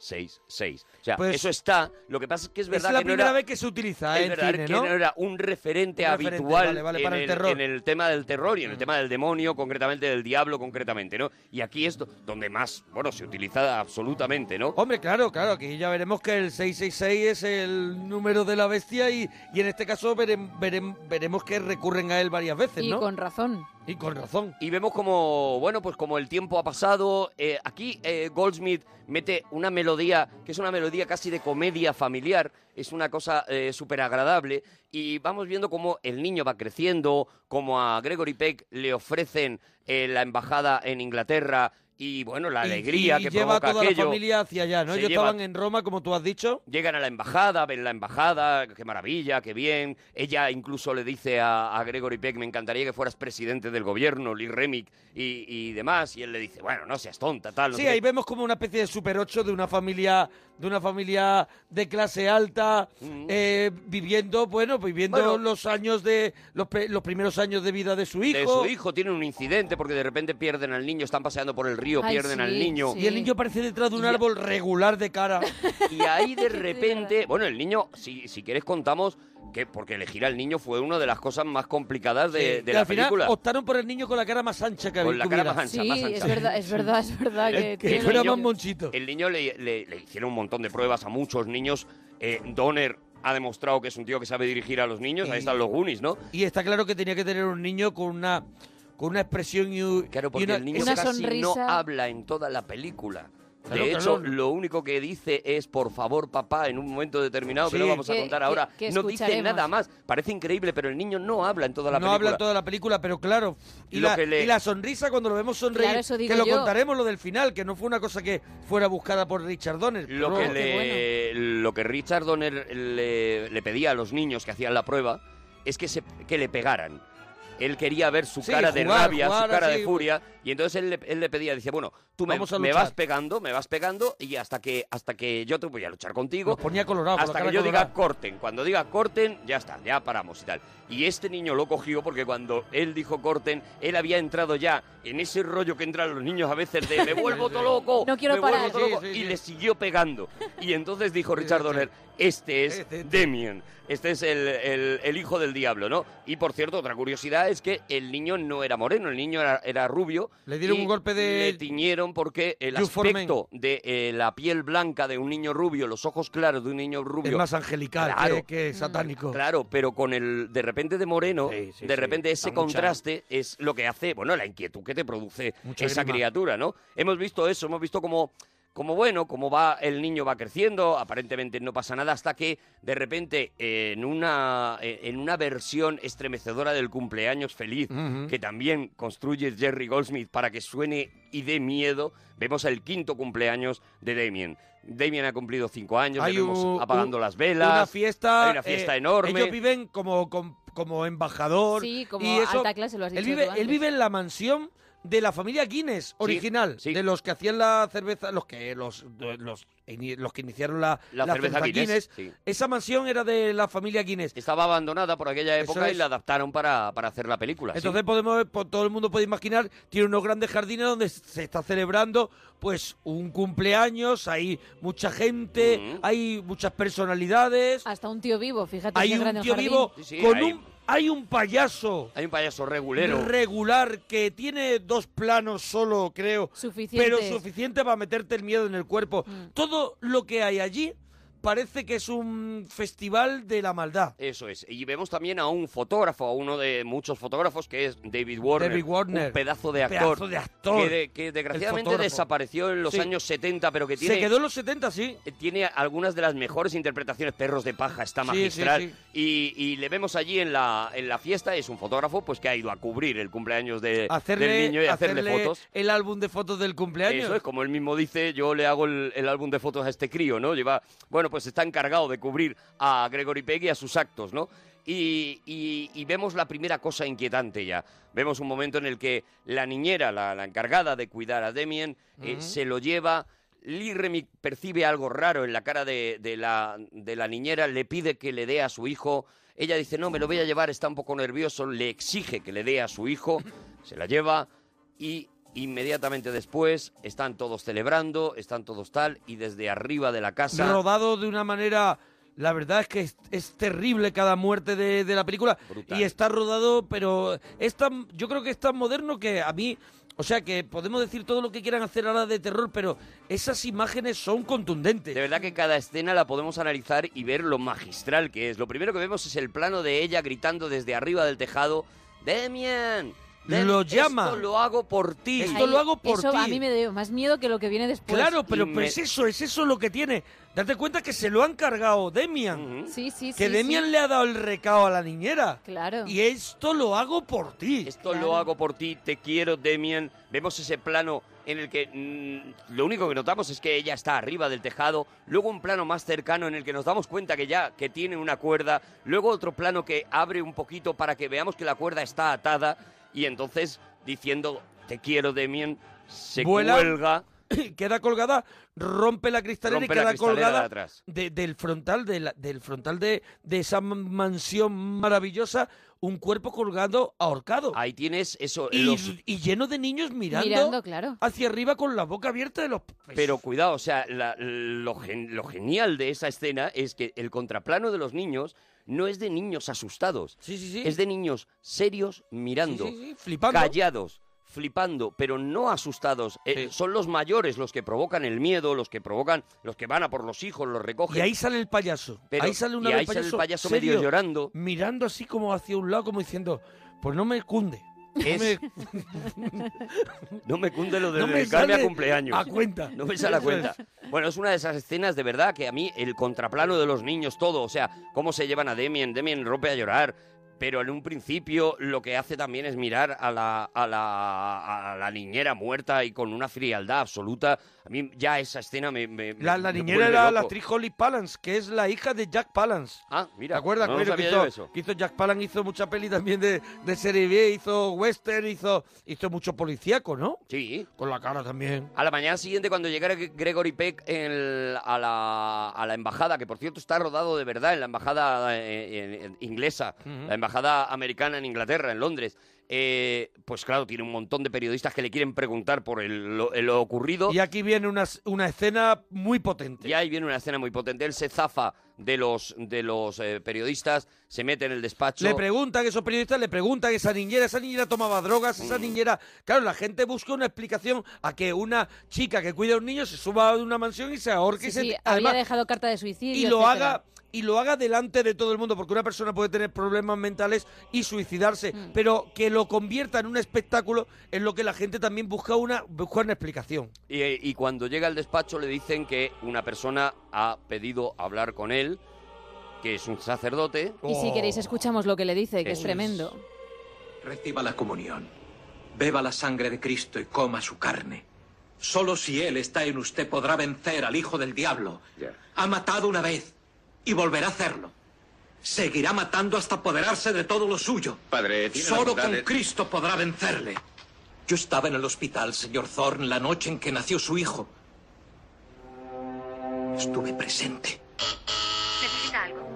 666. O sea,
Pues-
eso está. Lo que pasa es que es verdad
es la
que no
primera
era-
vez que se utiliza
es
en
verdad
cine,
que
¿no?
no era un referente
Un referente,
habitual
vale, vale, para
en,
el
el,
terror. Mm.
en el tema del terror y en el tema del demonio, concretamente del diablo, concretamente, ¿no? Y aquí es do- donde más, bueno, se utiliza absolutamente, ¿no?
Hombre, claro, claro, aquí ya veremos que el 666 es el número de la bestia y, y en este caso verem- verem- veremos que recurren a él varias veces,
Y
¿no?
con razón.
Y con razón.
Y vemos como, bueno, pues como el tiempo ha pasado. eh, aquí eh, Goldsmith mete una melodía que es una melodía casi de comedia familiar. Es una cosa súper agradable. Y vamos viendo cómo el niño va creciendo, cómo a Gregory Peck le ofrecen eh, la embajada en Inglaterra. Y bueno, la alegría
y
que
lleva
provoca
a toda
aquello.
la familia hacia allá, ¿no?
Se
Ellos
lleva-
estaban en Roma, como tú has dicho.
Llegan a la embajada, ven la embajada, qué maravilla, qué bien. Ella incluso le dice a, a Gregory Peck, me encantaría que fueras presidente del gobierno, Lee Remick y, y demás. Y él le dice, bueno, no seas tonta, tal. no
Sí,
sé qué".
ahí vemos como una especie de super 8 de una familia de una familia de clase alta eh, viviendo, bueno, viviendo
Mm. Bueno.
los años de los, pe- los primeros años de vida de su hijo.
De su hijo tienen un incidente porque de repente pierden al niño, están paseando por el río,
Ay,
pierden
sí,
al niño.
sí. Y el niño aparece detrás de un árbol regular de cara.
Y ahí de repente, bueno, el niño, si, si quieres contamos que porque elegir al niño fue una de las cosas más complicadas de, de
Y
la
al final
película.
optaron por el niño con la cara más ancha que
Con
había-
la cara
tuviera.
más ancha,
Sí,
más ancha.
es verdad, es verdad, es verdad que,
Ah, que
tiene
el
lo
niño-
suyo.
El niño le, le- le hicieron un montón de pruebas a muchos niños. Eh, Donner ha demostrado que es un tío que sabe dirigir a los niños. Ahí están los Goonies, ¿no?
Y está claro que tenía que tener un niño con una con una expresión y un-
Claro,
y
porque
una,
el niño casi no habla en toda la película.
Claro,
de
claro.
hecho, lo único que dice es por favor, papá, en un momento determinado que
Sí.
no vamos a
Que-
contar
que-
ahora.
que
no dice
escucharemos.
nada más. Parece increíble, pero el niño no habla en toda la
no
película.
habla en toda la película, pero claro. Y,
Lo
la,
que le-
y la sonrisa cuando lo vemos sonreír,
Claro, eso digo
que lo
yo.
contaremos lo del final, que no fue una cosa que fuera buscada por Richard Donner.
lo
pero
que,
Oh, qué
le- lo que Richard Donner le, le pedía a los niños que hacían la prueba es que, se, que le pegaran. Él quería ver su
Sí,
cara de
jugar,
rabia,
jugar
su cara
así.
de furia, y entonces él le, él le pedía, dice, bueno, tú me,
Vamos a
me
luchar.
vas pegando, me vas pegando, y hasta que hasta que yo te voy a luchar contigo,
Nos ponía colorado, con la
hasta que
cara
yo diga
colorada.
corten. Cuando diga corten, ya está, ya paramos y tal. Y este niño lo cogió porque cuando él dijo corten, él había entrado ya en ese rollo que entran los niños a veces de me vuelvo todo loco,
No quiero
me vuelvo
parar.
todo
Sí,
loco", y le siguió pegando. Y entonces dijo Richard Donner, este es Damien, este es el, el- el hijo del diablo, ¿no? Y por cierto, otra curiosidad es que el niño no era moreno, el niño era, era rubio.
Le dieron
y
un golpe de-
Le tiñeron porque el
Hugh Forman.
aspecto de eh, la piel blanca de un niño rubio, los ojos claros de un niño rubio...
Es más angelical
Claro.
que, que satánico.
Claro, pero con el de repente de moreno, de
sí.
repente ese
Da mucha-
contraste es lo que hace, bueno, la inquietud que te produce
Mucha
esa
grima.
criatura, ¿no? Hemos visto eso, hemos visto como como bueno, como va el niño va creciendo, aparentemente no pasa nada hasta que de repente eh, en una eh, en una versión estremecedora del cumpleaños feliz
Ujú.
que también construye Jerry Goldsmith para que suene y dé miedo, vemos el quinto cumpleaños de Damien. Damien ha cumplido cinco años, le vemos
un-
apagando
un-
las velas.
Una fiesta.
Hay una fiesta
eh,
enorme.
Ellos viven como, com- como embajador.
Sí, como
y eso-
alta clase, lo has
Él
dicho
vive,
tú
él
antes.
vive en la mansión de la familia Guinness original, de los que hacían la cerveza, los que los los, los que iniciaron la,
La cerveza Guinness, sí.
Esa mansión era de la familia Guinness.
Estaba abandonada por aquella época y
es.
la adaptaron para, para hacer la película. sí.
Entonces podemos ver, po- todo el mundo puede imaginar, tiene unos grandes jardines donde se está celebrando pues un cumpleaños, hay mucha gente,
Mm.
hay muchas personalidades.
Hasta un tío vivo, fíjate.
hay
qué grande
un
el
tío
jardín.
vivo
Sí, sí,
con
hay-
un hay un payaso
hay un payaso regulero
regular que tiene dos planos solo creo
Suficientes. Mm.
pero suficiente para meterte el miedo en el cuerpo todo lo que hay allí parece que es un festival de la maldad.
Eso es. Y vemos también a un fotógrafo, a uno de muchos fotógrafos, que es David Warner.
David Warner.
Un pedazo de actor.
Pedazo de actor.
Que, de- que
El
desgraciadamente
fotógrafo.
desapareció en los
Sí.
años 70, pero que
Se
tiene... Eh,
quedó en los 70, sí.
Tiene algunas de las mejores interpretaciones. Perros de paja, está
Sí,
magistral.
sí, sí.
Y, y le vemos allí en la, en la fiesta. Es un fotógrafo pues que ha ido a cubrir el cumpleaños de, del niño y hacerle, fotos.
el álbum de fotos del cumpleaños.
Eso es, como él mismo dice, yo le hago el, el álbum de fotos a este crío, ¿no? Lleva, bueno, pues está encargado de cubrir a Gregory Peck y a sus actos, ¿no? Y, y- y vemos la primera cosa inquietante ya. Vemos un momento en el que la niñera, la, la encargada de cuidar a Damien, eh,
Ujú.
se lo lleva. Lee Remick percibe algo raro en la cara de, de la, de la niñera, le pide que le dé a su hijo. Ella dice, no, me lo voy a llevar, está un poco nervioso, le exige que le dé a su hijo, se la lleva y inmediatamente después están todos celebrando, están todos tal, y desde arriba de la casa...
rodado de una manera. La verdad es que es, es terrible cada muerte de, de la película. Y está rodado, pero es tan- yo creo que es tan moderno que a mí. O sea, que podemos decir todo lo que quieran hacer ahora de terror, pero esas imágenes son contundentes.
De verdad que cada escena la podemos analizar y ver lo magistral que es. Lo primero que vemos es el plano de ella gritando desde arriba del tejado, Demian, Dem-
Lo
esto
llama.
lo hago por ti.
Esto lo hago por
Eso a
ti.
mí me dio más miedo que lo que viene
Pues,
después.
Claro, pero, pues pero es eso, es eso lo que tiene. Date cuenta que se lo han cargado Demian.
Sí, sí,
Que
sí,
Demian
sí.
le ha dado el recado a la niñera.
Claro.
Y esto lo hago por ti.
Esto lo hago por ti, te quiero, Demian. Vemos ese plano en el que mm, lo único que notamos es que ella está arriba del tejado, luego un plano más cercano en el que nos damos cuenta que ya que tiene una cuerda, luego otro plano que abre un poquito para que veamos que la cuerda está atada y entonces diciendo te quiero, Demian, se
Vuela,
cuelga.
queda colgada, rompe la cristalera
Rompe
y
la
queda
cristalera
colgada
de atrás.
de- del frontal, de la- del frontal de, de esa mansión maravillosa, un cuerpo colgado ahorcado.
Ahí tienes eso.
Y,
los-
y lleno de niños mirando,
Mirando, claro.
hacia arriba con la boca abierta de los... pues.
Pero cuidado, o sea, la- lo, gen- lo genial de esa escena es que el contraplano de los niños no es de niños asustados. Es de niños serios mirando,
Sí, sí, sí, flipando.
callados, flipando, pero no asustados. Eh, son los mayores los que provocan el miedo, los que provocan, los que van a por los hijos, los recogen.
Y ahí sale el payaso.
Pero-
ahí sale, una
y
vez
ahí sale el payaso
serio,
medio llorando.
Mirando así como hacia un lado, como diciendo, pues no me cunde. No
Es-
me-
No me cunde lo de
No me
dedicarme a
sale
cumpleaños.
a cuenta.
No me sale a cuenta. Bueno, es una de esas escenas de verdad que a mí el contraplano de los niños, todo, o sea, cómo se llevan a Demian, Demian rompe a llorar. Pero en un principio lo que hace también es mirar a la, a la, a la niñera muerta y con una frialdad absoluta. A mí ya esa escena me... me- me-
La, la
me
niñera
vuelve
era la
loco.
actriz Holly Palance, que es la hija de Jack Palance.
Ah, mira.
¿Te acuerdas?
no lo
Bueno, que
sabía
hizo,
yo eso.
que hizo Jack Palance hizo mucha peli también de, de serie B, hizo western, hizo, hizo mucho policíaco, ¿no?
Sí.
Con la cara también.
A la mañana siguiente, cuando llegara Gregory Peck en- a, la, a la embajada, que por cierto está rodado de verdad en la embajada eh, en- en inglesa,
Ujú.
la embajada americana en Inglaterra, en Londres, eh, pues claro, tiene un montón de periodistas que le quieren preguntar por el- lo, el- lo ocurrido.
Y aquí viene una, una escena muy potente.
Y ahí viene una escena muy potente. Él se zafa de los, de los eh, periodistas, se mete en el despacho.
Le preguntan, esos periodistas le preguntan, esa niñera, esa niñera tomaba drogas, esa
Mm.
niñera... Claro, la gente busca una explicación a que una chica que cuida a un niño se suba a una mansión y se ahorque
Sí,
y se...
sí,
además,
había dejado carta de suicidio.
y lo
etcétera.
haga y lo haga delante de todo el mundo porque una persona puede tener problemas mentales y suicidarse
Mm.
pero que lo convierta en un espectáculo es lo que la gente también busca una busca una explicación
Y, eh, y cuando llega al despacho le dicen que una persona ha pedido hablar con él, que es un sacerdote.
Y
Oh.
si queréis escuchamos lo que le dice, que es
Eso es.
tremendo.
Reciba la comunión, beba la sangre de Cristo y coma su carne. Solo si Él está en usted podrá vencer al Hijo del Diablo. Ha matado una vez y volverá a hacerlo. Seguirá matando hasta apoderarse de todo lo suyo.
Padre, tiene la
Solo
bondad
con
de-
Cristo podrá vencerle. Yo estaba en el hospital, señor Thorne, la noche en que nació su hijo. Estuve presente.
¿Necesita algo?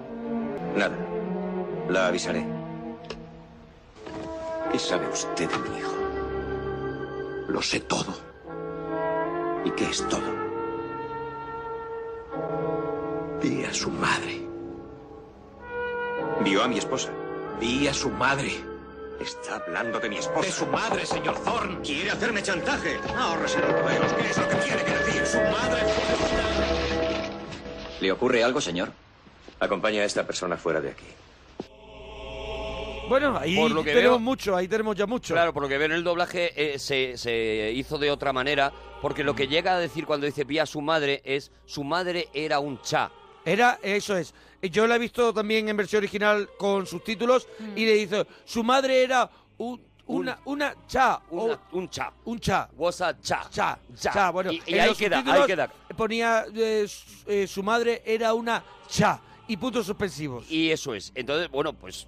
Nada. La avisaré. ¿Qué sabe usted de mi hijo? Lo sé todo. ¿Y qué es todo?
Vi a su madre.
Vio a mi esposa.
Vi a su madre.
Está hablando de mi esposa.
De su madre, señor Thorne.
Quiere hacerme chantaje. Ahorre, se lo ruego. ¿Qué es lo que quiere que decir?
Su madre fue una-
¿Le ocurre algo, señor? Acompaña a esta persona fuera de aquí.
Bueno, ahí
Por lo que
tenemos
veo-
mucho, ahí tenemos ya mucho.
Claro, por lo que veo en el doblaje eh, se, se hizo de otra manera, porque lo
Mm.
que llega a decir cuando dice vi a su madre es su madre era un cha.
Era, eso es. Yo la he visto también en versión original con subtítulos
Mm.
y le dice, su madre era un, una, una cha. o-
un cha.
Un cha.
Was a cha.
Cha.
Cha.
cha, Bueno,
Y- y
en
ahí
los
queda, ahí
subtítulos
queda.
Ponía, eh, s- eh, su madre era una cha. Y puntos suspensivos.
Y eso es. Entonces, bueno, pues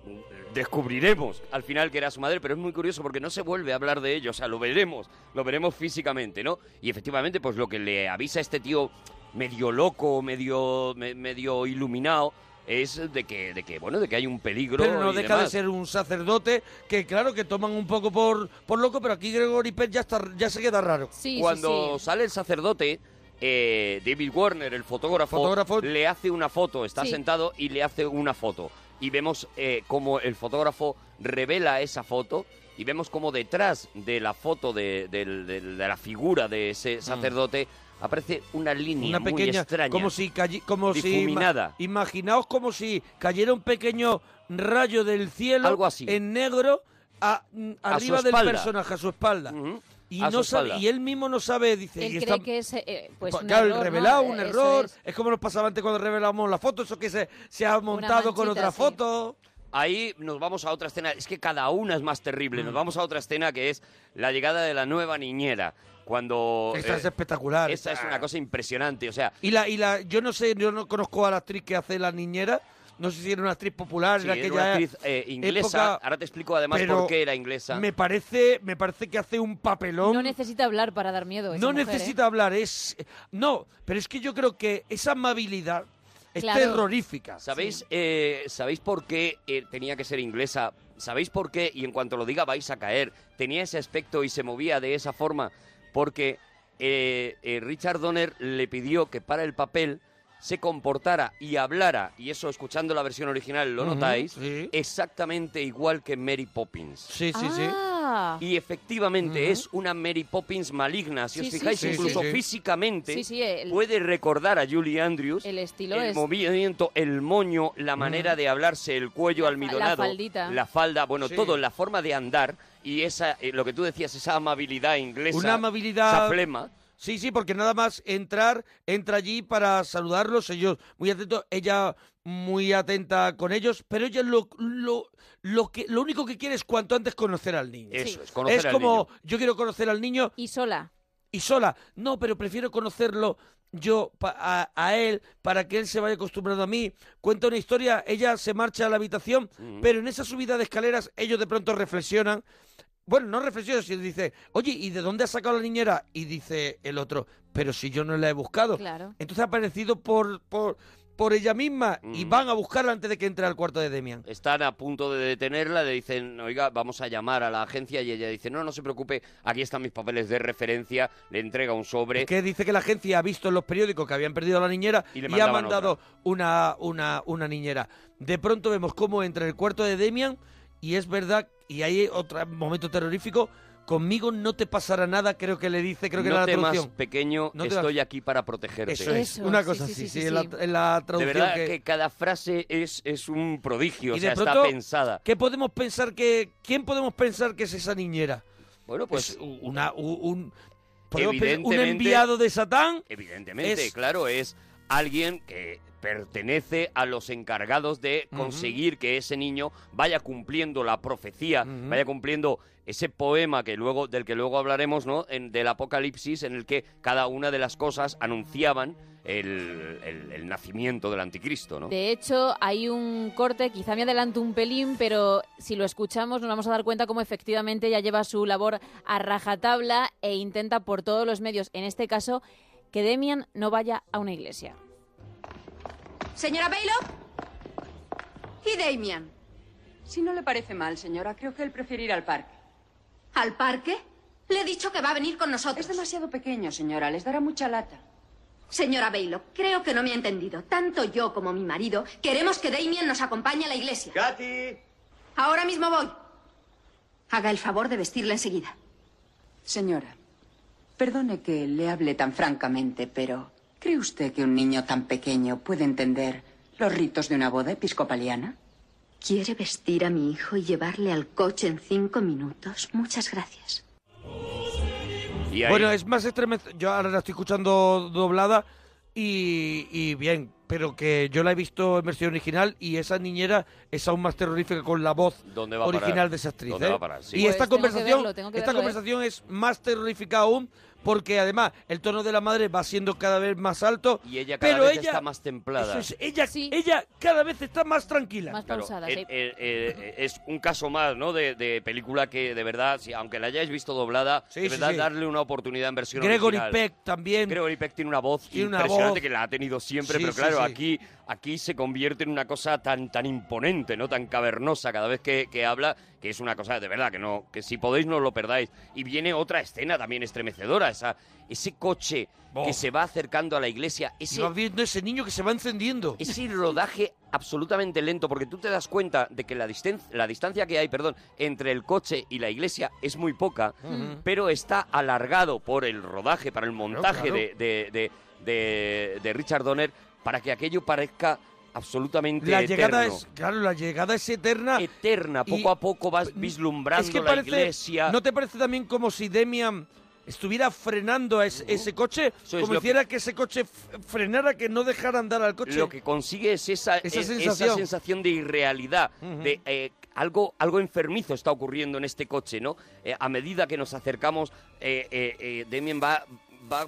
descubriremos al final que era su madre, pero es muy curioso porque no se vuelve a hablar de ello, o sea, lo veremos, lo veremos físicamente, ¿no? Y efectivamente, pues lo que le avisa a este tío medio loco, medio, me- medio iluminado, es de que, de que, bueno, de que hay un peligro.
Pero no
y
deja de
demás.
ser un sacerdote que, claro, que toman un poco por, por loco, pero aquí Gregory Peck ya, está, ya se queda raro.
Cuando sale el sacerdote, eh, David Warner, el fotógrafo,
Fotógrafo.
le hace una foto, está
Sí.
sentado y le hace una foto. Y vemos eh, cómo el fotógrafo revela esa foto y vemos cómo detrás de la foto de, del- del- de la figura de ese sacerdote aparece una línea
Mm. una pequeña
muy extraña.
como si calli- como
difuminada.
si ima- imaginaos como si cayera un pequeño rayo del cielo
Algo así.
en negro a-
A su
arriba del
espalda.
personaje a su espalda y
A
no
su
sabe-
espalda.
y él mismo no sabe dice
Él
y
cree
está-
que es eh, pues
pues,
un
claro,
error, ¿no?
revelado un
Eso
error
es.
es. como nos pasaba antes cuando revelábamos la foto eso que se, se ha montado con
manchita,
otra
sí.
foto
Ahí nos vamos a otra escena, es que cada una es más terrible.
Mm.
Nos vamos a otra escena que es la llegada de la nueva niñera. Cuando.
Esta es espectacular.
Esta es una cosa impresionante. O sea,
y la y la yo no sé yo no conozco a la actriz que hace la niñera no sé si era una actriz popular
sí,
en
era
aquella
una actriz eh, inglesa.
época,
Ahora te explico además
pero
por qué era inglesa.
me parece me parece que hace un papelón
No necesita hablar para dar miedo. esa
No
mujer, ¿eh?
necesita hablar, es... No, pero es que yo creo que esa amabilidad es
Claro.
terrorífica.
¿Sabéis, eh, ¿Sabéis por qué eh, tenía que ser inglesa? ¿Sabéis por qué? Y en cuanto lo diga vais a caer. Tenía ese aspecto y se movía de esa forma porque eh, eh, Richard Donner le pidió que para el papel se comportara y hablara, y eso escuchando la versión original lo
Ujú,
notáis,
sí.
exactamente igual que Mary Poppins.
Sí, sí, sí.
Ah.
Y efectivamente es una Mary Poppins maligna. Si
Sí,
os
sí,
fijáis,
sí,
incluso
sí, sí.
físicamente
Sí, sí, el-
puede recordar a Julie Andrews
El estilo
el
es.
movimiento, el moño, la manera de hablarse, el cuello almidonado,
faldita.
la falda, bueno,
Sí.
todo, la forma de andar y esa, eh, lo que tú decías, esa amabilidad inglesa,
Una amabilidad...
esa flema.
Sí, sí, porque nada más entrar, entra allí para saludarlos, ellos muy atentos, ella muy atenta con ellos, pero ella lo, lo, lo que, lo único que quiere es cuanto antes conocer al niño.
Eso Sí. es, conocer al
como,
niño.
yo quiero conocer al niño...
Y sola.
Y sola. No, pero prefiero conocerlo yo pa- a, a él para que él se vaya acostumbrando a mí. Cuenta una historia, ella se marcha a la habitación,
mm,
pero en esa subida de escaleras ellos de pronto reflexionan. Bueno, no reflexionan, sino dice, oye, ¿y de dónde ha sacado la niñera? Y dice el otro, pero si yo no la he buscado.
Claro.
Entonces ha aparecido por, por, por ella misma y van a buscarla antes de que entre al cuarto de Demian.
Están a punto de detenerla, le dicen, oiga, vamos a llamar a la agencia y ella dice, no, no se preocupe, aquí están mis papeles de referencia, le entrega un sobre.
que dice que la agencia ha visto en los periódicos que habían perdido a la niñera y,
le
ha
mandaban
mandado una, una, una niñera. De pronto vemos cómo entra en el cuarto de Demian y es verdad, y hay otro momento terrorífico, conmigo no te pasará nada, creo que le dice, creo que
no
era la
temas,
traducción.
pequeño,
No temas.
estoy aquí para protegerte.
Eso es, una cosa así, sí, en, la, en la
De
traducción.
verdad
que-
que... cada frase es, es un prodigio,
Y
o
de
sea, está
pronto-
pensada.
¿Qué podemos pensar que... ¿Quién podemos pensar que es esa niñera?
Bueno, pues...
una, u- un, podemos pensar- un
Evidentemente-
enviado de Satán.
Evidentemente,
Es-
claro, es alguien que pertenece a los encargados de conseguir que ese niño vaya cumpliendo la profecía, vaya cumpliendo ese poema que luego del que luego hablaremos, ¿no? En, del Apocalipsis, en el que cada una de las cosas anunciaban el, el- el nacimiento del anticristo, ¿no?
De hecho, hay un corte, quizá me adelanto un pelín, pero si lo escuchamos nos vamos a dar cuenta cómo efectivamente ella lleva su labor a rajatabla e intenta por todos los medios, en este caso, que Demian no vaya a una iglesia.
Señora Baylor y Damian. Si no le parece mal, señora, creo que él preferirá al parque. ¿Al parque? Le he dicho que va a venir con nosotros. Es demasiado pequeño, señora. Les dará mucha lata. Señora Baylor, creo que no me ha entendido. Tanto yo como mi marido queremos que Damien nos acompañe a la iglesia. ¡Katy! Ahora mismo voy. Haga el favor de vestirla enseguida. Señora, perdone que le hable tan francamente, pero ¿Cree usted que un niño tan pequeño puede entender los ritos de una boda episcopaliana?
¿Quiere vestir a mi hijo y llevarle al coche en cinco minutos? Muchas gracias.
Bueno, es más estremecedora. Yo ahora la estoy escuchando doblada y, y bien, pero que yo la he visto en versión original y esa niñera es aún más terrorífica con la voz
¿Dónde va a
original
parar?
de esa actriz.
¿Dónde
¿eh?
va a parar? Sí.
Y
Pues
esta
tengo que
conversación,
verlo, tengo que
esta
verlo, ¿eh?
conversación es más terrorífica aún porque además el tono de la madre va siendo cada vez más alto.
Y ella cada
pero
vez
ella,
está más templada.
Eso es, ella, ella cada vez está más tranquila.
Claro, eh, eh, eh, es un caso más, ¿no? De, de película que, de verdad, si- aunque la hayáis visto doblada, de
sí,
verdad,
sí.
darle una oportunidad en versión
Gregory
original.
Peck también.
Gregory Peck tiene una voz
Tiene una
impresionante
voz.
que la ha tenido siempre,
Sí,
pero
sí,
claro,
sí.
aquí aquí se convierte en una cosa tan tan imponente, no tan cavernosa cada vez que, que habla, que es una cosa de verdad que no que si podéis no os lo perdáis. Y viene otra escena también estremecedora, esa ese coche que se va acercando a la iglesia, ese
Y vas viendo ese niño que se va encendiendo.
ese rodaje absolutamente lento, porque tú te das cuenta de que la, disten- la distancia que hay, perdón, entre el coche y la iglesia es muy poca,
Ujú.
pero está alargado por el rodaje, para el montaje
claro.
de, de- de- de- de Richard Donner, para que aquello parezca absolutamente
La llegada
eterno.
es, claro, la llegada es eterna.
Eterna, poco a poco vas vislumbrando
es que
la
parece,
iglesia.
¿No te parece también como si Demian estuviera frenando a es- ese coche?
es
como
lo
hiciera que... ese coche f- frenara, que no dejara andar al coche.
Lo que consigue es esa,
Esa
es-
sensación.
sensación de irrealidad,
Ujú.
de eh, algo, algo enfermizo está ocurriendo en este coche, ¿no? Eh, a medida que nos acercamos, eh, eh, eh, Demian va va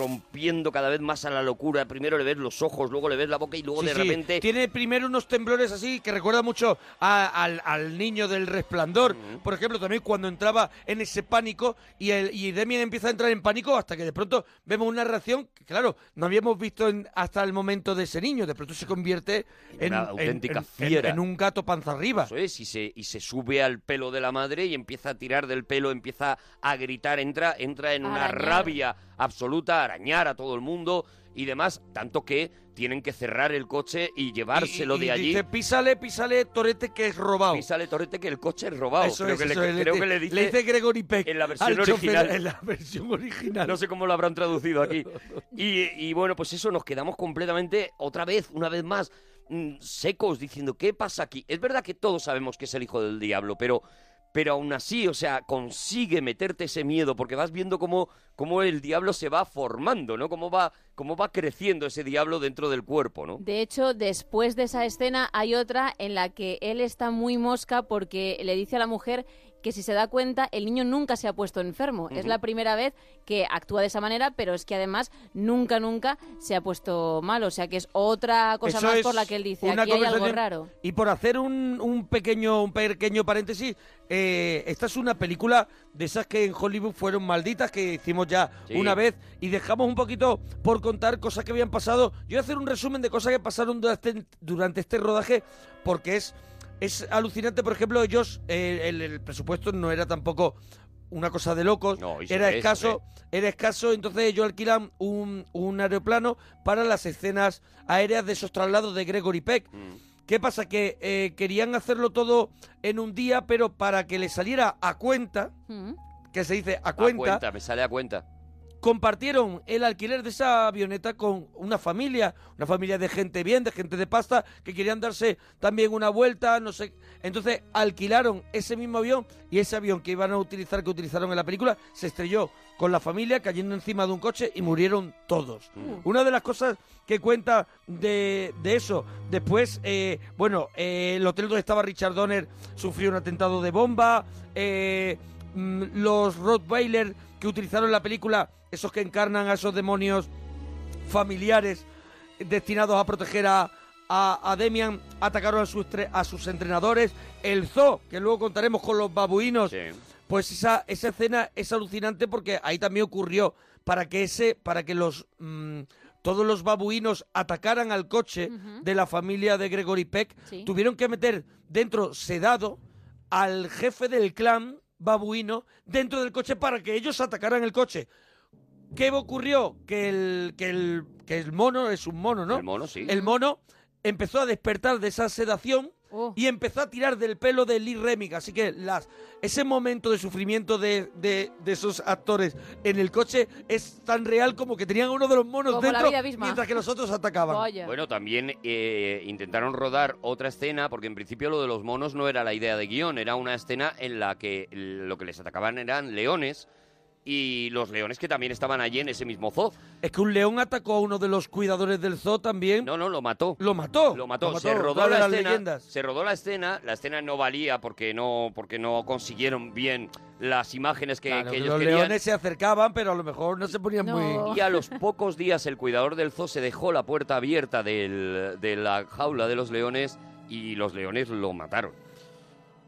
rompiendo cada vez más a la locura. Primero le ves los ojos, luego le ves la boca y luego
Sí,
de
sí.
repente
Tiene primero unos temblores así que recuerda mucho a- al, al niño del resplandor. Por ejemplo, también cuando entraba en ese pánico y, el, y Demian empieza a entrar en pánico hasta que de pronto vemos una reacción que, claro, no habíamos visto en- hasta el momento de ese niño. De pronto se convierte en,
una
en-
auténtica
en- en-
fiera.
en un gato panza arriba.
Eso es, y se, y se sube al pelo de la madre y empieza a tirar del pelo, empieza a gritar, entra, entra en
A
una
arañar.
rabia absoluta, a arañar a todo el mundo y demás, tanto que tienen que cerrar el coche y llevárselo
Y
de allí.
Dice, písale, písale, torete, que es robado.
Písale, torete, que el coche es robado.
Eso
creo
es,
que
eso
le,
es,
creo
di-
que le dice,
Gregory Peck.
en la versión
al chofer,
original.
en la versión original.
No sé cómo lo habrán traducido aquí. Y, y bueno, pues eso, nos quedamos completamente, otra vez, una vez más, mm, secos, diciendo, ¿qué pasa aquí? Es verdad que todos sabemos que es el hijo del diablo, pero, pero aún así, o sea, consigue meterte ese miedo, porque vas viendo cómo, cómo el diablo se va formando, ¿no? Cómo va, cómo va creciendo ese diablo dentro del cuerpo, ¿no?
De hecho, después de esa escena hay otra en la que él está muy mosca porque le dice a la mujer que si se da cuenta el niño nunca se ha puesto enfermo. Es
Ujú.
la primera vez que actúa de esa manera, pero es que además nunca, nunca se ha puesto mal. O sea que es otra cosa
Eso
más
es
por la que él dice,
una
aquí hay algo
conversación-
raro.
Y por hacer un, un pequeño un pequeño paréntesis, eh, esta es una película de esas que en Hollywood fueron malditas, que hicimos ya
Sí.
una vez y dejamos un poquito por contar cosas que habían pasado. Yo voy a hacer un resumen de cosas que pasaron durante, durante este rodaje porque es, es alucinante. Por ejemplo, ellos, eh, el, el presupuesto no era tampoco una cosa de locos,
y se
era
ve, se
escaso
ve.
era escaso, entonces ellos alquilan un, un aeroplano para las escenas aéreas de esos traslados de Gregory Peck.
Mm.
¿Qué pasa? Que eh, querían hacerlo todo en un día, pero para que le saliera a cuenta, que se dice a
A
cuenta,
cuenta, me sale a cuenta.
compartieron el alquiler de esa avioneta con una familia, una familia de gente bien, de gente de pasta, que querían darse también una vuelta, no sé. Entonces alquilaron ese mismo avión y ese avión que iban a utilizar, que utilizaron en la película, se estrelló con la familia cayendo encima de un coche y murieron todos.
Mm.
Una de las cosas que cuenta de, de eso, después, eh, bueno, eh, el hotel donde estaba Richard Donner sufrió un atentado de bomba, eh, mm, los Rottweiler que utilizaron en la película, esos que encarnan a esos demonios familiares destinados a proteger a, a, a Demian, atacaron a sus, tre- a sus entrenadores, el zoo, que luego contaremos con los babuinos, pues esa, esa escena es alucinante porque ahí también ocurrió para que ese, para que los mm, todos los babuinos atacaran al coche de la familia de Gregory Peck,
Sí.
tuvieron que meter dentro sedado al jefe del clan babuino dentro del coche para que ellos atacaran el coche. ¿Qué ocurrió? Que el, que el, que el mono es un mono, ¿no? El mono,
sí.
El mono empezó a despertar de esa sedación
Oh.
y empezó a tirar del pelo de Lee Remick. Así que las, ese momento de sufrimiento de, de- de esos actores en el coche es tan real como que tenían a uno de los monos
Como la
dentro
vida misma.
mientras que los otros atacaban.
Vaya.
Bueno, también eh, intentaron rodar otra escena, porque en principio lo de los monos no era la idea de guión, era una escena en la que lo que les atacaban eran leones y los leones que también estaban allí en ese mismo zoo.
Es que un león atacó a uno de los cuidadores del zoo también.
No, no, lo mató.
Lo mató.
Lo mató,
Lo mató,
se rodó
una de
la
las
escena,
leyendas.
se rodó la escena, la escena no valía porque no porque no consiguieron bien las imágenes que,
Claro,
que
que
ellos
los
querían.
leones se acercaban, pero a lo mejor no se ponían muy...
Y a los pocos días el cuidador del zoo se dejó la puerta abierta del- de la jaula de los leones y los leones lo mataron.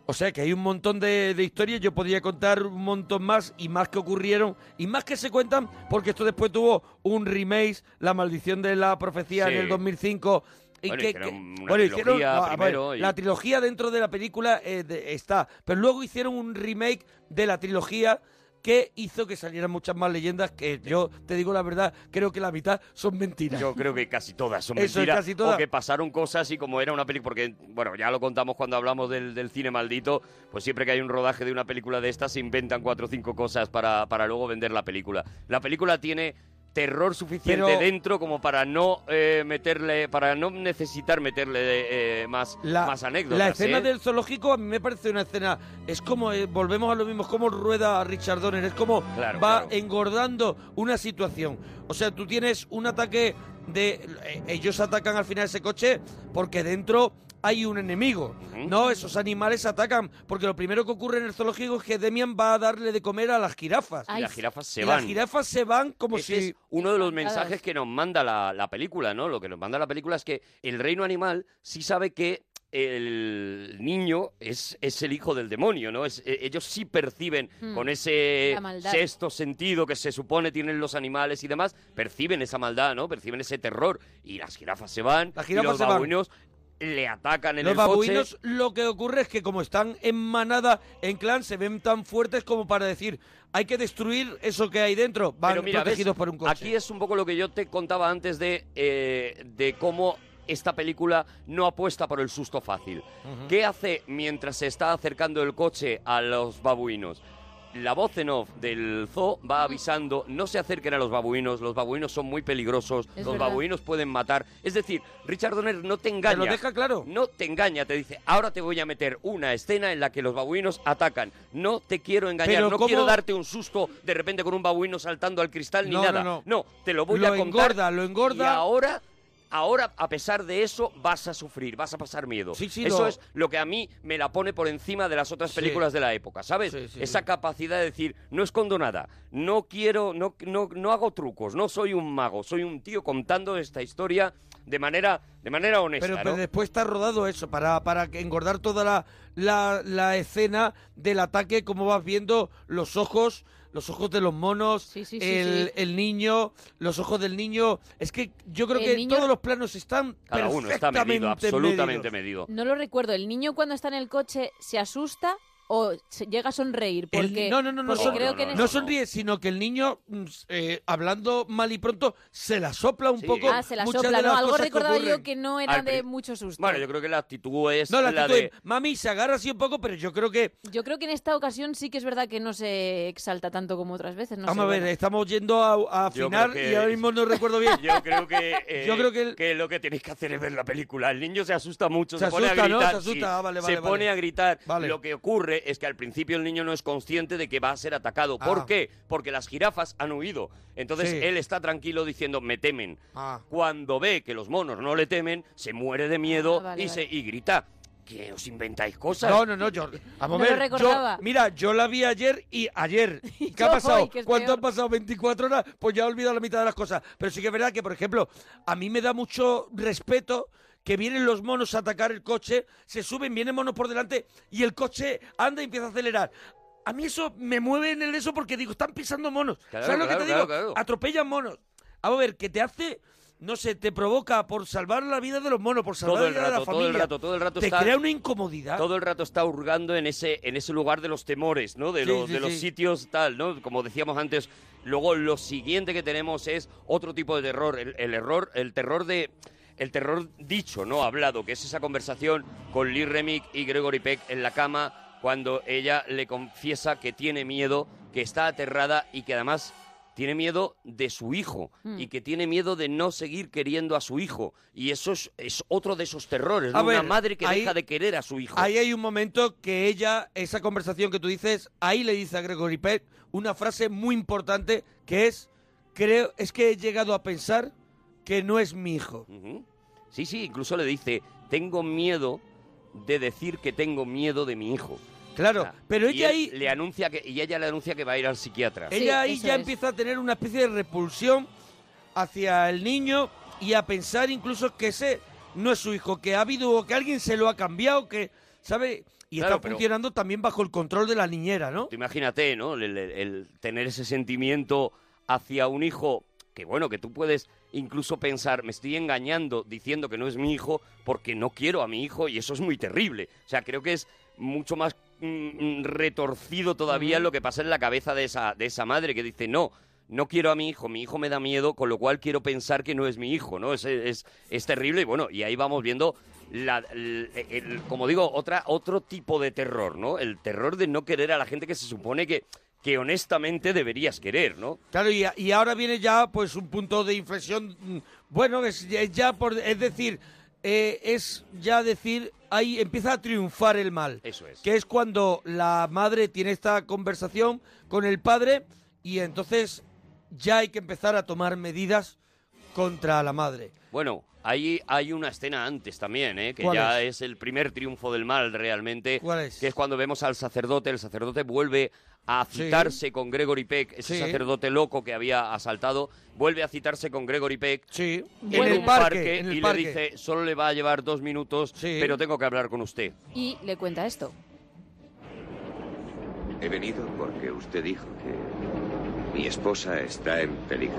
O sea que hay un montón de, de historias, yo podría contar un montón más y más que ocurrieron y más que se cuentan porque esto después tuvo un remake, La maldición de la profecía
Sí.
en el 2005.
Bueno,
que-
hicieron
que-
una
bueno, hicieron-
trilogía
no, a ver,
primero y-
la trilogía dentro de la película eh, de- está, pero luego hicieron un remake de la trilogía que hizo que salieran muchas más leyendas que yo te digo la verdad, creo que la mitad son mentiras.
Yo creo que casi todas son
Eso,
mentiras.
casi todas.
O que pasaron cosas y como era una película, porque, bueno, ya lo contamos cuando hablamos del, del cine maldito, pues siempre que hay un rodaje de una película de estas se inventan cuatro o cinco cosas para, para luego vender la película. La película tiene terror suficiente
Pero-
dentro como para no eh, meterle, para no necesitar meterle eh, más, más anécdotas.
La escena
¿eh?
del zoológico a mí me parece una escena. Es como. eh, volvemos a lo mismo, es como rueda Richard Donner. Es como va engordando una situación. O sea, tú tienes un ataque de. eh, ellos atacan al final ese coche porque dentro. Hay un enemigo. No, esos animales atacan. Porque lo primero que ocurre en el zoológico es que Demian va a darle de comer a las jirafas.
Y las jirafas se
Y
van.
Las jirafas se van como
Ese
si.
es uno de los mensajes que nos manda la, la película, ¿no? Lo que nos manda la película es que el reino animal sí sabe que el niño es, es el hijo del demonio, ¿no? Es- e- ellos sí perciben
Hmm.
con ese
La maldad.
sexto sentido que se supone tienen los animales y demás, perciben esa maldad, ¿no? Perciben ese terror y las jirafas se van,
Las jirafas
y los
se van.
babuinos le atacan en
los
el coche.
babuinos lo que ocurre es que como están en manada, en clan, se ven tan fuertes como para decir, hay que destruir eso que hay dentro. Van
Pero mira, ¿ves?
protegidos por un coche.
Aquí es un poco lo que yo te contaba antes de, eh, de cómo esta película no apuesta por el susto fácil.
Ujú.
¿Qué hace mientras se está acercando el coche a los babuinos? La voz en off del zoo va avisando, no se acerquen a los babuinos, los babuinos son muy peligrosos,
Es
los
verdad.
babuinos pueden matar. Es decir, Richard Donner no te engaña.
lo deja
claro. No te engaña, te dice, ahora te voy a meter una escena en la que los babuinos atacan. No te quiero engañar,
Pero
no
¿cómo-
quiero darte un susto de repente con un babuino saltando al cristal ni
No,
nada.
no, no.
te lo voy
Lo
a contar.
engorda, lo engorda.
Y ahora, ahora, a pesar de eso, vas a sufrir, vas a pasar miedo.
sí,
eso
lo-
es lo que a mí me la pone por encima de las otras
Sí.
películas de la época, ¿sabes?
Sí, sí,
Esa capacidad de decir, no escondo nada, no quiero, no, no, no hago trucos, no soy un mago, soy un tío contando esta historia de manera, de manera honesta,
Pero,
¿no?
pero después está rodado eso, para, para que engordar toda la, la, la escena del ataque, como vas viendo los ojos, los ojos de los monos,
sí, sí,
el,
sí.
el niño, los ojos del niño. Es que yo creo
El
que
niño-
todos los planos están
Cada uno está medido,
perfectamente
absolutamente
medidos.
medido.
No lo recuerdo. ¿El niño cuando está en el coche se asusta o se- llega a sonreír?
El-
Porque,
no, no, no, no,
porque
son-
creo que en este
no
ese-
sonríe, sino que el niño, mm, s- eh, hablando mal y pronto, se la sopla un poco.
Ah, se la
muchas
sopla,
de las
¿no? Algo
cosas que
recordaba yo
ocurren.
que no era
Al
de
pri-
mucho susto.
Bueno, yo creo que la actitud es
No, la,
la,
actitud
de...
es, mami se agarra así un poco, pero yo creo que
Yo creo que en esta ocasión sí que es verdad que no se exalta tanto como otras veces. No
Vamos
sé,
a ver,
bueno.
estamos yendo a, a
Yo
final
creo que-
y ahora mismo no recuerdo bien.
Yo creo que, eh,
Yo creo que
lo que tenéis que hacer es ver la película. El niño se asusta mucho, se,
Se
pone a
asusta, ¿no?
gritar.
Se asusta.
sí,
Ah, vale,
se
vale, vale.
pone a gritar.
Vale.
Lo que ocurre es que al principio el niño no es consciente de que va a ser atacado. ¿Por
Ah.
qué? Porque las jirafas han huido. Entonces
Sí.
él está tranquilo diciendo, me temen.
Ah.
Cuando ve que los monos no le temen, se muere de miedo
Ah, vale,
y, se, y grita. ¿Que os inventáis cosas?
No, no, no, yo. Vamos a
No lo
ver, yo-
recordaba.
mira, yo la vi ayer y ayer. ¿Qué ha
yo
pasado?
hoy, que es
¿Cuánto
peor.
han pasado? ¿24 horas? Pues ya he olvidado la mitad de las cosas. Pero sí que es verdad que, por ejemplo, a mí me da mucho respeto que vienen los monos a atacar el coche, se suben, vienen monos por delante y el coche anda y empieza a acelerar. A mí eso me mueve en el eso porque digo, están pisando monos.
Claro,
¿Sabes lo
claro,
que te digo?
claro, claro.
Atropellan monos. Vamos a ver, que te hace, no sé, te provoca por salvar la vida de los monos, por salvar
Todo
la
el
vida de
rato,
la
todo
familia.
el rato, todo el rato
Te
está-
crea una incomodidad.
Todo el rato está hurgando en ese, en ese lugar de los temores, ¿no? De,
Sí,
los,
sí,
de los
sí.
sitios tal, ¿no? Como decíamos antes, luego lo siguiente que tenemos es otro tipo de terror, el, el error, el terror de el terror dicho, no hablado, que es esa conversación con Lee Remick y Gregory Peck en la cama cuando ella le confiesa que tiene miedo, que está aterrada y que además tiene miedo de su hijo
Mm.
y que tiene miedo de no seguir queriendo a su hijo. Y eso es, es otro de esos terrores, de
A
una
ver,
madre que
ahí-
deja de querer a su hijo.
Ahí hay un momento que ella, esa conversación que tú dices, ahí le dice a Gregory Peck una frase muy importante que es, creo, es que he llegado a pensar que no es mi hijo.
Ujú. Sí, sí, incluso le dice, tengo miedo de decir que tengo miedo de mi hijo.
Claro, pero
y
ella
él
ahí-
le anuncia que y ella le anuncia que va a ir al psiquiatra.
Ella ahí ya empieza a tener una especie de repulsión hacia el niño y a pensar incluso que ese no es su hijo, que ha habido o que alguien se lo ha cambiado, que, ¿sabe? Y
Claro,
está
pero-
funcionando también bajo el control de la niñera, ¿no?
Tú imagínate, ¿no? El, el- el tener ese sentimiento hacia un hijo que, bueno, que tú puedes incluso pensar, me estoy engañando diciendo que no es mi hijo porque no quiero a mi hijo y eso es muy terrible. O sea, creo que es mucho más mm, mm, retorcido todavía lo que pasa en la cabeza de esa, de esa madre que dice, no. No quiero a mi hijo, mi hijo me da miedo, con lo cual quiero pensar que no es mi hijo, ¿no? Es, es, es terrible y bueno, y ahí vamos viendo la- el- el- como digo, otra, otro tipo de terror, ¿no? El terror de no querer a la gente que se supone que, que honestamente deberías querer, ¿no?
Claro, y, a- y ahora viene ya pues un punto de inflexión. mm, Bueno, es, ya- es ya por es decir, eh, es ya decir, ahí empieza a triunfar el mal.
Eso es.
Que es cuando la madre tiene esta conversación con el padre y entonces ya hay que empezar a tomar medidas contra la madre.
Bueno, ahí hay una escena antes también, ¿eh? que
¿Cuál
ya es? el primer triunfo del mal realmente,
¿Cuál es?
que es cuando vemos al sacerdote, el sacerdote vuelve a citarse con Gregory Peck, ese
Sí.
sacerdote loco que había asaltado, vuelve a citarse con Gregory Peck
sí.
en
En el
un
parque,
parque,
en el
y
parque.
le dice, solo le va a llevar dos minutos, pero tengo que hablar con usted.
eh.
Y le cuenta esto.
He venido porque usted dijo que mi esposa está en peligro.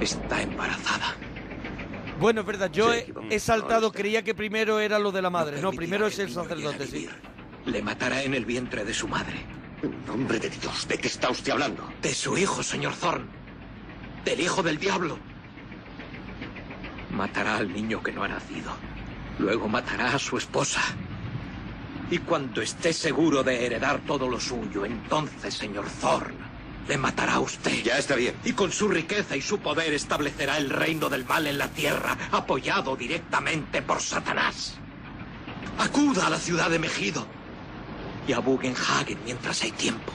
Está embarazada.
Bueno, es verdad, yo
Se
he,
equivocó.
he saltado, creía que primero era lo de la madre. No, primero es el sacerdote, sí.
Le matará en el vientre de su madre. En nombre de Dios, ¿de qué está usted hablando? De su hijo, oh, señor Thorne. Del hijo del diablo. Matará al niño que no ha nacido. Luego matará a su esposa. Y cuando esté seguro de heredar todo lo suyo, entonces, señor Thorne, le matará a usted. Ya está bien. Y con su riqueza y su poder establecerá el reino del mal en la tierra, apoyado directamente por Satanás. Acuda a la ciudad de Mejido y a Bugenhagen mientras hay tiempo.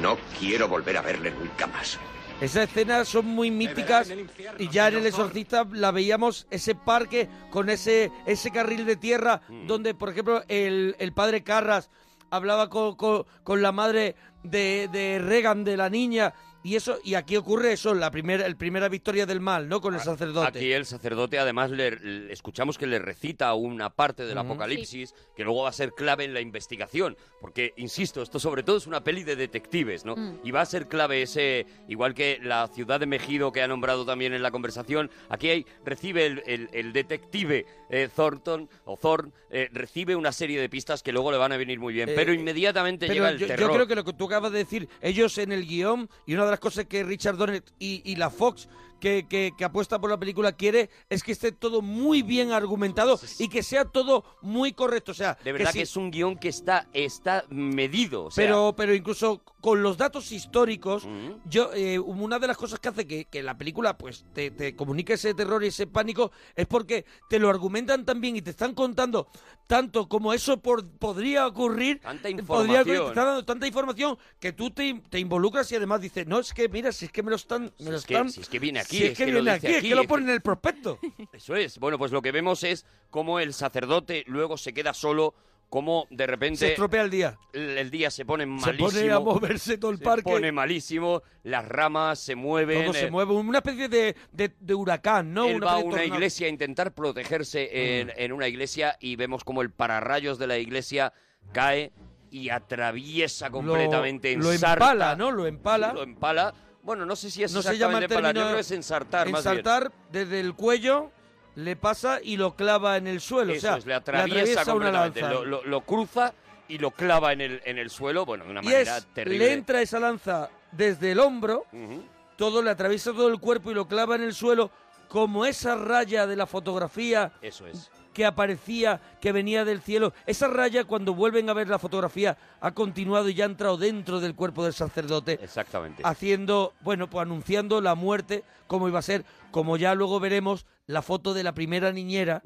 No quiero volver a verle nunca más.
Esas escenas son muy míticas y ya en El Exorcista la veíamos ese parque con ese, ese carril de tierra donde, por ejemplo, el, el padre Carras hablaba con, con- con la madre de, de Regan, de la niña, y eso y aquí ocurre eso, la primera, el primera victoria del mal, ¿no? Con el sacerdote.
Aquí el sacerdote además le, le- escuchamos que le recita una parte del
Ujú.
Apocalipsis que luego va a ser clave en la investigación, porque insisto, esto sobre todo es una peli de detectives, ¿no?
Mm.
Y va a ser clave ese, igual que la ciudad de Mejido que ha nombrado también en la conversación, aquí hay, recibe el, el- el detective eh, Thornton o Thorn, eh, recibe una serie de pistas que luego le van a venir muy bien,
Eh,
pero inmediatamente
Pero
lleva el
yo, yo
terror.
creo que lo que tú acabas de decir, ellos en el guión, y una de las cosas que Richard Donner y, y la Fox que, que- que apuesta por la película quiere, es que esté todo muy bien argumentado y que sea todo muy correcto. O sea,
de verdad que,
sí,
es un guión que está, está medido. o sea,
pero, pero incluso con los datos históricos, yo eh, una de las cosas que hace que, que la película pues te, te comunique ese terror y ese pánico es porque te lo argumentan tan bien y te están contando tanto como eso por- podría ocurrir. Tanta
información.
te están dando tanta información que tú te, te involucras y además dices, no, es que mira, si es que me lo están... Me
Si
lo
es que-
están-
si es que viene aquí,
si es,
es
que,
que lo
viene
dice
aquí, es
aquí,
que lo
es que-
ponen en el prospecto.
Eso es. Bueno, pues lo que vemos es cómo el sacerdote luego se queda solo, cómo de repente
Se estropea el día.
el, el día se pone
Se
malísimo.
pone a moverse todo el
se
parque.
pone malísimo, las ramas se mueven.
Todo se
eh,
mueve, una especie de, de- de huracán, ¿no?
Él
Una Mm.
va a
especie de
una
tornado.
iglesia a intentar protegerse en, en una iglesia y vemos como el pararrayos de la iglesia cae y atraviesa completamente,
lo
ensarta.
empala, ¿no? Lo empala.
Sí, lo empala. Bueno, no sé si es
no se llama el
exactamente empalar, yo
término-
creo que es ensartar, más bien.
ensartar, desde el cuello le pasa y lo clava en el suelo.
Eso
o sea,
es, le atraviesa,
una
completamente,
lanza.
Lo, lo- lo cruza y lo clava en el, en el suelo, bueno, de una
y es,
manera
le
terrible.
entra esa lanza desde el hombro,
Ujú.
todo le atraviesa todo el cuerpo y lo clava en el suelo, como esa raya de la fotografía
Eso es.
que aparecía, que venía del cielo. Esa raya, cuando vuelven a ver la fotografía, ha continuado y ya ha entrado dentro del cuerpo del sacerdote,
Exactamente.
haciendo, bueno, pues anunciando la muerte, como iba a ser, como ya luego veremos la foto de la primera niñera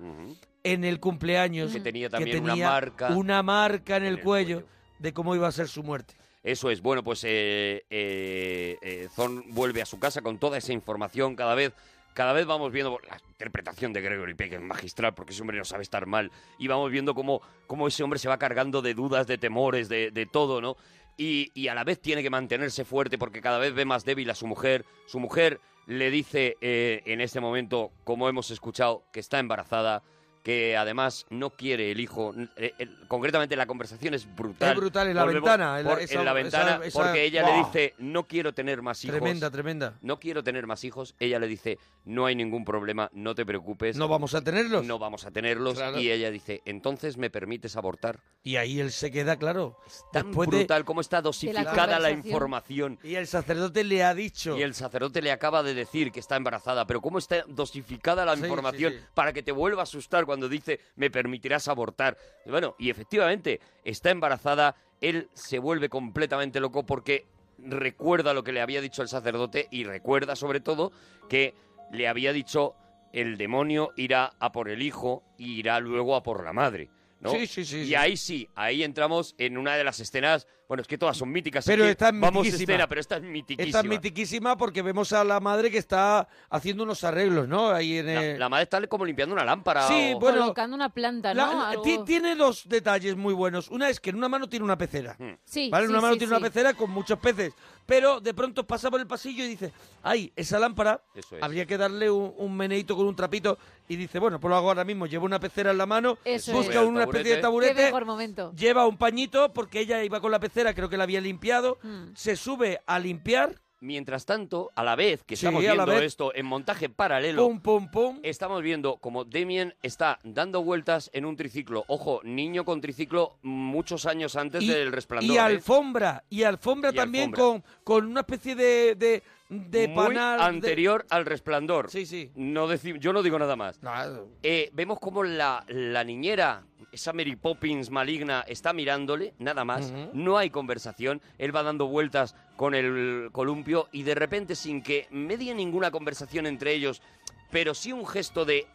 en el cumpleaños.
Que tenía también una marca.
Una marca en el, cuello, de cómo iba a ser su muerte.
Eso es, bueno, pues eh, eh, eh, Zorn vuelve a su casa con toda esa información cada vez. Cada vez vamos viendo la interpretación de Gregory Peck, es magistral, porque ese hombre no sabe estar mal. Y vamos viendo cómo, cómo ese hombre se va cargando de dudas, de temores, de, de todo, ¿no? Y, y a la vez tiene que mantenerse fuerte porque cada vez ve más débil a su mujer. Su mujer le dice eh, en este momento, como hemos escuchado, que está embarazada, que además no quiere el hijo. Eh, eh, concretamente la conversación es brutal.
Es brutal, en la ventana, en la-
por-
esa-
en la ventana,
esa- esa-
porque ella le
¡Buah!
dice, no quiero tener más hijos.
Tremenda, tremenda.
No quiero tener más hijos. Ella le dice, no hay ningún problema, no te preocupes.
No vamos a tenerlos.
No vamos a tenerlos.
Claro.
Y ella dice, entonces me permites abortar.
Y ahí él se queda, claro.
tan
Después de-
brutal como está dosificada la
conversación.
información.
Y el sacerdote le ha dicho.
Y el sacerdote le acaba de decir que está embarazada, pero cómo está dosificada la
Sí,
información
sí, sí.
para que te vuelva a asustar cuando dice me permitirás abortar. Bueno, y efectivamente está embarazada, él se vuelve completamente loco porque recuerda lo que le había dicho el sacerdote y recuerda sobre todo que le había dicho el demonio irá a por el hijo y irá luego a por la madre. ¿no?
Sí, sí, sí,
Y
sí.
ahí sí, ahí entramos en una de las escenas. Bueno, es que todas son míticas. es
Pero
que
esta es
Vamos
mitiquísima.
escena, pero esta es mitiquísima.
Está mitiquísima porque vemos a la madre que está haciendo unos arreglos, ¿no? Ahí en
La, la madre está como limpiando una lámpara.
Sí,
o-
bueno,
Colocando una planta,
La-
¿no?
la-
Algo-
ti- tiene dos detalles muy buenos. Una es que en una mano tiene una pecera.
Hmm.
Sí,
¿Vale? En
sí,
una mano
sí,
tiene
sí.
una pecera con muchos peces. Pero de pronto pasa por el pasillo y dice, ay, esa lámpara,
Eso es.
habría que darle un, un meneito con un trapito. Y dice, bueno, pues lo hago ahora mismo. Llevo una pecera en la mano,
Eso
busca
es.
una especie de
Qué
taburete,
mejor momento.
lleva un pañito porque ella iba con la pecera, creo que la había limpiado, se sube a limpiar.
Mientras tanto, a la vez que estamos
Sí, a la
viendo
vez.
esto en montaje paralelo,
Pum, pum, pum.
estamos viendo como Damien está dando vueltas en un triciclo. Ojo, niño con triciclo muchos años antes del resplandor.
y
¿eh?
alfombra, y alfombra también Con, con una especie de, de, de
Muy
panal. de-
anterior al resplandor.
Sí, sí.
No deci- yo no digo nada más.
Claro.
Eh, vemos como la, la niñera, esa Mary Poppins maligna, está mirándole, nada más.
Ujú.
No hay conversación. Él va dando vueltas con el columpio y de repente, sin que medie ninguna conversación entre ellos, pero sí un gesto de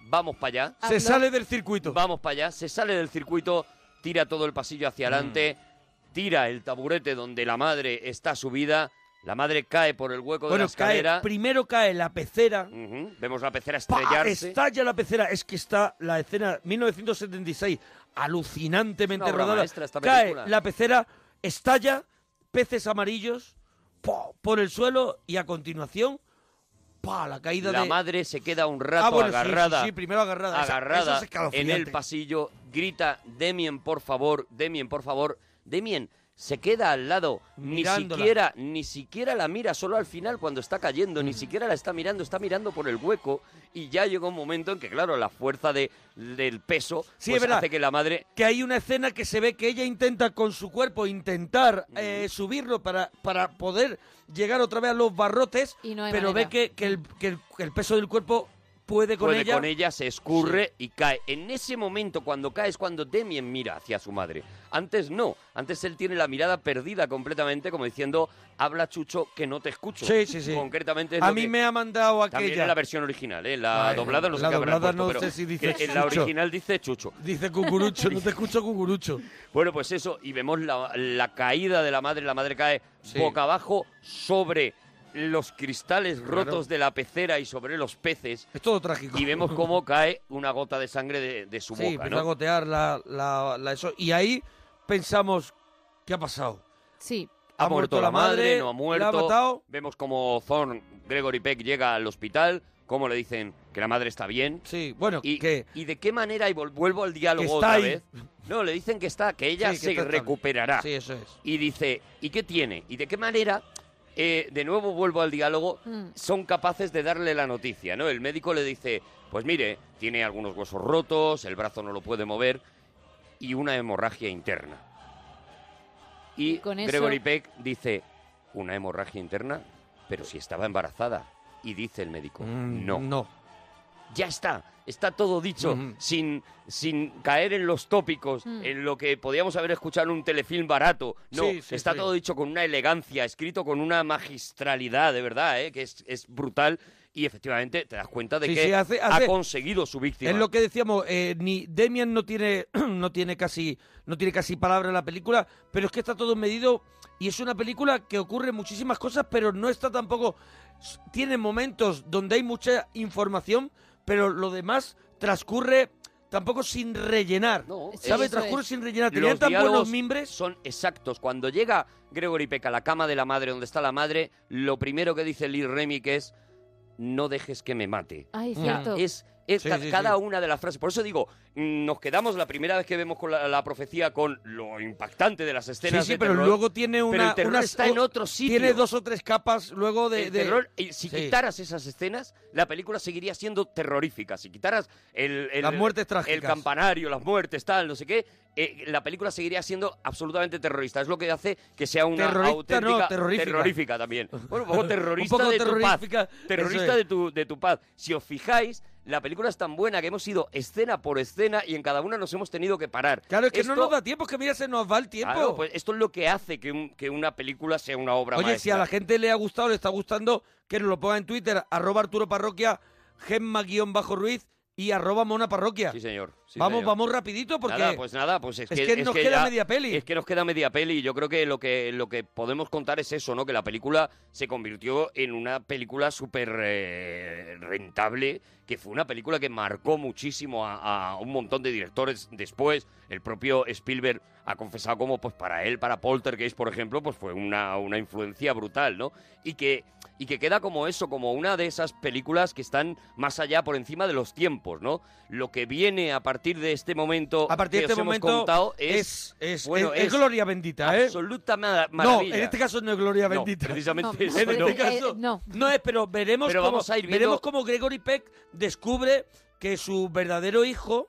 vamos para allá.
Se Hazlo. sale del circuito.
Vamos para allá, se sale del circuito, tira todo el pasillo hacia
Mm.
adelante, tira el taburete donde la madre está subida. La madre cae por el hueco de la
Bueno, cae,
escalera.
primero cae la pecera.
Ujú, Vemos la pecera
¡pa!
estrellarse.
Ah, Estalla la pecera. Es que está la escena 1976
Es una
alucinantemente
obra
rodada.
maestra esta
cae
película.
la pecera, estalla, peces amarillos ¡po! por el suelo y a continuación ¡pa! la caída
la
de
madre se queda un rato
Ah, bueno, sí,
agarrada.
sí, sí, primero agarrada. Esa-
agarrada
eso es escalofriante.
en el pasillo, grita, Demien, por favor, Demien, por favor. Demien se queda al lado,
Mirándola.
ni siquiera, ni siquiera la mira, solo al final cuando está cayendo, ni siquiera la está mirando, está mirando por el hueco y ya llegó un momento en que, claro, la fuerza de, del peso
Sí,
pues,
es verdad.
hace que la madre
que hay una escena que se ve que ella intenta con su cuerpo intentar eh, subirlo para, para poder llegar otra vez a los barrotes,
no hay
pero ve
manera.
que, que el, que el- que el peso del cuerpo puede con
puede
ella.
con ella, se escurre y cae. En ese momento, cuando cae, es cuando Demien mira hacia su madre. Antes no, antes él tiene la mirada perdida completamente, como diciendo, habla Chucho que no te escucho.
Sí, sí, sí.
Concretamente es
A
lo
mí
que-
me ha mandado
También
aquella.
en la versión original, ¿eh? la
Ay,
doblada no sé
la
qué habrán
doblada
puesto,
no
pero
sé si dice
que en la
Chucho.
original dice Chucho.
Dice cucurucho, no te escucho cucurucho.
Bueno, pues eso, y vemos la, la caída de la madre, la madre cae boca abajo sobre los cristales
Claro.
rotos de la pecera y sobre los peces.
Es todo trágico.
Y vemos cómo cae una gota de sangre de, de su
Sí,
boca,
empieza
¿no?
a gotear la, la- la eso. Y ahí pensamos, ¿qué ha pasado?
Sí.
Ha, muerto, la madre, no ha
la
muerto.
ha matado.
Vemos como Thorn, Gregory Peck llega al hospital, cómo le dicen que la madre está bien.
Sí, bueno,
y, y de qué manera, y vol- vuelvo al diálogo
está
otra
ahí.
vez. No, le dicen que está, que ella
Sí, que
se
está estable.
recuperará.
Sí, eso es.
Y dice, ¿y qué tiene? ¿Y de qué manera? eh, de nuevo vuelvo al diálogo,
Mm.
son capaces de darle la noticia, ¿no? El médico le dice, pues mire, tiene algunos huesos rotos, el brazo no lo puede mover y una hemorragia interna. Y
con eso-
Gregory Peck dice, ¿una hemorragia interna? Pero si estaba embarazada y dice el médico, no.
No.
Ya está, está todo dicho,
Ujú.
sin, sin caer en los tópicos,
Mm.
en lo que podíamos haber escuchado en un telefilm barato. No,
Sí, sí,
está
sí.
todo dicho con una elegancia, escrito con una magistralidad, de verdad, ¿eh? que es, es brutal. Y efectivamente te das cuenta de
Sí,
que
sí, hace-
ha
hace-
conseguido su víctima.
Es lo que decíamos, eh, ni Demian no tiene, no tiene casi, no tiene casi palabra en la película, pero es que está todo medido y es una película que ocurre muchísimas cosas, pero no está tampoco. s- Tiene momentos donde hay mucha información, pero lo demás transcurre tampoco sin rellenar. ¿Sabes?
Eso
transcurre
es.
sin rellenar. Tenía tan
diálogos
buenos mimbres.
Son exactos. Cuando llega Gregory Peck a la cama de la madre, donde está la madre, lo primero que dice Lee Remick es: No dejes que me mate.
Ay,
Mm.
O sea,
cierto.
Es, es
Sí,
ca-
sí, sí.
cada una de las frases. Por eso digo, mm, nos quedamos la primera vez que vemos con la, la profecía con lo impactante de las
Sí,
escenas.
sí,
de
pero
terror.
luego tiene
Pero
una.
el terror
una-
está en otro sitio.
Tiene dos o tres capas luego de.
El
de-
terror, y si
Sí.
quitaras esas escenas, la película seguiría siendo terrorífica. Si quitaras el, el-
Las muertes trágicas.
el campanario, las muertes, tal, no sé qué, eh, la película seguiría siendo absolutamente terrorista. Es lo que hace que sea una
Terrorista, no,
auténtica
terrorífica.
terrorífica también. Bueno, un poco terrorista
Un poco
de
terrorífica,
tu paz.
eso
Terrorista
es.
de tu, de tu paz. Si os fijáis, la película es tan buena que hemos ido escena por escena y en cada una nos hemos tenido que parar.
Claro, es que no
Esto-
nos da tiempo, es que mira, se nos va el tiempo.
Claro, pues esto es lo que hace que, un- que una película sea una obra
Oye, si
maestra.
a la gente le ha gustado, le está gustando, que nos lo ponga en Twitter, arroba Arturo Parroquia, gemma-ruiz y arroba Mona Parroquia. Sí,
señor. Sí,
vamos,
señor.
vamos rapidito porque...
Nada, pues nada, pues es,
es que nos queda media
peli. Es que nos queda media peli y yo creo que lo que lo que podemos contar es eso, ¿no? Que la película se convirtió en una película súper eh, rentable, que fue una película que marcó muchísimo a, a un montón de directores después. El propio Spielberg ha confesado como, pues para él, para Poltergeist, por ejemplo, pues fue una, una influencia brutal, ¿no? Y que y que queda como eso, como una de esas películas que están más allá, por encima de los tiempos, ¿no? Lo que viene a partir de este momento
a partir de
que
este
os hemos
momento
contado
es, es,
bueno,
es- es gloria bendita, ¿eh?
absoluta ma-
No,
maravilla.
en este caso no es
No,
gloria bendita.
precisamente
En
eso,
este
no.
caso,
Eh,
no. es, pero veremos,
Pero
cómo,
vamos a ir viendo-
veremos cómo Gregory Peck descubre que su verdadero hijo,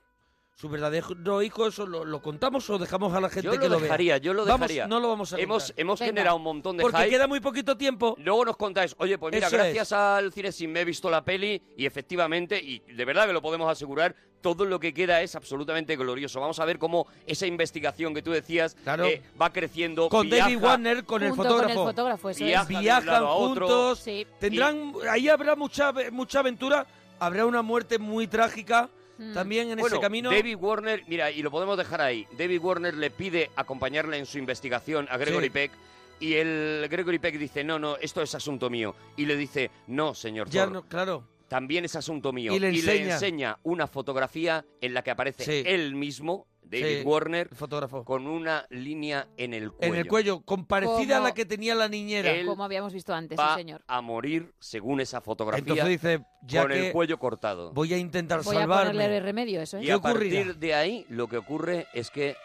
su verdadero hijo, eso lo, lo contamos o dejamos a la gente
yo
que
lo
lo
dejaría,
vea.
yo lo
Vamos,
dejaría.
no lo vamos a
Hemos,
contar.
hemos
Venga.
generado un montón de
Porque
hype.
queda muy poquito tiempo.
Luego nos contáis, oye, pues mira,
Eso
gracias al cine sin me he visto la peli y efectivamente, y de verdad que lo podemos asegurar, todo lo que queda es absolutamente glorioso. Vamos a ver cómo esa investigación que tú decías
Claro.
eh, va creciendo.
Con David
viaja-
Warner, con el
Junto con el
fotógrafo.
fotógrafo, eso es.
Viaja de un
Viajan
lado a otro.
juntos.
Sí.
Tendrán, ahí habrá mucha, mucha aventura, habrá una muerte muy trágica
Mm.
también en
Bueno,
ese camino.
David Warner, mira, y lo podemos dejar ahí. David Warner le pide acompañarle en su investigación a Gregory
Sí.
Peck. Y el Gregory Peck dice, no, no, esto es asunto mío. Y le dice, no, señor
ya
Thor,
no, claro.
también es asunto mío.
Y le enseña.
enseña una fotografía en la que aparece
Sí.
él mismo, David
Sí,
Warner,
fotógrafo.
con una línea en el cuello.
En el cuello, con parecida a
Como-
la que tenía la niñera.
Él
Como habíamos visto antes, sí,
Va
señor.
a morir según esa fotografía.
Entonces dice, ya
con el
que
cuello cortado.
Voy a intentar
Voy a
salvarme.
ponerle remedio, eso ¿eh? es.
Y a partir de ahí lo que ocurre es que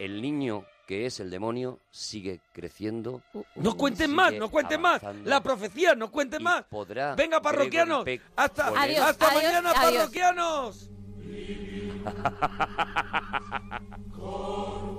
el niño que es el demonio sigue creciendo.
Uh,
No cuenten más, no cuenten más. La profecía, no cuenten más.
podrá
Venga, parroquianos.
Gregory Peck
Hasta,
poner-
hasta
Adiós, adiós,
mañana,
adiós.
parroquianos.
más.
Mm.